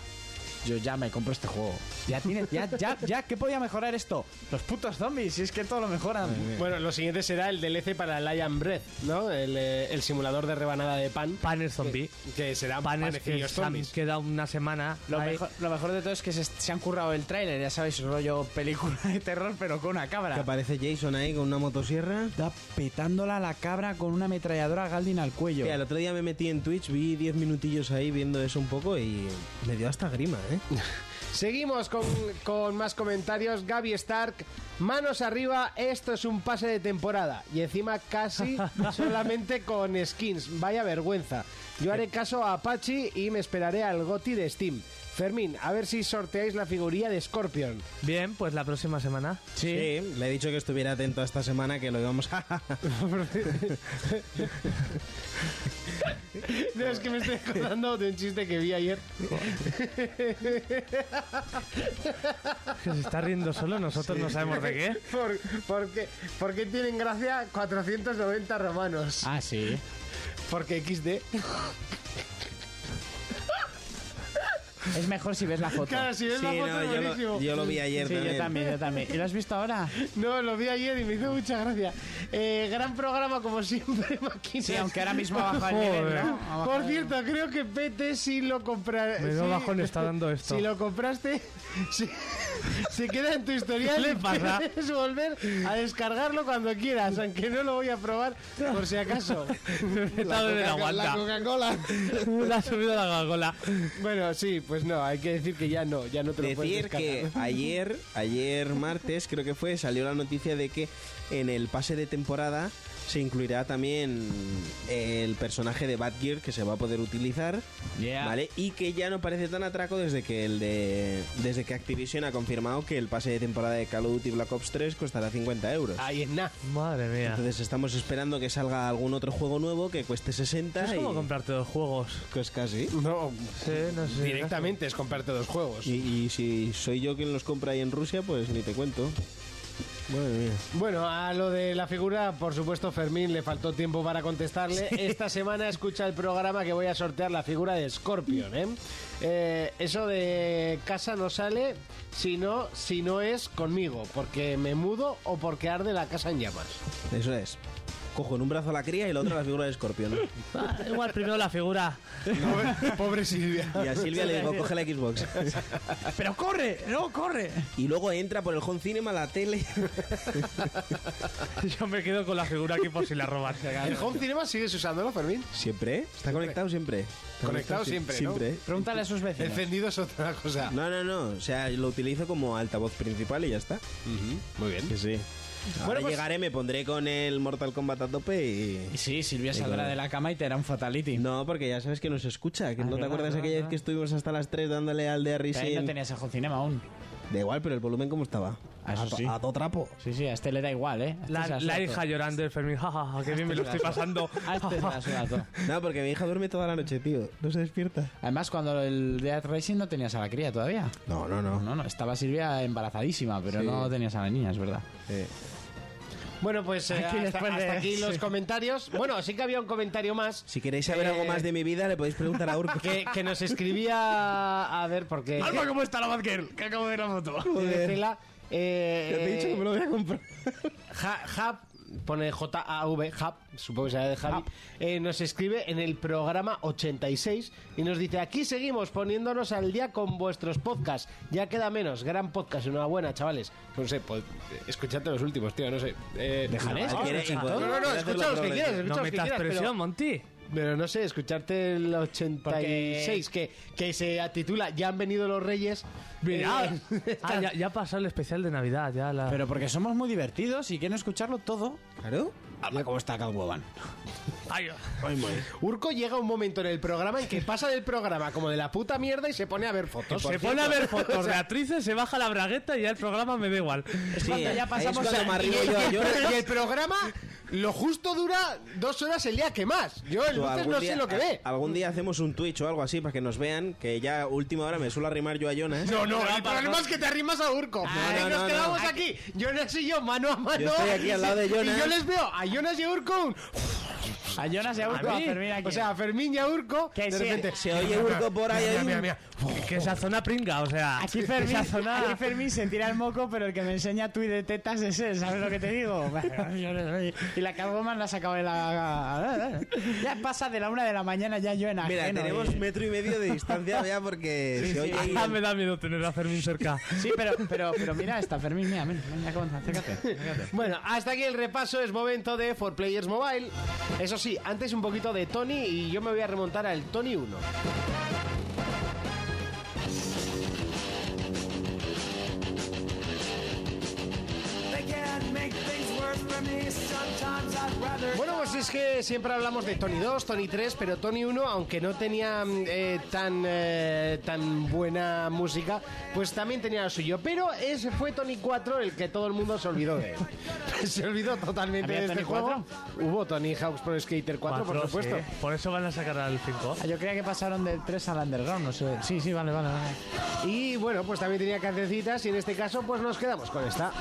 E: yo ya me compro este juego. Ya tiene, ya, ya, ya, ¿qué podía mejorar esto? Los putos zombies, si es que todo lo mejoran.
B: Bueno, lo siguiente será el DLC para el Lion Breath, ¿no? El, eh, el simulador de rebanada de pan.
G: Panes zombie.
B: Que serán
G: Panes que
B: panecillos
G: se han
B: zombies.
G: quedado una semana.
E: Lo
G: ahí.
E: mejor, lo mejor de todo es que se, se han currado el tráiler, ya sabéis, rollo película de terror, pero con una
F: Que
E: cabra.
F: aparece Jason ahí con una motosierra.
E: Está petándola la cabra con una ametralladora Galdin al cuello.
F: Mira, el otro día me metí en Twitch, vi 10 minutillos ahí viendo eso un poco y me dio hasta grima, ¿eh?
B: Seguimos con, con más comentarios. Gaby Stark, manos arriba, esto es un pase de temporada. Y encima casi solamente con skins. Vaya vergüenza.
S: Yo haré caso a Apache y me esperaré al GOTI de Steam. Fermín, a ver si sorteáis la figurilla de Scorpion.
G: Bien, pues la próxima semana.
F: Sí. le he dicho que estuviera atento a esta semana que lo íbamos a...
B: No, es que me estoy acordando de un chiste que vi ayer.
G: Que se está riendo solo, nosotros no sabemos de qué.
B: Por, porque, porque tienen gracia 490 romanos.
E: Ah, sí.
B: Porque XD.
E: Es mejor si ves la foto.
B: Claro, si ves la foto es
F: yo,
B: buenísimo.
F: lo, yo lo vi ayer
E: Sí,
F: también.
E: yo también, yo también. ¿Y lo has visto ahora?
B: No, lo vi ayer y me hizo mucha gracia. Eh, gran programa, como siempre, Máquina.
E: Sí, aunque ahora mismo ha bajado el nivel, ¿no? Ha bajado
B: Por cierto, creo que PT sí lo compra.
G: Menudo
B: sí-
G: bajón está dando esto.
B: Si lo compraste, sí- se queda en tu historial
G: ¿Qué le
B: y
G: pasa?
B: puedes volver a descargarlo cuando quieras, aunque no lo voy a probar por si acaso.
G: Está bien,
B: Coca-
G: aguanta.
B: la Coca-Cola.
G: Le ha subido la Coca-Cola.
B: Bueno, sí, pues no, hay que decir que ya no, ya no te lo puedes
F: Decir que
B: descargar.
F: ayer, ayer martes creo que fue, salió la noticia de que en el pase de temporada se incluirá también el personaje de Batgear que se va a poder utilizar, ¿vale? Y que ya no parece tan atraco desde que el de desde que Activision ha confirmado que el pase de temporada de Call of Duty Black Ops 3 costará 50 euros.
G: Ah.
B: Ahí en nada.
G: Madre mía.
F: Entonces estamos esperando que salga algún otro juego nuevo que cueste 60
G: Es
F: y
G: como comprarte dos juegos.
F: pues casi.
B: No,
G: no sé.
B: Directamente es comprarte dos juegos.
F: Y, y si soy yo quien los compra ahí en Rusia, pues ni te cuento. Madre mía.
B: Bueno, a lo de la figura, por supuesto, Fermín le faltó tiempo para contestarle. Esta semana escucha el programa que voy a sortear la figura de Scorpion, ¿eh? Eh, Eso de casa no sale si no, si no es conmigo, porque me mudo o porque arde la casa en llamas.
F: Eso es. Cojo en un brazo a la cría y la otra la figura de escorpión.
G: Ah, igual primero la figura.
B: Pobre, Silvia.
F: Y a Silvia le digo, coge la Xbox.
E: ¡Pero corre! ¡No, corre!
F: Y luego entra por el home cinema a la tele.
G: Yo me quedo con la figura aquí por si la roban.
B: ¿El Home Cinema sigues usándolo, Fermín?
F: ¿Siempre? ¿Está conectado siempre? Está
B: Conectado siempre, ¿no?
F: Siempre.
E: Pregúntale a sus vecinos.
B: Encendido es otra cosa.
F: No, no, no. O sea, lo utilizo como altavoz principal y ya está.
B: Muy bien.
F: Sí, sí. Ahora
E: Bueno, pues-
F: llegaré, me pondré con el Mortal Kombat a tope y...
E: Y sí, Silvia saldrá de la cama y te hará un fatality.
F: No, porque ya sabes que nos escucha. Que ¿No te
E: verdad,
F: acuerdas
E: verdad,
F: aquella vez
E: verdad.
F: que estuvimos hasta las 3 dándole al de
E: Pero ahí
F: Arrisen?
E: no tenías el cinema aún.
F: Da igual, pero el volumen cómo estaba.
E: Ah, eso
F: to-
E: sí.
F: a todo trapo.
E: Sí, sí, a este le da igual, ¿eh? A este se
G: La, la
E: suda
G: hija
E: todo.
G: llorando, el Fermín. jajaja, qué bien me lo estoy pasando.
E: A este se la suda todo.
F: No, porque mi hija duerme toda la noche, tío. No se despierta.
E: Además, cuando el Dead Racing no tenías a la cría todavía.
F: No, no, no.
E: No, no, estaba Silvia embarazadísima, pero
F: Sí.
E: no tenías a la niña, es verdad.
B: Bueno, pues eh,
E: Aquí
B: hasta,
E: después de-
B: hasta aquí los
E: sí.
B: comentarios. Bueno, sí que había un comentario más.
F: Si queréis saber
B: Eh,
F: algo más de mi vida, le podéis preguntar a Urco.
B: Que, que nos escribía. A ver, porque.
E: Alba, ¿cómo está la Batgirl? Que acabo de ver la foto.
B: Tiene tela. Eh,
F: Ya te he dicho que me lo voy a comprar.
B: Ja- Jab, pone J-A-V, Jab, supongo que será de Javi, eh, nos escribe en el programa 86 y nos dice, aquí seguimos poniéndonos al día con vuestros podcasts, ya queda menos, gran podcast, enhorabuena, chavales. No sé, pod- escuchate los últimos, tío, no sé. Eh,
F: Déjale,
B: no,
F: si
B: no,
F: quieres,
B: no,
F: igual.
B: no, no, no, escucha los que quieras, escucha
G: No
B: los que
G: metas
B: quieras, pero-
G: presión, Monty.
B: pero no sé, escucharte el 86, que, que se titula Ya han venido los reyes.
G: Mirad.
B: eh,
G: Ah, ya, ya ha pasado el especial de Navidad. Ya la...
E: Pero porque somos muy divertidos y quieren escucharlo todo.
F: Claro.
E: Habla cómo está Catwoman.
G: Ay,
B: Urco llega un momento en el programa en que pasa del programa como de la puta mierda y se pone a ver fotos.
G: se
B: Por
G: pone a
B: cierto.
G: ver fotos de actrices, se baja la bragueta y ya el programa me da igual.
F: Sí,
E: cuando ya
F: ahí
E: pasamos
F: es cuando
E: a-
F: me arribo
B: Y
F: yo a
B: el,
F: llorar.
B: y el programa lo justo dura dos horas el día que más. Yo el
F: O
B: lunes
F: algún
B: no
F: día-
B: sé lo que ve.
F: a- Algún día hacemos un Twitch o algo así para que nos vean, que ya última hora me suelo arrimar yo a Jonas.
B: No, no, el problema es que te arrimas a Urco.
F: No,
B: Ahí
F: no,
B: nos
F: no,
B: quedamos
F: no.
B: aquí, Jonas y yo, mano a mano.
F: Yo estoy aquí al lado de Jonas.
B: Y yo les veo a Jonas y a Urco. un-
E: A Jonas y a Urco,
B: A
E: a
B: mí.
E: Fermín aquí.
B: O sea, a Fermín y a Urco.
E: Que
B: de
E: sí.
B: repente.
F: Se oye Urco por ahí.
G: Mira,
F: ahí.
G: mira, mira. Que esa zona pringa, o sea.
E: Aquí Fermín,
G: esa zona-
E: aquí Fermín se tira el moco, pero el que me enseña tuit de tetas es él, ¿sabes lo que te digo? y la Catwoman la ha sacado de la... Ya pasa de la una de la mañana ya yo en
F: Mira,
E: ajeno, ¿eh?
F: tenemos
E: y-
F: metro y medio de distancia ya porque se oye. ahí
G: Ah,
F: el-
G: me da miedo tener a Fermín cerca.
E: Sí, pero, pero, pero mira esta, Fermín, mira, mira, mira cómo- acércate, acércate.
B: Bueno, hasta aquí el repaso. Es momento de For Players Mobile. Eso sí, antes un poquito de Tony y yo me voy a remontar al Tony 1.
C: They can't make things work.
B: Bueno, pues es que siempre hablamos de Tony 2, Tony 3, pero Tony 1, aunque no tenía eh, tan, eh, tan buena música, pues también tenía lo suyo. Pero ese fue Tony 4 el que todo el mundo se olvidó de él. se olvidó totalmente de
G: ¿Había
B: este
G: Tony
B: juego. Hubo Tony Hawk's Pro Skater 4, por
G: Cuatro,
B: supuesto.
G: sí. Por eso van a sacar al 5.
E: Ah, Yo creía que pasaron del 3 al underground, no sé. Sí, sí, vale, vale. vale.
B: Y bueno, pues también tenía cancioncitas y en este caso pues nos quedamos con esta.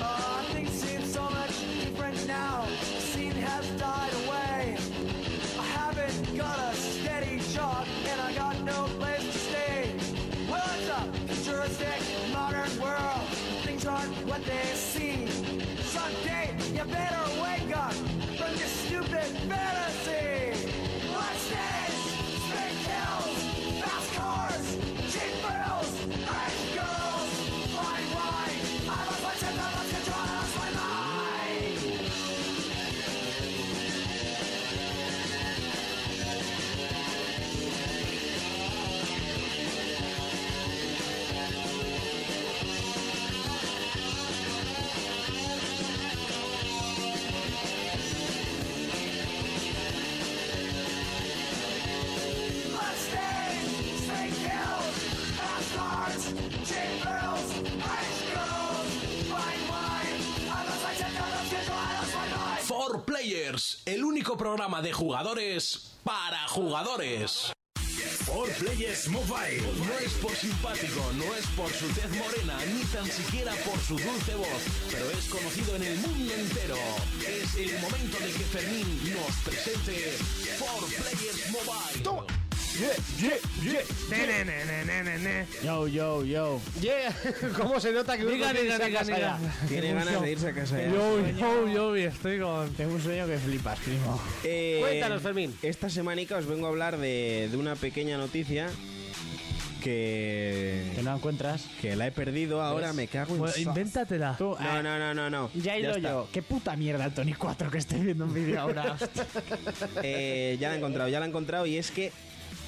C: Uh, things seem so much different now. The scene has died away. I haven't got a steady job and I got no place to stay. Well, it's a futuristic modern world. Things aren't what they seem. Someday you better wake up from your stupid fantasy. What's this? Big hills, fast cars, cheap thrills, rich girls, fine wine. I'm a bunch of them, let's control us my mind. Let's dance, snake hills, fast cars, cheap thrills, rich girls, fine wine. I'm a bunch of them, let's control us my mind.
A: For Players, el único programa de jugadores para jugadores.
T: For Players Mobile.
A: No es por simpático, no es por su tez morena, ni tan siquiera por su dulce voz, pero es conocido en el mundo entero. Es el momento de que Fermín nos presente For Players Mobile.
E: Yo, yo, yo.
B: Yeah, ¿cómo se nota que uno
G: Diga,
B: quiere
G: diga,
B: irse a
G: diga,
B: casa
G: diga.
B: ya?
F: Tiene ganas de irse a casa ya.
G: Yo, yo, yo, y estoy con.
E: Tengo un sueño que flipas, primo.
F: Eh,
B: Cuéntanos, Fermín.
F: Esta semanica os vengo a hablar de, de una pequeña noticia que...
E: Que no encuentras.
F: Que la he perdido ahora,
E: ¿Ves?
F: me cago en...
G: Bueno,
F: sa-
G: invéntatela.
E: Tú, ah,
F: No, no, no, no, no.
E: eh, Ya he ido
F: está.
E: yo. Qué puta mierda el Tony 4 que estoy viendo un vídeo ahora.
F: Eh, ya la he encontrado, ya la he encontrado y es que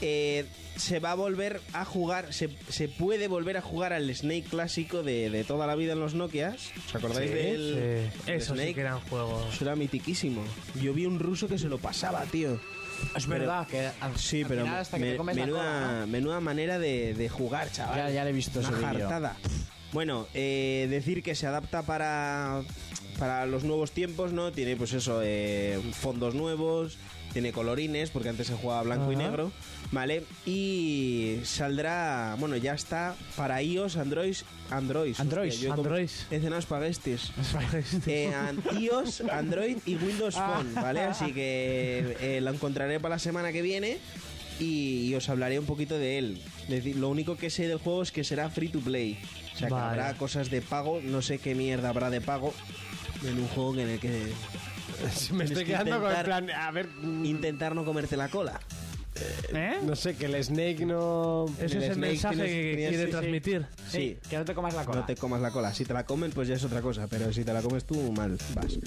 F: eh, se va a volver a jugar, se, se puede volver a jugar al Snake clásico de, de toda la vida en los Nokias. ¿Os acordáis
G: Sí,
F: del,
G: sí.
F: del
G: Eso sí
F: Snake?
G: que eran juegos.
F: Eso era mitiquísimo. Yo vi un ruso que se lo pasaba, tío.
E: es
F: Pero-
E: verdad que al-
F: Sí,
E: al
F: pero
E: final hasta que
F: me-
E: te comes la
F: menuda,
E: cola,
F: menuda manera de, de jugar, chaval.
E: Ya, ya le he visto
F: Una
E: ese vídeo.
F: jartada. Bueno, eh, decir que se adapta para, para los nuevos tiempos, ¿no? Tiene, pues eso, eh, fondos nuevos, tiene colorines, porque antes se jugaba blanco y
G: Ajá.
F: negro, ¿vale? Y saldrá, bueno, ya está para iOS, Android, Android.
E: Android,
F: hostia, yo he com-
G: Android.
F: He cenado espaguetis. Eh, an- iOS, Android y Windows Phone, ¿vale? Así que eh, lo encontraré para la semana que viene y, y os hablaré un poquito de él. Es decir, lo único que sé del juego es que será free to play. O sea,
G: Vale.
F: que habrá cosas de pago, no sé qué mierda habrá de pago en un juego en el que
B: Me
F: Tienes
B: estoy
F: que
B: quedando con el
F: intentar-
B: plan, a ver, mm,
F: intentar no comerte la cola.
E: ¿Eh?
B: no sé, que el Snake no...
G: Ese es el
F: Snake
G: mensaje
F: tienes-
G: que
F: tienes-
G: quiere
F: sí, sí.
G: transmitir.
F: Sí.
E: eh, Que no te comas la cola.
F: No te comas la cola. Si te la comen, pues ya es otra cosa. Pero si te la comes tú, mal vas.
G: Eso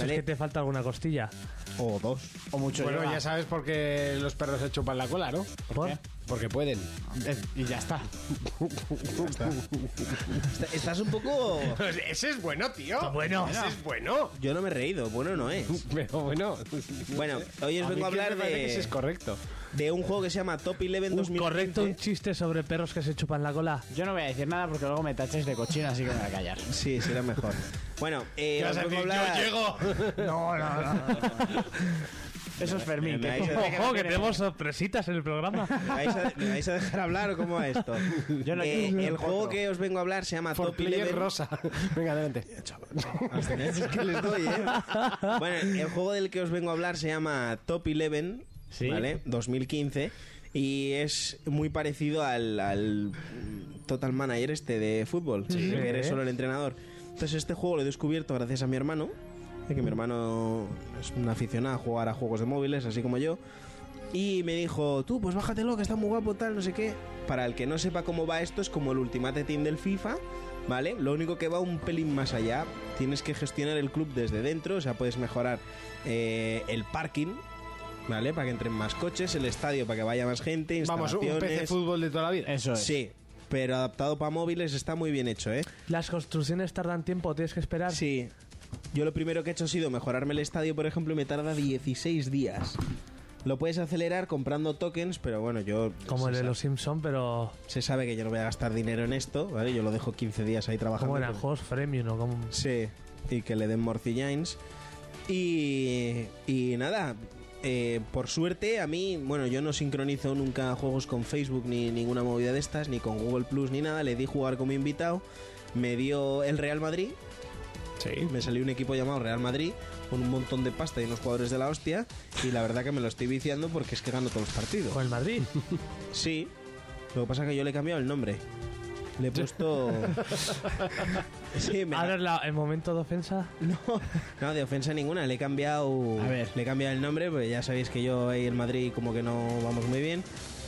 F: Vale.
G: es que te falta alguna costilla.
F: O dos.
E: O mucho
B: Bueno,
E: lleva.
B: ya sabes por qué los perros se chupan la cola, ¿no?
G: ¿Por?
B: Porque pueden.
E: Eh, Y ya está.
F: Está- Estás un poco...
B: Ese es bueno, tío.
G: Ah, bueno.
B: Ese es bueno.
F: Yo no me he reído. Bueno, no es.
B: Pero bueno.
F: Bueno, hoy os
B: mí
F: vengo a
B: que me
F: hablar
B: parece que
F: de...
B: ese es correcto.
F: de un juego que se llama Top Eleven
G: Un
F: 2020.
G: correcto un chiste sobre perros que se chupan la cola.
E: Yo no voy a decir nada porque luego me taches de cochino, así que me voy a callar.
F: Sí, será mejor. Bueno, eh, os vengo a hablar...
E: No, no, no. Eso es Fermín.
F: Me
E: que-
F: vais a-
G: Ojo, que tenemos sorpresitas en el programa.
F: ¿Me vais, a, me vais a dejar hablar o cómo va esto?
E: Yo no-
F: Eh,
E: yo no
F: el juego
E: encuentro.
F: que os vengo a hablar se llama
B: Por
F: Top
B: player
F: Eleven.
B: rosa. Venga, adelante.
F: Es que les doy, ¿eh? Bueno, el juego del que os vengo a hablar se llama Top Eleven,
E: Sí.
F: ¿vale? 2015. Y es muy parecido al, al Total Manager este de fútbol, que eres solo el entrenador. Entonces este juego lo he descubierto gracias a mi hermano, que mi hermano es un aficionado a jugar a juegos de móviles, así como yo. Y me dijo, tú, pues bájatelo, que está muy guapo, tal, no sé qué. Para el que no sepa cómo va esto, es como el Ultimate Team del FIFA, ¿vale? Lo único que va un pelín más allá. Tienes que gestionar el club desde dentro, o sea, puedes mejorar eh, el parking, ¿vale? Para que entren más coches, el estadio para que vaya más gente,
B: Vamos, un pez de
F: instalaciones.
B: fútbol de toda la vida.
E: Eso es.
F: Sí. pero adaptado para móviles está muy bien hecho, ¿eh?
G: Las construcciones tardan tiempo, tienes que esperar.
F: Sí. Yo lo primero que he hecho ha sido mejorarme el estadio, por ejemplo, y me tarda 16 días. Lo puedes acelerar comprando tokens, pero bueno, yo...
G: Como
F: se
G: el de
F: sabe-
G: los Simpson, pero
F: Se sabe que yo no voy a gastar dinero en esto, ¿vale? Yo lo dejo 15 días ahí trabajando.
G: como eran
F: pero-
G: juegos freemium, ¿no? Como...
F: Sí, y que le den morcillains. Y, y nada, eh, por suerte a mí, bueno, yo no sincronizo nunca juegos con Facebook ni ninguna movida de estas, ni con Google Plus ni nada. Le di jugar como invitado, me dio el Real Madrid. Sí. Me salió un equipo llamado Real Madrid con un montón de pasta y unos jugadores de la hostia. Y la verdad que me lo estoy viciando porque es que gano todos los partidos.
G: ¿Con el Madrid?
F: Sí. Lo que pasa es que yo le he cambiado el nombre. Le he puesto. sí, me
G: Ahora es la- el momento de ofensa.
F: No. No, de ofensa ninguna, le he cambiado. Le he cambiado el nombre, pues ya sabéis que yo ahí en Madrid como que no vamos muy bien.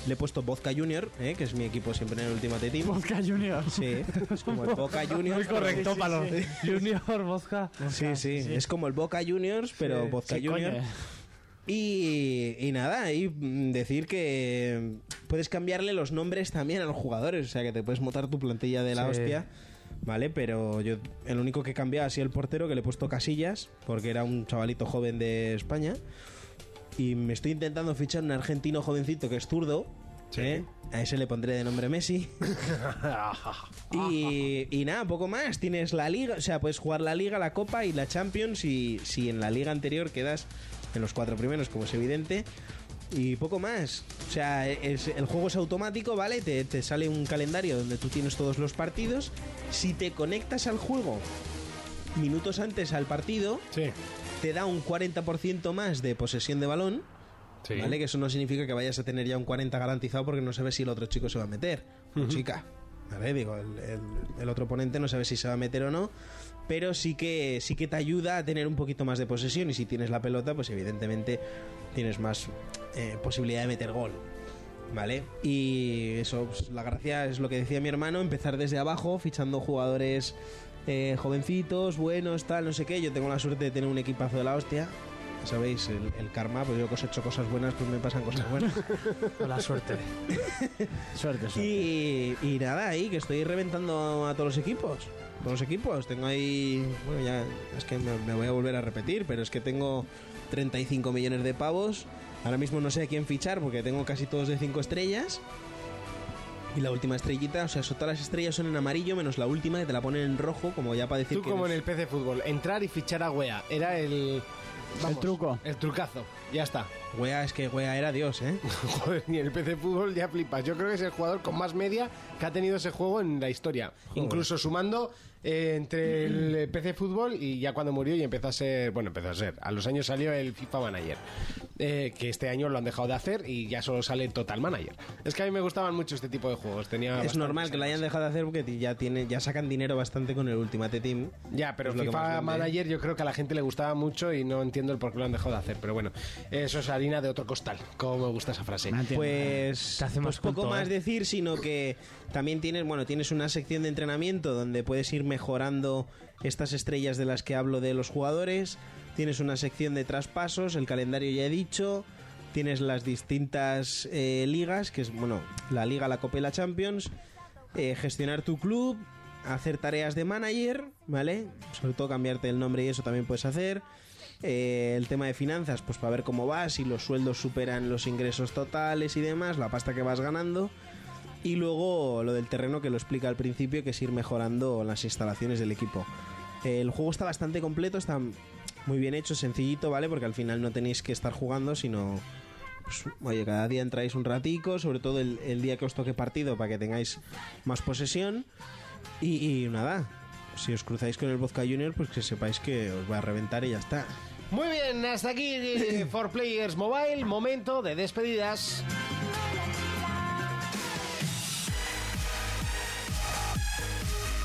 F: Le he puesto Vodka Junior, ¿eh? que es mi equipo siempre en el último atletismo. Vodka Junior. Sí, es como el Boca Junior.
G: Muy correcto, Palo.
F: Sí, sí.
G: Junior, Bozca.
F: Sí, sí, es como el Boca Juniors, pero
G: Sí,
F: Vodka
G: sí,
F: Junior.
G: coño.
F: Y, y nada, y mm, decir que puedes cambiarle los nombres también a los jugadores, o sea que te puedes montar tu plantilla de la
G: Sí.
F: hostia, ¿vale? Pero yo el único que he cambiado ha sido el portero, que le he puesto Casillas, porque era un chavalito joven de España. Y me estoy intentando fichar un argentino jovencito que es zurdo. ¿eh? A ese le pondré de nombre Messi. y, y nada, poco más. Tienes la liga, o sea, puedes jugar la liga, la copa y la Champions. Y si en la liga anterior quedas en los cuatro primeros, como es evidente. Y poco más. O sea, es- el juego es automático, ¿vale? Te, te sale un calendario donde tú tienes todos los partidos. Si te conectas al juego minutos antes al partido, te da un 40% más de posesión de balón. ¿Vale? Que eso no significa que vayas a tener ya un 40 garantizado porque no sabes si el otro chico se va a meter. o Chica. ¿Vale? Digo, el, el- el otro oponente no sabe si se va a meter o no. Pero sí que, sí que te ayuda a tener un poquito más de posesión. Y si tienes la pelota, pues evidentemente tienes más eh, posibilidad de meter gol. ¿Vale? Y eso, pues, la gracia es lo que decía mi hermano, empezar desde abajo, fichando jugadores eh, jovencitos, buenos, tal, no sé qué. Yo tengo la suerte de tener un equipazo de la hostia. Ya Sabéis, el, el karma, pues yo que os he hecho cosas buenas, pues me pasan cosas buenas.
G: la suerte.
F: suerte, Y, y nada, ahí, que estoy reventando a todos los equipos. Todos los equipos. Tengo ahí. Bueno, ya es que me, me voy a volver a repetir, pero es que tengo 35 millones de pavos. Ahora mismo no sé a quién fichar porque tengo casi todos de 5 estrellas. Y la última estrellita, o sea, so- todas las estrellas son en amarillo, menos la última que te la ponen en rojo, como ya para decir
B: Tú
F: que.
B: como en
F: eres-
B: el PC Fútbol, entrar y fichar a Wea. Era el... vamos,
F: truco.
B: El trucazo. Ya está.
F: Wea es que Wea era Dios, ¿eh?
B: Joder, ni el PC Fútbol ya flipas. Yo creo que es el jugador con más media que ha tenido ese juego en la historia. Incluso sumando eh, entre el PC Fútbol y ya cuando murió y empezó a ser... Bueno, empezó a ser. A los años salió el FIFA Manager. eh, que este año lo han dejado de hacer y ya solo sale Total Manager. Es que a mí me gustaban mucho este tipo de juegos. Tenía
F: Es
B: bastante-
F: normal que lo hayan dejado de hacer porque ti- ya tiene, ya sacan dinero bastante con el Ultimate Team.
B: Ya, pero
F: Es lo que más
B: FIFA
F: vende.
B: Manager yo creo que a la gente le gustaba mucho y no entiendo el por qué lo han dejado de hacer. Pero bueno, eso es harina de otro costal. Como me gusta esa frase.
F: Pues,
B: Te hace
F: pues
B: más
F: poco
B: culto,
F: más
B: ¿eh?
F: decir, sino que también tienes, bueno, tienes una sección de entrenamiento donde puedes ir mejorando estas estrellas de las que hablo de los jugadores. Tienes una sección de traspasos, el calendario ya he dicho. Tienes las distintas eh, ligas, que es, bueno, la Liga, la Copa y la Champions. Eh, gestionar tu club, hacer tareas de manager, ¿vale? Sobre todo cambiarte el nombre y eso también puedes hacer. Eh, el tema de finanzas, pues para ver cómo vas, si los sueldos superan los ingresos totales y demás, la pasta que vas ganando. Y luego lo del terreno que lo explica al principio, que es ir mejorando las instalaciones del equipo. Eh, el juego está bastante completo, está muy bien hecho, sencillito, ¿vale? Porque al final no tenéis que estar jugando, sino... pues, oye, cada día entráis un ratico, sobre todo el, el día que os toque partido, para que tengáis más posesión. Y, y nada, si os cruzáis con el Vodka Junior, pues que sepáis que os va a reventar y ya está.
B: Muy bien, hasta aquí eh, For Players Mobile, momento de despedidas.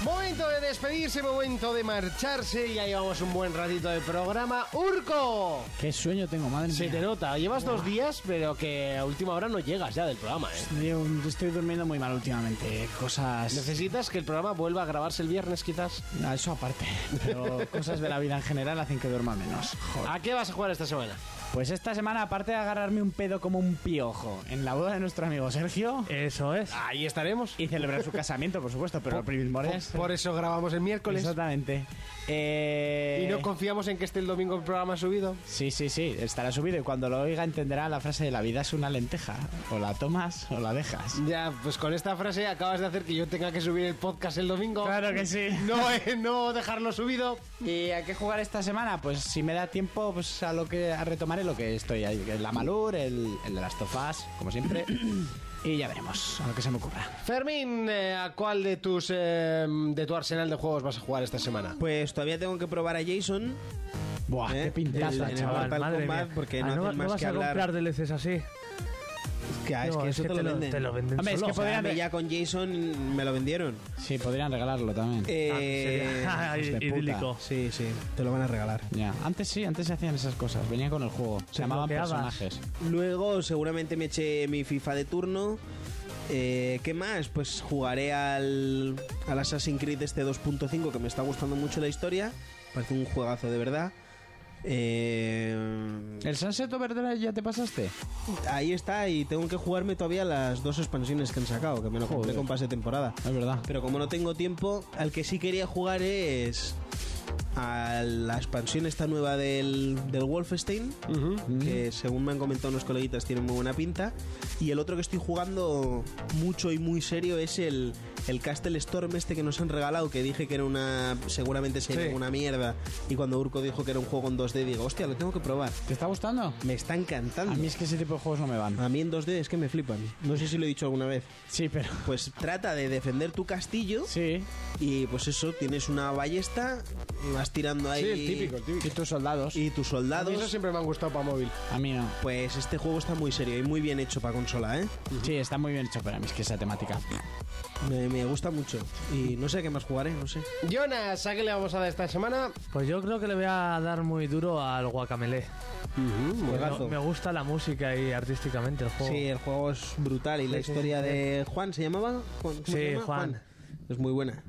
B: Momento de despedirse, momento de marcharse, ya llevamos un buen ratito de programa. ¡Urco!
P: Qué sueño tengo, madre
B: Se
P: mía.
B: te nota, llevas dos días, pero que a última hora no llegas ya del programa, ¿eh?
P: Yo estoy durmiendo muy mal últimamente.
E: eh,
P: Cosas.
B: ¿Necesitas que el programa vuelva a grabarse el viernes quizás?
P: Ah, eso aparte. Pero cosas de la vida en general hacen que duerma menos. Joder.
B: ¿A qué vas a jugar esta semana?
E: Ah, Pues esta semana, aparte de agarrarme un pedo como un piojo en la boda de nuestro amigo Sergio.
G: Eso
F: Ah,
G: es.
E: Ahí estaremos. Y celebrar su casamiento, por supuesto, pero lo primero
B: Por,
E: es.
B: por eso grabamos el miércoles.
E: Exactamente. Eh,
B: Y no confiamos en que esté el domingo el programa subido.
E: Sí, sí, sí, estará subido y cuando lo oiga entenderá la frase de la vida es una lenteja. O la tomas o la dejas.
B: Ya, pues con esta frase acabas de hacer que yo tenga que subir el podcast el domingo.
E: Claro que sí.
B: No, eh, no dejarlo subido.
E: ¿Y a qué jugar esta semana? Pues si me da tiempo, pues a lo que a retomaré lo que estoy ahí, que es la Malur, el, el de las tofas, como siempre. y ya veremos a lo que se me ocurra.
B: Fermín, eh, ¿a cuál de tus eh, de tu arsenal de juegos vas a jugar esta semana?
F: Pues todavía tengo que probar a Jason.
E: Buah,
F: ¿Eh?
G: Qué pintaza,
F: El- en el
G: chaval.
F: Mortal
G: madre
F: Kombat,
G: mía.
F: porque no
G: Ah,
F: hacen
G: va-
F: más
G: vas
F: que
G: a
F: hablar.
G: comprar DLCs así.
F: Que, ah, es
G: No,
F: que
G: es
F: eso
G: que
F: te, lo
G: te lo-
F: venden.
G: te lo venden
F: Hombre, es
G: solo.
F: que podrían...
G: O sea,
F: ya con Jason me lo vendieron.
E: Sí, podrían regalarlo
G: Ah,
E: también.
F: Eh,
E: Ah,
F: hijos de puta.
E: idílico.
F: Sí, sí, te lo van a regalar.
E: Ya, antes sí, antes se hacían esas cosas. Venía con el juego, se, llamaban
F: bloqueabas.
E: personajes.
F: Luego seguramente me eché mi FIFA de turno. Eh, ¿Qué más? Pues jugaré al, al Assassin's Creed este 2.5 que me está gustando mucho la historia. Parece un juegazo de verdad. Eh,
E: ¿El Sunset Overdrive ya te pasaste?
F: Ahí está, y tengo que jugarme todavía las dos expansiones que han sacado, que me lo compré
E: Joder.
F: con pase de temporada.
E: Es verdad.
F: Pero como no tengo tiempo, al que sí quería jugar es a la expansión esta nueva del, del Wolfenstein, que según me han comentado unos coleguitas tiene muy buena pinta. Y el otro que estoy jugando mucho y muy serio es el, el Castle Storm este que nos han regalado, que dije que era una... seguramente sería
E: Sí.
F: una mierda. Y cuando Urco dijo que era un juego en 2D, digo, hostia, lo tengo que probar.
E: ¿Te está gustando?
F: Me está encantando.
E: A mí es que ese tipo de juegos no me van.
F: A mí en 2D es que me flipan. No sé si lo he dicho alguna vez.
E: Sí, pero.
F: Pues trata de defender tu castillo.
E: Sí.
F: Y pues eso, tienes una ballesta y vas tirando ahí.
B: Sí, el típico, el típico.
E: Y tus soldados.
F: Y tus soldados.
B: Eso siempre me han gustado para móvil.
E: A mí no.
F: Pues este juego está muy serio y muy bien hecho para consola, ¿eh?
E: Sí, está muy bien hecho, pero a mí es que esa temática.
F: Me, me gusta mucho. Y no sé a qué más jugaré, no sé.
B: Jonas, ¿a qué le vamos a dar esta semana?
G: Pues yo creo que le voy a dar muy duro al guacamele.
F: juegazo.
G: me gusta la música y artísticamente el juego.
F: Sí, el juego es brutal. Y la
G: Sí, sí,
F: historia
G: sí.
F: de Juan, ¿se llamaba? ¿Juan? ¿Cómo
G: Sí,
F: se llama?
G: Juan.
F: Es muy buena.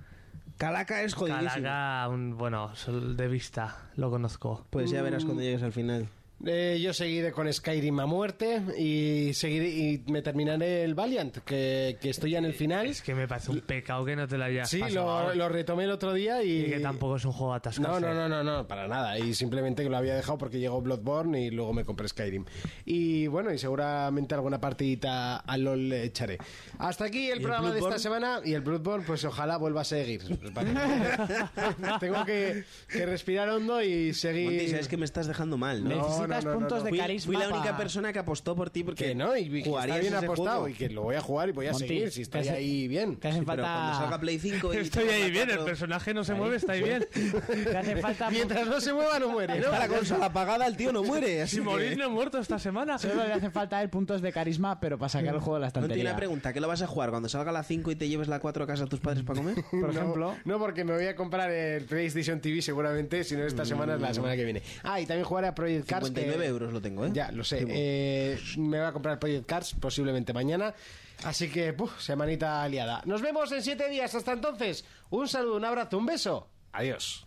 F: Calaca es jodidísimo.
G: Calaga, un, bueno, sol de vista, lo conozco.
F: Pues ya verás cuando llegues al final.
B: Eh, yo seguiré con Skyrim a muerte y seguiré y me terminaré el Valiant, que, que estoy ya en el final.
G: Es que me parece un pecado que no te la hayas
B: Sí,
G: pasado.
B: lo, lo retomé el otro día y...
G: Y que tampoco es un juego atascado.
B: No, no, no, no, no, para nada. Y simplemente que lo había dejado porque llegó Bloodborne y luego me compré Skyrim. Y bueno, y seguramente alguna partidita a LOL le echaré. Hasta aquí el
F: el
B: programa de esta
F: Bloodborne?
B: semana y el Bloodborne, pues ojalá vuelva a seguir. Tengo que, que respirar hondo y
F: Monty,
B: seguir.
F: sabes que me estás dejando mal, ¿no?
B: No,
E: Necesitas
B: no, no, no,
E: puntos
B: no.
E: de
F: Fui,
E: carisma.
F: fui la
E: pa-
F: única persona que apostó por ti porque
B: que no, y que está
F: jugarías
B: bien
F: ese
B: apostado
F: juego.
B: y que lo voy a jugar y voy a
E: Monty,
B: seguir si
E: te
B: estoy
E: hace-
B: ahí bien.
E: Te hacen
F: Sí, pero cuando salga
E: falta.
F: Play 5 y
G: Estoy
F: tenga
G: ahí bien, el
F: cuatro-
G: personaje no se mueve, está ahí bien.
E: Te hace falta.
B: Mientras no se mueva, no muere. ¿no?
F: Está la consola apagada, el tío no muere. Así
G: Si
F: que-
G: morís no he muerto esta semana.
E: Solo le hacen falta el puntos de carisma, pero para sacar el juego de la
F: Monty,
E: estantería.
F: una pregunta, ¿qué lo vas a jugar? ¿Cuando salga la 5 y te lleves la 4 a casa a tus padres para comer?
E: Por
B: No,
E: ejemplo.
B: No, porque me voy a comprar el PlayStation TV seguramente, si no esta semana es la semana que viene. Ah, y también jugaré a Project Cars.
F: 59
B: que-
F: euros lo tengo, ¿eh?
B: Ya, lo sé.
F: Sí, bueno.
B: Eh, me voy a comprar Project Cars posiblemente mañana. Así que, puf, semanita liada. Nos vemos en siete días. Hasta entonces, un saludo, un abrazo, un beso. Adiós.